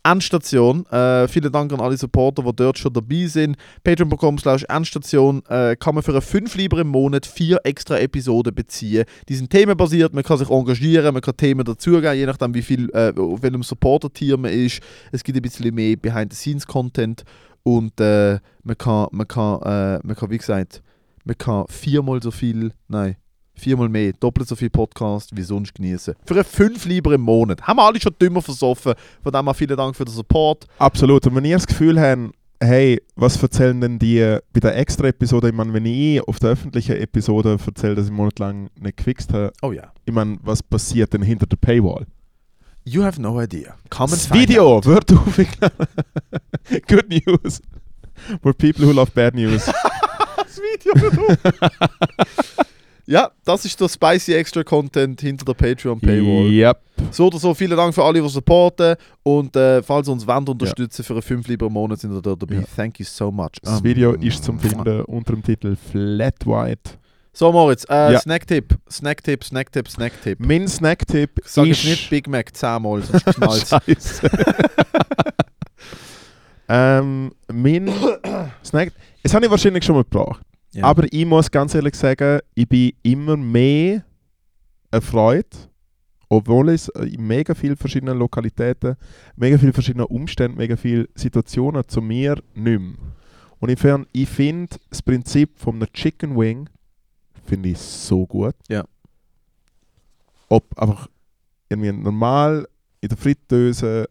Speaker 2: Endstation. Äh, vielen Dank an alle Supporter, die dort schon dabei sind. Patreon.com slash Endstation äh, kann man für einen 5 Lieber im Monat vier extra Episoden beziehen. Die sind themenbasiert, man kann sich engagieren, man kann Themen dazugeben, je nachdem wie viel, äh, auf welchem Supporter-Tier man ist. Es gibt ein bisschen mehr Behind-the-Scenes-Content und äh, man, kann, man, kann, äh, man kann, wie gesagt, man kann viermal so viel, nein, viermal mehr, doppelt so viel Podcast wie sonst genießen. Für einen 5 Lieber im Monat. Haben wir alle schon dümmer versoffen. Von dem her vielen Dank für den Support.
Speaker 1: Absolut. Und wenn ihr das Gefühl habt, hey, was erzählen denn die bei der extra Episode? Ich meine, wenn ich auf der öffentlichen Episode erzähle, dass ich monatelang nicht gefixt habe,
Speaker 2: Oh ja.
Speaker 1: ich meine, was passiert denn hinter der Paywall?
Speaker 2: You have no idea. Come and
Speaker 1: Das
Speaker 2: find out.
Speaker 1: Video wird aufgeladen. Good news. For people who love bad news.
Speaker 2: das Video für Ja, das ist der spicy extra Content hinter der Patreon Paywall.
Speaker 1: Yep.
Speaker 2: So oder so, vielen Dank für alle, die supporten und äh, falls ihr uns wollt, unterstützen für einen 5 Lieber im Monat sind ihr da dabei.
Speaker 1: Ja.
Speaker 2: Thank you so much.
Speaker 1: Das
Speaker 2: Ähm,
Speaker 1: Video ist zum Finden unter dem Titel Flat White.
Speaker 2: So Moritz, äh,
Speaker 1: Ja.
Speaker 2: Snacktipp, Snacktipp, Snacktipp, Snacktipp.
Speaker 1: Mein Snacktipp
Speaker 2: Sag
Speaker 1: ist
Speaker 2: jetzt nicht Big Mac 10 Mal, sonst knallt's.
Speaker 1: Scheiße. ähm, mein Snack. Das habe ich wahrscheinlich schon mal gebracht.
Speaker 2: Ja.
Speaker 1: Aber ich muss ganz ehrlich sagen, ich bin immer mehr erfreut, obwohl ich es in mega vielen verschiedenen Lokalitäten, mega vielen verschiedenen Umständen, mega vielen Situationen zu mir nehme. Und insofern, ich finde das Prinzip von einem Chicken Wing finde ich so gut.
Speaker 2: Ja.
Speaker 1: Ob einfach irgendwie normal in der Fritteuse,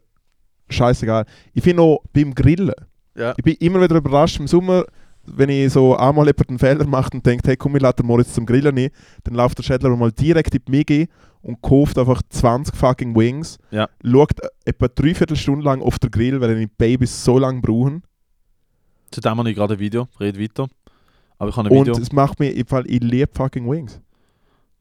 Speaker 1: scheißegal. Ich finde auch beim Grillen,
Speaker 2: Ja.
Speaker 1: ich bin immer wieder überrascht im Sommer, wenn ich so einmal jemand einen Fehler macht und denkt, hey komm, ich lade den Moritz zum Grillen ein, dann läuft der Schädler mal direkt in die Migi und kauft einfach 20 fucking Wings,
Speaker 2: Ja.
Speaker 1: schaut etwa dreiviertel Stunde lang auf den Grill, weil die Babys so lange brauchen.
Speaker 2: Zu dem habe ich gerade ein Video, red weiter. Aber ich habe ein Video.
Speaker 1: Und es macht mir, im Fall, ich liebe fucking Wings.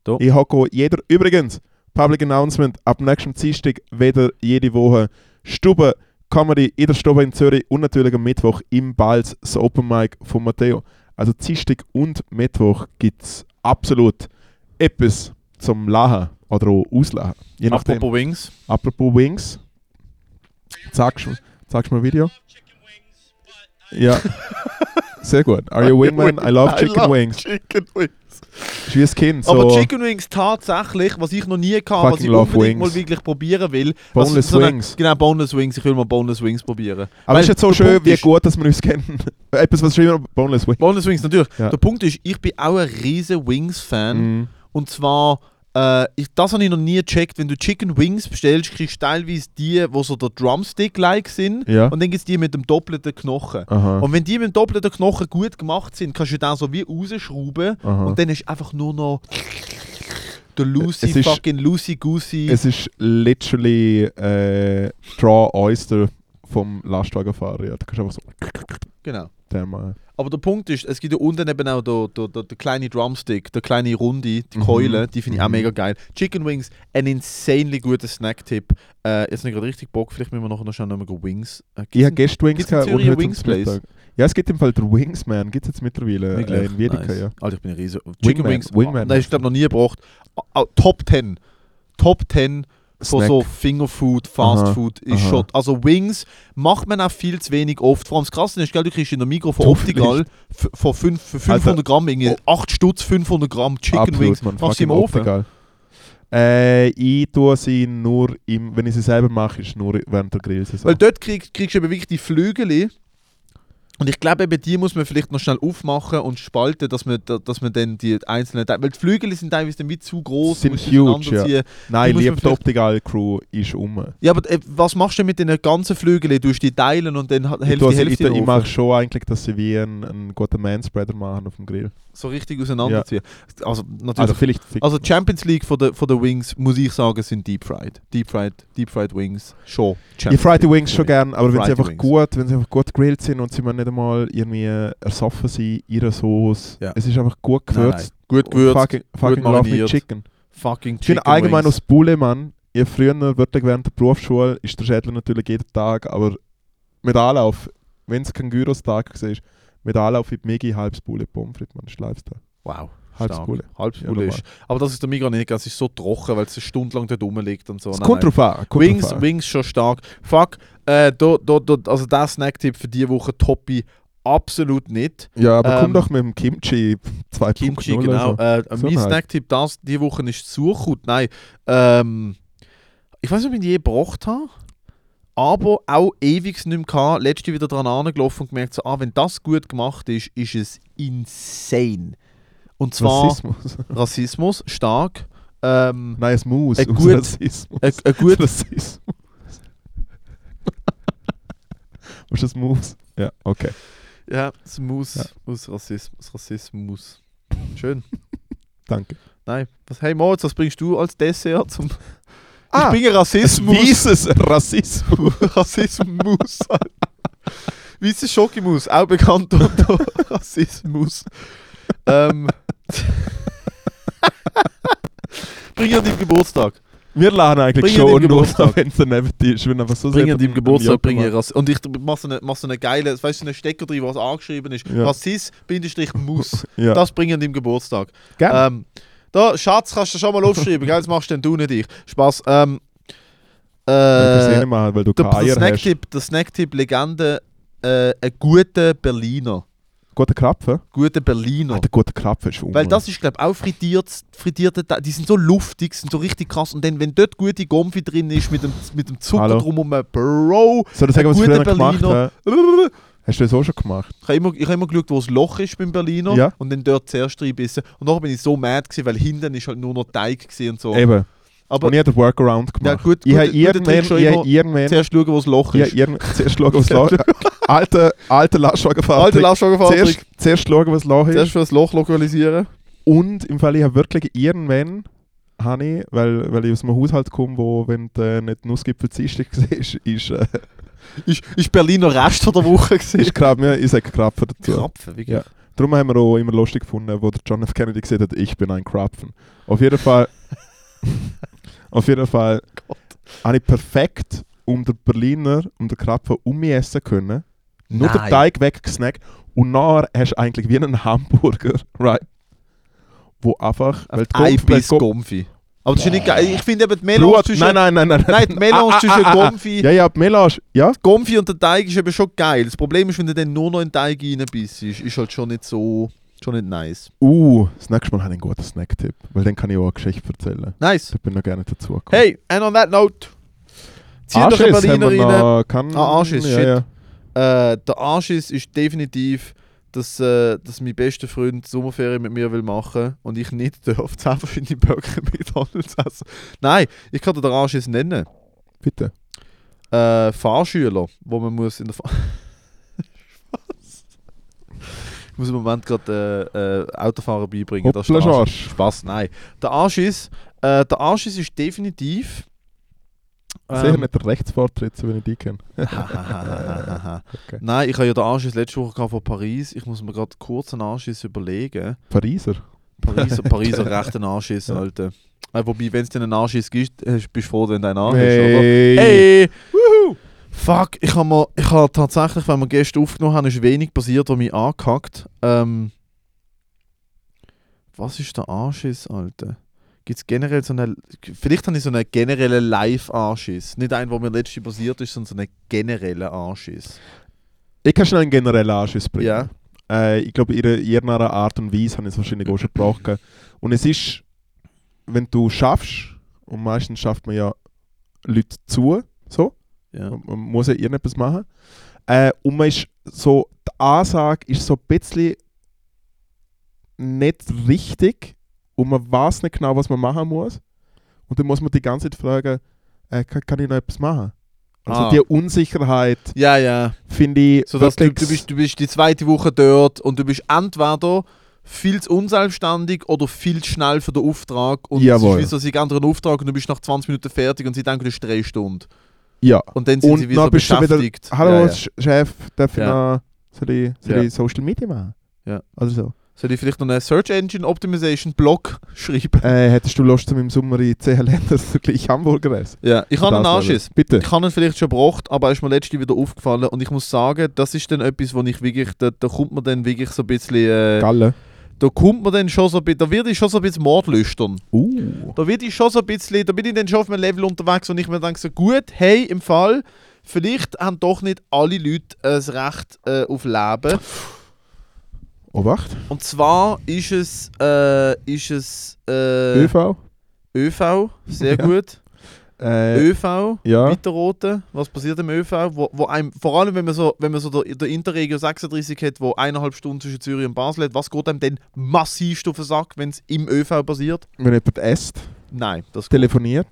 Speaker 2: Da.
Speaker 1: Ich hocke auch jeder, übrigens, Public Announcement, ab nächstem Dienstag wieder jede Woche Stube, Comedy in der Stube in Zürich und natürlich am Mittwoch im Balz das Open Mic von Matteo. Also Dienstag und Mittwoch gibt es absolut etwas zum Lachen oder auch Auslachen. Je nachdem.
Speaker 2: Apropos Wings.
Speaker 1: Apropos Wings. Zeigst du zeigst du mir ein Video? Ja. Sehr gut. Are you a wingman? I love chicken wings.
Speaker 2: Chicken Wings.
Speaker 1: Ist wie ein Kind. So
Speaker 2: Aber Chicken Wings tatsächlich, was ich noch nie hatte, was
Speaker 1: Fucking
Speaker 2: ich
Speaker 1: love
Speaker 2: unbedingt
Speaker 1: wings.
Speaker 2: mal wirklich probieren will. was
Speaker 1: boneless
Speaker 2: so eine-
Speaker 1: Wings.
Speaker 2: Genau, Boneless Wings. Ich will mal Boneless Wings probieren.
Speaker 1: Aber
Speaker 2: Weil
Speaker 1: es ist jetzt so
Speaker 2: der
Speaker 1: schön,
Speaker 2: Punkt
Speaker 1: wie
Speaker 2: ist-
Speaker 1: gut, dass wir uns kennen. Etwas, was schön Boneless Wings.
Speaker 2: Boneless Wings, natürlich.
Speaker 1: Ja.
Speaker 2: Der Punkt ist, ich bin auch ein riesen Wings-Fan.
Speaker 1: Mhm.
Speaker 2: Und zwar, äh, ich, das habe ich noch nie gecheckt. Wenn du Chicken Wings bestellst, kriegst du teilweise die, wo so der Drumstick-like sind.
Speaker 1: Ja.
Speaker 2: Und dann gibt es die mit dem doppelten Knochen.
Speaker 1: Aha.
Speaker 2: Und wenn die mit dem doppelten Knochen gut gemacht sind, kannst du den so wie rausschrauben.
Speaker 1: Aha.
Speaker 2: Und dann ist einfach nur noch der Lucy,
Speaker 1: Es ist-
Speaker 2: fucking Lucy Goosey.
Speaker 1: Es ist literally äh, Draw Oyster vom Lastwagenfahrer. Ja, da kannst du einfach so.
Speaker 2: Genau.
Speaker 1: Damn, äh.
Speaker 2: Aber der Punkt ist, es gibt ja unten eben auch der, der, der, der kleine Drumstick, der kleine Runde, die
Speaker 1: Mhm.
Speaker 2: Keule, die finde ich auch
Speaker 1: Mhm.
Speaker 2: mega geil. Chicken Wings, ein insanely guter Snack-Tipp. Äh, jetzt nicht gerade richtig Bock, vielleicht müssen wir nachher noch schnell nochmal Wings. Äh,
Speaker 1: Ich habe
Speaker 2: gibt's
Speaker 1: gestern Wings
Speaker 2: gibt's in
Speaker 1: gehabt und
Speaker 2: Zürich
Speaker 1: heute
Speaker 2: Wings
Speaker 1: zum
Speaker 2: Place?
Speaker 1: Mittag. Ja, es gibt im Fall der Wingsman. Gibt es jetzt mittlerweile
Speaker 2: Wirklich?
Speaker 1: äh, in Wiedeke,
Speaker 2: Nice.
Speaker 1: ja.
Speaker 2: Alter, ich bin ein riesen Chicken
Speaker 1: Wingman,
Speaker 2: Wings.
Speaker 1: Wingman.
Speaker 2: Ah, nein, ich glaube noch nie gebraucht. Ah, ah, Top 10. Top 10 von
Speaker 1: Snack.
Speaker 2: so Fingerfood, Fastfood ist
Speaker 1: aha.
Speaker 2: schon. Also Wings macht man auch viel zu wenig oft. Vor allem das Krasse ist, gell, du kriegst in der Mikro von
Speaker 1: Du
Speaker 2: Optical f- von fünf, für 500 Gramm, irgendwie 8 Stutz 500 Gramm Chicken Wings.
Speaker 1: Oh. man.
Speaker 2: Machst du im
Speaker 1: Fucking
Speaker 2: Ofen?
Speaker 1: Optical. Äh, ich tue sie nur im, wenn ich sie selber mache, ist nur während der Grillsaison.
Speaker 2: Weil dort krieg, kriegst du eben wirklich die Flügel. Und ich glaube, eben die muss man vielleicht noch schnell aufmachen und spalten, dass man, da- dass man dann die einzelnen Teile. Weil die Flügel sind teilweise dann wie zu groß.
Speaker 1: Sind
Speaker 2: musst du
Speaker 1: huge,
Speaker 2: auseinanderziehen.
Speaker 1: Nein,
Speaker 2: die muss
Speaker 1: liebe
Speaker 2: man
Speaker 1: die
Speaker 2: vielleicht-
Speaker 1: Optical-Crew ist um.
Speaker 2: Ja, aber äh, was machst du denn mit den ganzen Flügeln? Du die teilen und dann ha-
Speaker 1: Ich,
Speaker 2: Hälfte,
Speaker 1: tue sie-
Speaker 2: Hälfte
Speaker 1: ich,
Speaker 2: in
Speaker 1: tue-
Speaker 2: den
Speaker 1: ich
Speaker 2: Ofen.
Speaker 1: mache schon eigentlich, dass sie wie einen, einen guten Manspreader machen auf dem Grill.
Speaker 2: so richtig auseinanderziehen.
Speaker 1: Also
Speaker 2: Also natürlich.
Speaker 1: vielleicht
Speaker 2: Also, die Champions League von der, von der Wings, muss ich sagen, sind Deep Fried. Deep Fried, Deep Fried Wings, schon.
Speaker 1: ich
Speaker 2: Champions
Speaker 1: freue die Wings
Speaker 2: League.
Speaker 1: schon gern, aber wenn sie,
Speaker 2: Fried
Speaker 1: einfach
Speaker 2: Wings.
Speaker 1: gut, wenn sie einfach gut gegrillt sind und sie mir nicht einmal irgendwie ersoffen sind, ihre Soße.
Speaker 2: Ja.
Speaker 1: Es ist einfach gut
Speaker 2: Nein, nein.
Speaker 1: gewürzt.
Speaker 2: Gut
Speaker 1: und
Speaker 2: gewürzt.
Speaker 1: Fucking, fucking love me
Speaker 2: mariniert.
Speaker 1: chicken.
Speaker 2: fucking
Speaker 1: Ich finde
Speaker 2: Chicken
Speaker 1: allgemein
Speaker 2: Wings.
Speaker 1: aus Bulle, Mann. Ihr früher wirklich während der Berufsschule ist der Schädler natürlich jeden Tag, aber mit Anlauf, wenn es kein Gyros-Tag war, mit Anlauf in die Migi halbes Bulle Pommes frites, man schleifst da.
Speaker 2: Wow.
Speaker 1: Halbes
Speaker 2: stark.
Speaker 1: Bulle.
Speaker 2: Halbes
Speaker 1: Ja,
Speaker 2: Bulle
Speaker 1: normal.
Speaker 2: ist. Aber das ist der Migros nicht, das ist so trocken, weil es eine Stunde lang dort rumliegt und so.
Speaker 1: Es
Speaker 2: Nein,
Speaker 1: kommt
Speaker 2: nein.
Speaker 1: drauf an. kommt drauf
Speaker 2: Wings,
Speaker 1: an.
Speaker 2: Wings schon stark. Fuck, äh, do, do, do, also der Snacktipp für diese Woche toppe ich absolut nicht.
Speaker 1: Ja, aber komm
Speaker 2: Ähm,
Speaker 1: doch mit dem Kimchi 2.0.
Speaker 2: Kimchi,
Speaker 1: oder
Speaker 2: genau.
Speaker 1: So.
Speaker 2: Äh,
Speaker 1: So
Speaker 2: mein
Speaker 1: halt.
Speaker 2: Snacktipp das diese Woche ist Suchhut. Nein, ähm, ich weiß nicht, ob ich ihn je gebracht habe, aber auch ewig nicht mehr gehabt. Letzte wieder dran angelaufen und gemerkt, so, ah, wenn das gut gemacht ist, ist es insane. Und zwar Rassismus,
Speaker 1: Rassismus.
Speaker 2: stark. Ähm,
Speaker 1: Nein, es muss.
Speaker 2: Ein
Speaker 1: aus
Speaker 2: gut-
Speaker 1: Rassismus.
Speaker 2: ein, ein gut,
Speaker 1: Rassismus. Was ist das Muss? Ja, okay.
Speaker 2: ja, es muss,
Speaker 1: Ja.
Speaker 2: muss Rassismus, Rassismus. Schön.
Speaker 1: Danke.
Speaker 2: Nein, was, hey Moritz, was bringst du als Dessert zum?
Speaker 1: Ah,
Speaker 2: ich bin ein Rassismus.
Speaker 1: Dieses Rassismus.
Speaker 2: Rassismus. Weiße Schokimus, auch bekannt unter Rassismus. ähm. Bring an deinem Geburtstag.
Speaker 1: Wir lachen eigentlich
Speaker 2: Bring ihn
Speaker 1: schon
Speaker 2: im
Speaker 1: nur,
Speaker 2: Geburtstag.
Speaker 1: wenn es daneben ist. Wenn einfach so
Speaker 2: Bring
Speaker 1: sehr-
Speaker 2: an deinem Geburtstag,
Speaker 1: Jocken
Speaker 2: bring ihr
Speaker 1: macht.
Speaker 2: Rassismus. Und ich mach so einen mach so eine geile, weißt du, so einen Stecker drin, was angeschrieben ist.
Speaker 1: Ja.
Speaker 2: Rassist-Mus.
Speaker 1: Ja.
Speaker 2: Das bring an deinem Geburtstag.
Speaker 1: Gerne.
Speaker 2: Ähm, da, Schatz, kannst du schon mal aufschreiben, gell? Das machst denn du nicht ich. Spaß. Ähm,
Speaker 1: Kannst du eh
Speaker 2: äh,
Speaker 1: nicht machen, weil du
Speaker 2: Der,
Speaker 1: keine Eier
Speaker 2: der
Speaker 1: hast.
Speaker 2: Snacktipp, der Snacktipp Legende, äh, ein guter Berliner.
Speaker 1: Guter Krapfen?
Speaker 2: Guter Berliner.
Speaker 1: Ah, der gute Krapfen ist um.
Speaker 2: Weil das ist, glaube ich, auch frittiert, frittierte Teig. Die sind so luftig, sind so richtig krass. Und dann, wenn dort gute Gomfi drin ist, mit dem, mit dem Zucker
Speaker 1: Hallo.
Speaker 2: drum um, Bro.
Speaker 1: Soll ich sagen,
Speaker 2: ein
Speaker 1: was ich
Speaker 2: guter
Speaker 1: früher gemacht
Speaker 2: Berliner.
Speaker 1: habe? Hast du das auch schon gemacht?
Speaker 2: Ich habe immer, ich hab immer geschaut, wo das Loch ist beim Berliner
Speaker 1: Ja.
Speaker 2: und dann dort zuerst reinbissen. Und nachher bin ich so mad, gewesen, weil hinten ist halt nur noch Teig gewesen und so.
Speaker 1: Eben.
Speaker 2: Aber
Speaker 1: und ich habe den Workaround
Speaker 2: Ja,
Speaker 1: gemacht.
Speaker 2: gut,
Speaker 1: ich
Speaker 2: gut,
Speaker 1: habe
Speaker 2: guter Trick schon
Speaker 1: irgendwann, ich
Speaker 2: immer.
Speaker 1: habe irgendwann,
Speaker 2: zuerst schauen, wo das Loch
Speaker 1: ich
Speaker 2: ist.
Speaker 1: habe irgendwann, zuerst schauen, was los ist. Alter, alter Lastwagenfahrer.
Speaker 2: Alter, lass schon
Speaker 1: zuerst, zuerst schauen, was los ist.
Speaker 2: Zuerst für das Loch lokalisieren.
Speaker 1: Und im Fall, ich habe wirklich irgendwann, habe ich, weil, weil ich aus einem Haushalt komme, wo, wenn du äh, nicht Nussgipfel Dienstag siehst, ist, äh,
Speaker 2: Ist, ist Berliner Rest von der Woche gewesen.
Speaker 1: ist Krabben, ja, ich sage Krapfen dazu.
Speaker 2: Krapfen, wirklich.
Speaker 1: Ja. Darum haben wir auch immer lustig gefunden, wo der John F. Kennedy gesagt hat, ich bin ein Krapfen. Auf jeden Fall, auf jeden Fall
Speaker 2: Gott.
Speaker 1: habe ich perfekt um den Berliner, um den Krapfen um mich essen können. Nur
Speaker 2: Nein.
Speaker 1: den Teig weggesnackt und nachher hast du eigentlich wie einen Hamburger, right? Wo einfach, weil die Gump-
Speaker 2: Ein
Speaker 1: weil die
Speaker 2: Biss
Speaker 1: Gump-
Speaker 2: Gumpfi. Aber das ist ja nicht geil. Ich finde eben die Melange
Speaker 1: Blut,
Speaker 2: zwischen...
Speaker 1: nein, nein, nein, nein.
Speaker 2: Nein, die Melange
Speaker 1: Ah, ah,
Speaker 2: zwischen
Speaker 1: ah, ah, ah.
Speaker 2: Gumpfi...
Speaker 1: Ja, ja, die Melange, ja.
Speaker 2: Gumpfi und der Teig ist eben schon geil. Das Problem ist, wenn du dann nur noch in den Teig reinbissst, ist halt schon nicht so... Schon nicht nice.
Speaker 1: Uh, das nächste Mal habe ich einen guten Snacktipp, weil dann kann ich auch eine Geschichte erzählen. Also
Speaker 2: Nice.
Speaker 1: Ich bin noch gerne dazugekommen.
Speaker 2: Hey, and on that note. Zieht euch einen
Speaker 1: Anschiss haben
Speaker 2: Berliner
Speaker 1: wir
Speaker 2: rein.
Speaker 1: noch, kann,
Speaker 2: Ah, Anschiss,
Speaker 1: ja,
Speaker 2: shit.
Speaker 1: Ja.
Speaker 2: Äh, der Anschiss ist definitiv, dass, äh, dass mein bester Freund die Sommerferien mit mir will machen und ich nicht darf, 10 verschiedene Burger mit McDonalds essen. Nein, ich kann dir den Anschiss nennen.
Speaker 1: Bitte.
Speaker 2: Äh, Fahrschüler, wo man muss in der Fahr... Spaß. Ich muss im Moment gerade äh, äh, Autofahren beibringen. das ist
Speaker 1: Hoppla,
Speaker 2: der Anschiss.
Speaker 1: Schorsch.
Speaker 2: Spaß, nein. Der Anschiss, äh, der Anschiss ist definitiv... Ähm.
Speaker 1: Sicher nicht der Rechtsvortritt, so wie ich dich kenne. Okay.
Speaker 2: Nein, ich habe ja den Anschiss letzte Woche gehabt von Paris. Ich muss mir gerade kurz einen Anschiss überlegen.
Speaker 1: Pariser.
Speaker 2: Pariser, Pariser rechten Anschiss, Alter. Äh, wobei, wenn es dir einen Anschiss gibt, hast- bist du froh, wenn du einen anhast, oder? Hey! Fuck, ich habe mir, ich habe tatsächlich, wenn wir gestern aufgenommen haben, ist wenig passiert, was mich angehackt. Ähm, was ist der Anschiss, Alter? Gibt es generell so eine, vielleicht habe ich so einen generellen Live-Anschiss. Nicht einen, der mir letztes passiert ist, sondern so einen generellen Anschiss.
Speaker 1: Ich kann schnell einen generellen Anschiss bringen.
Speaker 2: Ja.
Speaker 1: Äh, ich glaube, in ihrer- irgendeiner Art und Weise habe ich es wahrscheinlich auch schon gebraucht. Und es ist, wenn du schaffst, und meistens schafft man ja Leute zu, so,
Speaker 2: Ja.
Speaker 1: man, man muss ja irgendetwas machen. Äh, und man ist so, die Ansage ist so ein bisschen nicht richtig und man weiß nicht genau, was man machen muss. Und dann muss man die ganze Zeit fragen, äh, kann, kann ich noch etwas machen? Also
Speaker 2: Ah.
Speaker 1: die Unsicherheit
Speaker 2: Ja, ja.
Speaker 1: finde ich
Speaker 2: So dass du,
Speaker 1: wirklich-
Speaker 2: du, bist, du bist die zweite Woche dort und du bist entweder viel zu unselbstständig oder viel zu schnell für den Auftrag. Und
Speaker 1: Jawohl.
Speaker 2: es ist wie so, sie geben dir einen Auftrag und du bist nach 20 Minuten fertig und sie denken, du bist drei Stunden.
Speaker 1: ja.
Speaker 2: Und dann sind
Speaker 1: Und
Speaker 2: sie wieder
Speaker 1: dann bist du wieder-
Speaker 2: beschäftigt.
Speaker 1: Hallo
Speaker 2: ja, ja.
Speaker 1: Sch- Chef, darf ich
Speaker 2: Ja.
Speaker 1: noch soll ich, soll
Speaker 2: Ja.
Speaker 1: ich Social Media machen?
Speaker 2: Ja.
Speaker 1: Oder so.
Speaker 2: Soll ich vielleicht noch einen Search Engine Optimization Blog schreiben?
Speaker 1: Äh, hättest du Lust, um im Sommer in 10 Ländern so gleich Hamburger essen?
Speaker 2: Ja, ich habe einen
Speaker 1: Das wäre-
Speaker 2: Anschiss.
Speaker 1: Bitte.
Speaker 2: Ich habe ihn vielleicht schon gebracht, aber er ist mir letztens wieder aufgefallen und ich muss sagen, das ist dann etwas, wo ich wirklich, da, da kommt man dann wirklich so ein bisschen, äh,
Speaker 1: Galle.
Speaker 2: da kommt man dann schon so ein bisschen, da wird ich schon so ein bisschen mordlüstern.
Speaker 1: Uh.
Speaker 2: Da wird ich schon so ein bisschen, da bin ich dann schon auf einem Level unterwegs, wo ich mir denke, so gut, hey, im Fall, vielleicht haben doch nicht alle Leute äh, das Recht äh, auf Leben.
Speaker 1: Obacht.
Speaker 2: Und zwar ist es, äh, ist es äh,
Speaker 1: ÖV.
Speaker 2: ÖV, sehr
Speaker 1: Ja.
Speaker 2: gut.
Speaker 1: Äh,
Speaker 2: ÖV,
Speaker 1: ja.
Speaker 2: Weiterroten, was passiert im ÖV? Wo, wo einem, vor allem, wenn man so, wenn man so der, der Interregio 36 hat, wo eineinhalb Stunden zwischen Zürich und Basel hat, was geht einem denn massivst auf den Sack, wenn es im ÖV passiert?
Speaker 1: Wenn jemand esst,
Speaker 2: Nein, das geht
Speaker 1: telefoniert,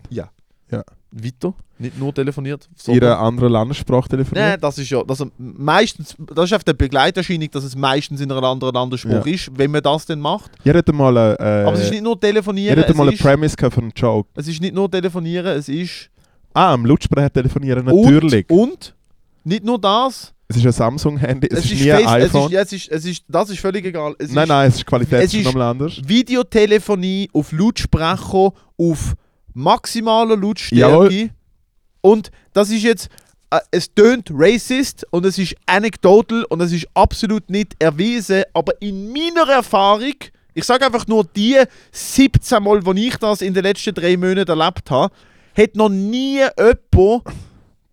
Speaker 2: weiter. Nicht nur telefoniert.
Speaker 1: in einer anderen Landessprache telefoniert.
Speaker 2: Nein, das ist ja, das, meistens, das ist auf der Begleiterscheinung, dass es meistens in einer anderen Landessprache ist, wenn man das denn macht.
Speaker 1: Ihr hättet mal, eine, äh,
Speaker 2: Aber es ist nicht nur
Speaker 1: ihr
Speaker 2: telefonieren,
Speaker 1: hättet
Speaker 2: es
Speaker 1: mal eine
Speaker 2: ist,
Speaker 1: Premise gehabt für einen Joke.
Speaker 2: es ist nicht nur telefonieren, es ist
Speaker 1: Ah, am Lautsprecher telefonieren, natürlich.
Speaker 2: und, und nicht nur das,
Speaker 1: Es ist ein Samsung-Handy, es,
Speaker 2: es,
Speaker 1: ist, nie ein
Speaker 2: Face- es ist,
Speaker 1: iPhone.
Speaker 2: ja, es ist, es ist, das ist völlig egal. Es
Speaker 1: nein,
Speaker 2: ist
Speaker 1: nein, es ist Qualität,
Speaker 2: es
Speaker 1: es ist
Speaker 2: ist-
Speaker 1: nochmal anders.
Speaker 2: Videotelefonie auf Lautsprecher, auf maximaler Lautstärke.
Speaker 1: Jawohl.
Speaker 2: Und das ist jetzt, äh, es tönt racist und es ist anecdotal und es ist absolut nicht erwiesen, aber in meiner Erfahrung, ich sage einfach nur die 17 Mal, wo ich das in den letzten drei Monaten erlebt habe, hat noch nie jemand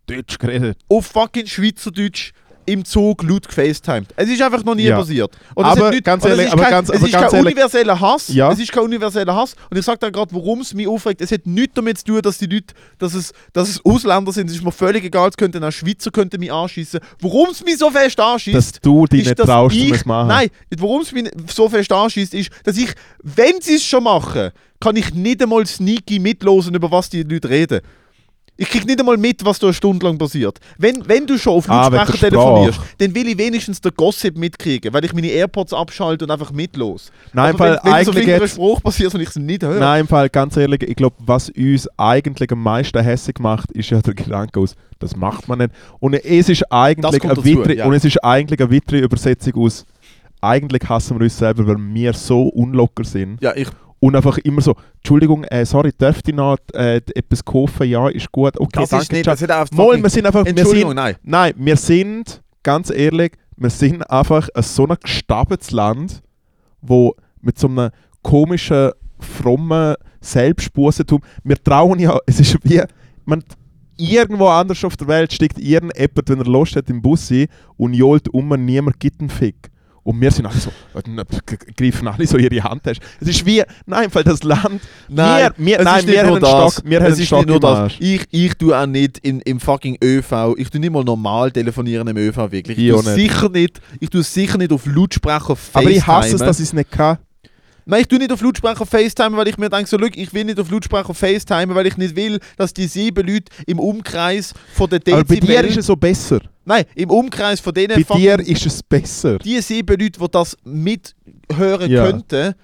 Speaker 1: Deutsch geredet.
Speaker 2: auf fucking Schweizerdeutsch im Zug laut gefacetimed. Es ist einfach noch nie
Speaker 1: Ja.
Speaker 2: passiert. Und es
Speaker 1: Aber
Speaker 2: hat nichts-
Speaker 1: ganz
Speaker 2: und es
Speaker 1: ehrlich,
Speaker 2: ist
Speaker 1: aber
Speaker 2: kein,
Speaker 1: ganz-
Speaker 2: es
Speaker 1: aber
Speaker 2: ist
Speaker 1: ganz
Speaker 2: kein
Speaker 1: ehrlich-
Speaker 2: universeller Hass.
Speaker 1: Ja.
Speaker 2: Es ist kein universeller Hass. Und ich sage dir gerade, warum es mich aufregt. Es hat nichts damit zu tun, dass die Leute, dass es, dass es Ausländer sind. Es ist mir völlig egal. Es könnten auch Schweizer könnten mich anschießen. Warum es mich so fest anschießt,
Speaker 1: Dass du dich nicht
Speaker 2: dass
Speaker 1: traust, um
Speaker 2: ich,
Speaker 1: es machen.
Speaker 2: Nein, warum es mich so fest anschießt, ist, dass ich, wenn sie es schon machen, kann ich nicht einmal sneaky mitlosen, über was die Leute reden. Ich krieg nicht einmal mit, was da eine Stunde lang passiert. Wenn, wenn du schon auf
Speaker 1: Ah, wegen der
Speaker 2: Lautsprecher telefonierst, dann will ich wenigstens den Gossip mitkriegen, weil ich meine AirPods abschalte und einfach mitlos.
Speaker 1: Nein, im Fall
Speaker 2: Also wenn, wenn so äh,
Speaker 1: eigentlich
Speaker 2: ein kleiner
Speaker 1: jetzt-
Speaker 2: Spruch passiert und ich es nicht höre.
Speaker 1: Nein, im Fall, ganz ehrlich, ich glaube, was uns eigentlich am meisten hässlich macht, ist ja der Gedanke aus, das macht man nicht. Und es ist
Speaker 2: Das
Speaker 1: eigentlich,
Speaker 2: kommt
Speaker 1: eine
Speaker 2: dazu,
Speaker 1: weitere,
Speaker 2: ja.
Speaker 1: und es ist eigentlich eine weitere Übersetzung aus, eigentlich hassen wir uns selber, weil wir so unlocker sind.
Speaker 2: Ja, ich,
Speaker 1: Und einfach immer so, Entschuldigung, äh, sorry, dürfte ich noch äh, etwas kaufen? Ja, ist gut. Okay,
Speaker 2: das
Speaker 1: danke,
Speaker 2: ist nicht,
Speaker 1: ciao.
Speaker 2: das hat einfach
Speaker 1: Mal, wir sind einfach, wir
Speaker 2: Entschuldigung,
Speaker 1: sind,
Speaker 2: nein.
Speaker 1: nein, wir sind, ganz ehrlich, wir sind einfach ein so ein gestapeltes Land, wo mit so einem komischen, frommen Selbstbusentum, wir trauen ja, es ist wie, man, irgendwo anders auf der Welt steigt irgendjemand, wenn er Lust hat, im Bus ein und johlt um, niemand gibt einen Fick. Und wir sind alle so, äh, g- g- greifen alle so ihre Hand. hast. Es ist wie, nein, im Fall das Land,
Speaker 2: Nein,
Speaker 1: wir, wir,
Speaker 2: es
Speaker 1: nein,
Speaker 2: ist nicht
Speaker 1: wir haben
Speaker 2: nur
Speaker 1: einen
Speaker 2: das.
Speaker 1: Stock, wir haben
Speaker 2: es
Speaker 1: einen
Speaker 2: ist
Speaker 1: Stock
Speaker 2: nicht nur
Speaker 1: im
Speaker 2: das.
Speaker 1: Arsch.
Speaker 2: Ich, ich tue auch nicht in, im fucking ÖV, ich tue nicht mal normal telefonieren im ÖV wirklich. Ich,
Speaker 1: Ich
Speaker 2: tue
Speaker 1: auch nicht.
Speaker 2: sicher nicht, ich tue sicher nicht auf Lautsprecher
Speaker 1: Aber
Speaker 2: FaceTime.
Speaker 1: ich hasse es, dass ich es nicht kann.
Speaker 2: Nein, ich tue nicht auf Lautsprecher FaceTime, weil ich mir denke, so, look, ich will nicht auf Lautsprecher FaceTime, weil ich nicht will, dass die sieben Leute im Umkreis von den
Speaker 1: Aber bei dir
Speaker 2: Dezibel...
Speaker 1: ist es so besser.
Speaker 2: nein, im Umkreis von denen...
Speaker 1: Bei
Speaker 2: fucking-
Speaker 1: dir ist es besser.
Speaker 2: die sieben Leute, die das mithören
Speaker 1: Ja.
Speaker 2: könnten,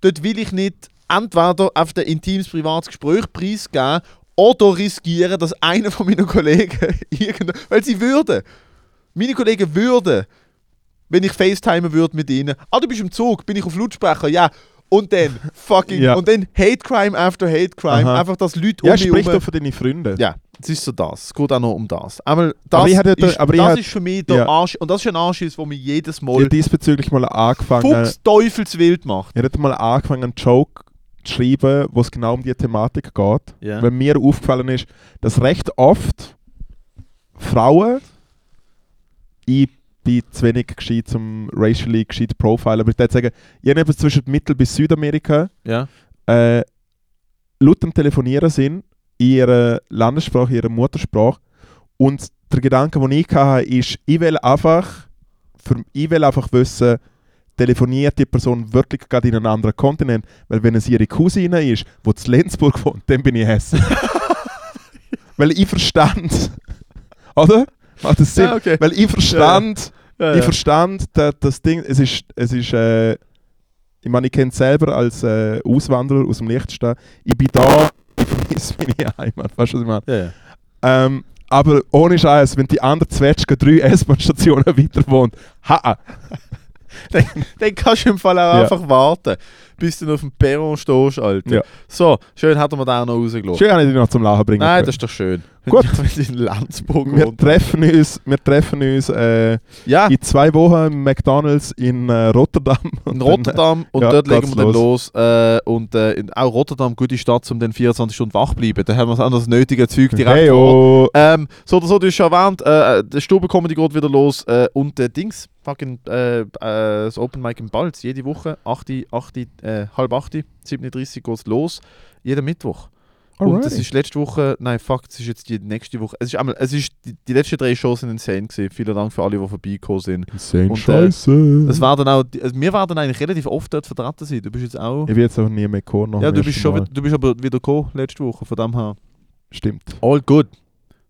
Speaker 2: dort will ich nicht entweder auf ein intimes privates Gespräch preisgeben oder riskieren, dass einer von meinen Kollegen irgend, weil sie würden, meine Kollegen würden, wenn ich FaceTimen würde mit ihnen, ah, du bist im Zug, bin ich auf Lautsprecher, ja, und dann fucking,
Speaker 1: Ja.
Speaker 2: und dann Hate Crime after Hate Crime,
Speaker 1: Aha.
Speaker 2: einfach, dass Leute
Speaker 1: Ja,
Speaker 2: um mich
Speaker 1: sprich
Speaker 2: herum-
Speaker 1: doch von deinen Freunden.
Speaker 2: ja, es ist so das. Es geht auch noch um das. Aber das,
Speaker 1: Aber ich hatte-
Speaker 2: ist,
Speaker 1: aber ich
Speaker 2: das
Speaker 1: hatte-
Speaker 2: ist für mich der
Speaker 1: ja.
Speaker 2: Arsch. Und das ist ein Anschiss, der mich jedes
Speaker 1: Ich
Speaker 2: Mal
Speaker 1: habe diesbezüglich mal angefangen,
Speaker 2: Fuchs teufelswild macht.
Speaker 1: ich habe mal angefangen, einen Joke zu schreiben, wo es genau um die Thematik geht.
Speaker 2: Ja.
Speaker 1: Weil mir aufgefallen ist, dass recht oft Frauen, ich bin zu wenig gescheit zum racially gescheit Profile, aber ich würde sagen, irgendetwas zwischen Mittel- bis Südamerika,
Speaker 2: Ja.
Speaker 1: äh, laut am Telefonieren sind, in ihrer Landessprache, ihrer Muttersprache. Und der Gedanke, den ich hatte, ist, ich will einfach, für, ich will einfach wissen, telefoniert die Person wirklich gerade in einem anderen Kontinent, weil wenn es ihre Cousine ist, die zu Lenzburg wohnt, dann bin ich hässlich. weil ich verstand, oder? Macht das Sinn?
Speaker 2: Ja, okay.
Speaker 1: Weil ich verstand,
Speaker 2: Ja,
Speaker 1: ich verstand da- das Ding, es ist, es ist äh, ich meine, ich kenne es selber als äh, Auswanderer aus dem Liechtenstein, ich bin da, ich vermisse meine Heimat, weißt du, was ich meine?
Speaker 2: ja, ja.
Speaker 1: Ähm, aber ohne Scheiß, wenn die andere Zwetschge drei S-Bahn-Stationen weiter wohnt, ha,
Speaker 2: Dann kannst du im Fall auch
Speaker 1: Ja.
Speaker 2: einfach warten, bis du auf dem Perron stehst, Alter.
Speaker 1: Ja.
Speaker 2: So, schön hat man da auch noch rausgelassen.
Speaker 1: schön habe ich dich noch zum Lachen bringen
Speaker 2: Oh. Nein,
Speaker 1: können.
Speaker 2: das ist doch schön.
Speaker 1: Gut.
Speaker 2: Wenn ich in Landsburg
Speaker 1: wir
Speaker 2: wohnt.
Speaker 1: treffen uns, wir treffen uns äh,
Speaker 2: Ja,
Speaker 1: in zwei Wochen im McDonalds in äh, Rotterdam.
Speaker 2: in Rotterdam und
Speaker 1: ja,
Speaker 2: dort legen wir
Speaker 1: geht's
Speaker 2: dann los. Äh, und äh, in, auch Rotterdam, gute Stadt, um dann 24 Stunden wach zu bleiben. Da haben wir auch noch das nötige Zeug
Speaker 1: Dann,
Speaker 2: direkt
Speaker 1: hey,
Speaker 2: vor Ort.
Speaker 1: oh.
Speaker 2: Ähm, so oder so, du hast schon erwähnt, äh, der Stubenkomedy geht wieder los äh, und der Dings, fucking äh, äh, das Open Mic im Balz, jede Woche, 8, 8, äh, halb 8, 37 geht es los, jeden Mittwoch. Und das
Speaker 1: Alrighty.
Speaker 2: ist letzte Woche, nein, fuck, das ist jetzt die nächste Woche. Es ist einmal, es ist, die, die letzten drei Shows sind insane gewesen. Vielen Dank für alle, die vorbeigekommen sind.
Speaker 1: Insane
Speaker 2: und, äh,
Speaker 1: Scheiße.
Speaker 2: Es war dann auch, die- also wir werden eigentlich relativ oft dort vertreten sein. Du bist jetzt auch,
Speaker 1: ich will jetzt auch nie mehr kommen.
Speaker 2: ja, du bist schon, wieder- du bist aber wieder gekommen letzte Woche, von dem her.
Speaker 1: Stimmt.
Speaker 2: All good.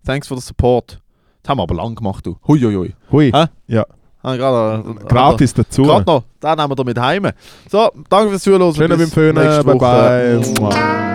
Speaker 2: Thanks for the support. Das haben wir aber lang gemacht, du. Huiuiui.
Speaker 1: Hui.
Speaker 2: Hä?
Speaker 1: Ja.
Speaker 2: Ah, gerade, äh,
Speaker 1: Gratis dazu.
Speaker 2: Gerade noch. Den nehmen wir damit heim. So, danke fürs Zuhören.
Speaker 1: Schön
Speaker 2: Bis
Speaker 1: beim Föhnen.
Speaker 2: nächste
Speaker 1: Bye
Speaker 2: Woche.
Speaker 1: bye. Mua.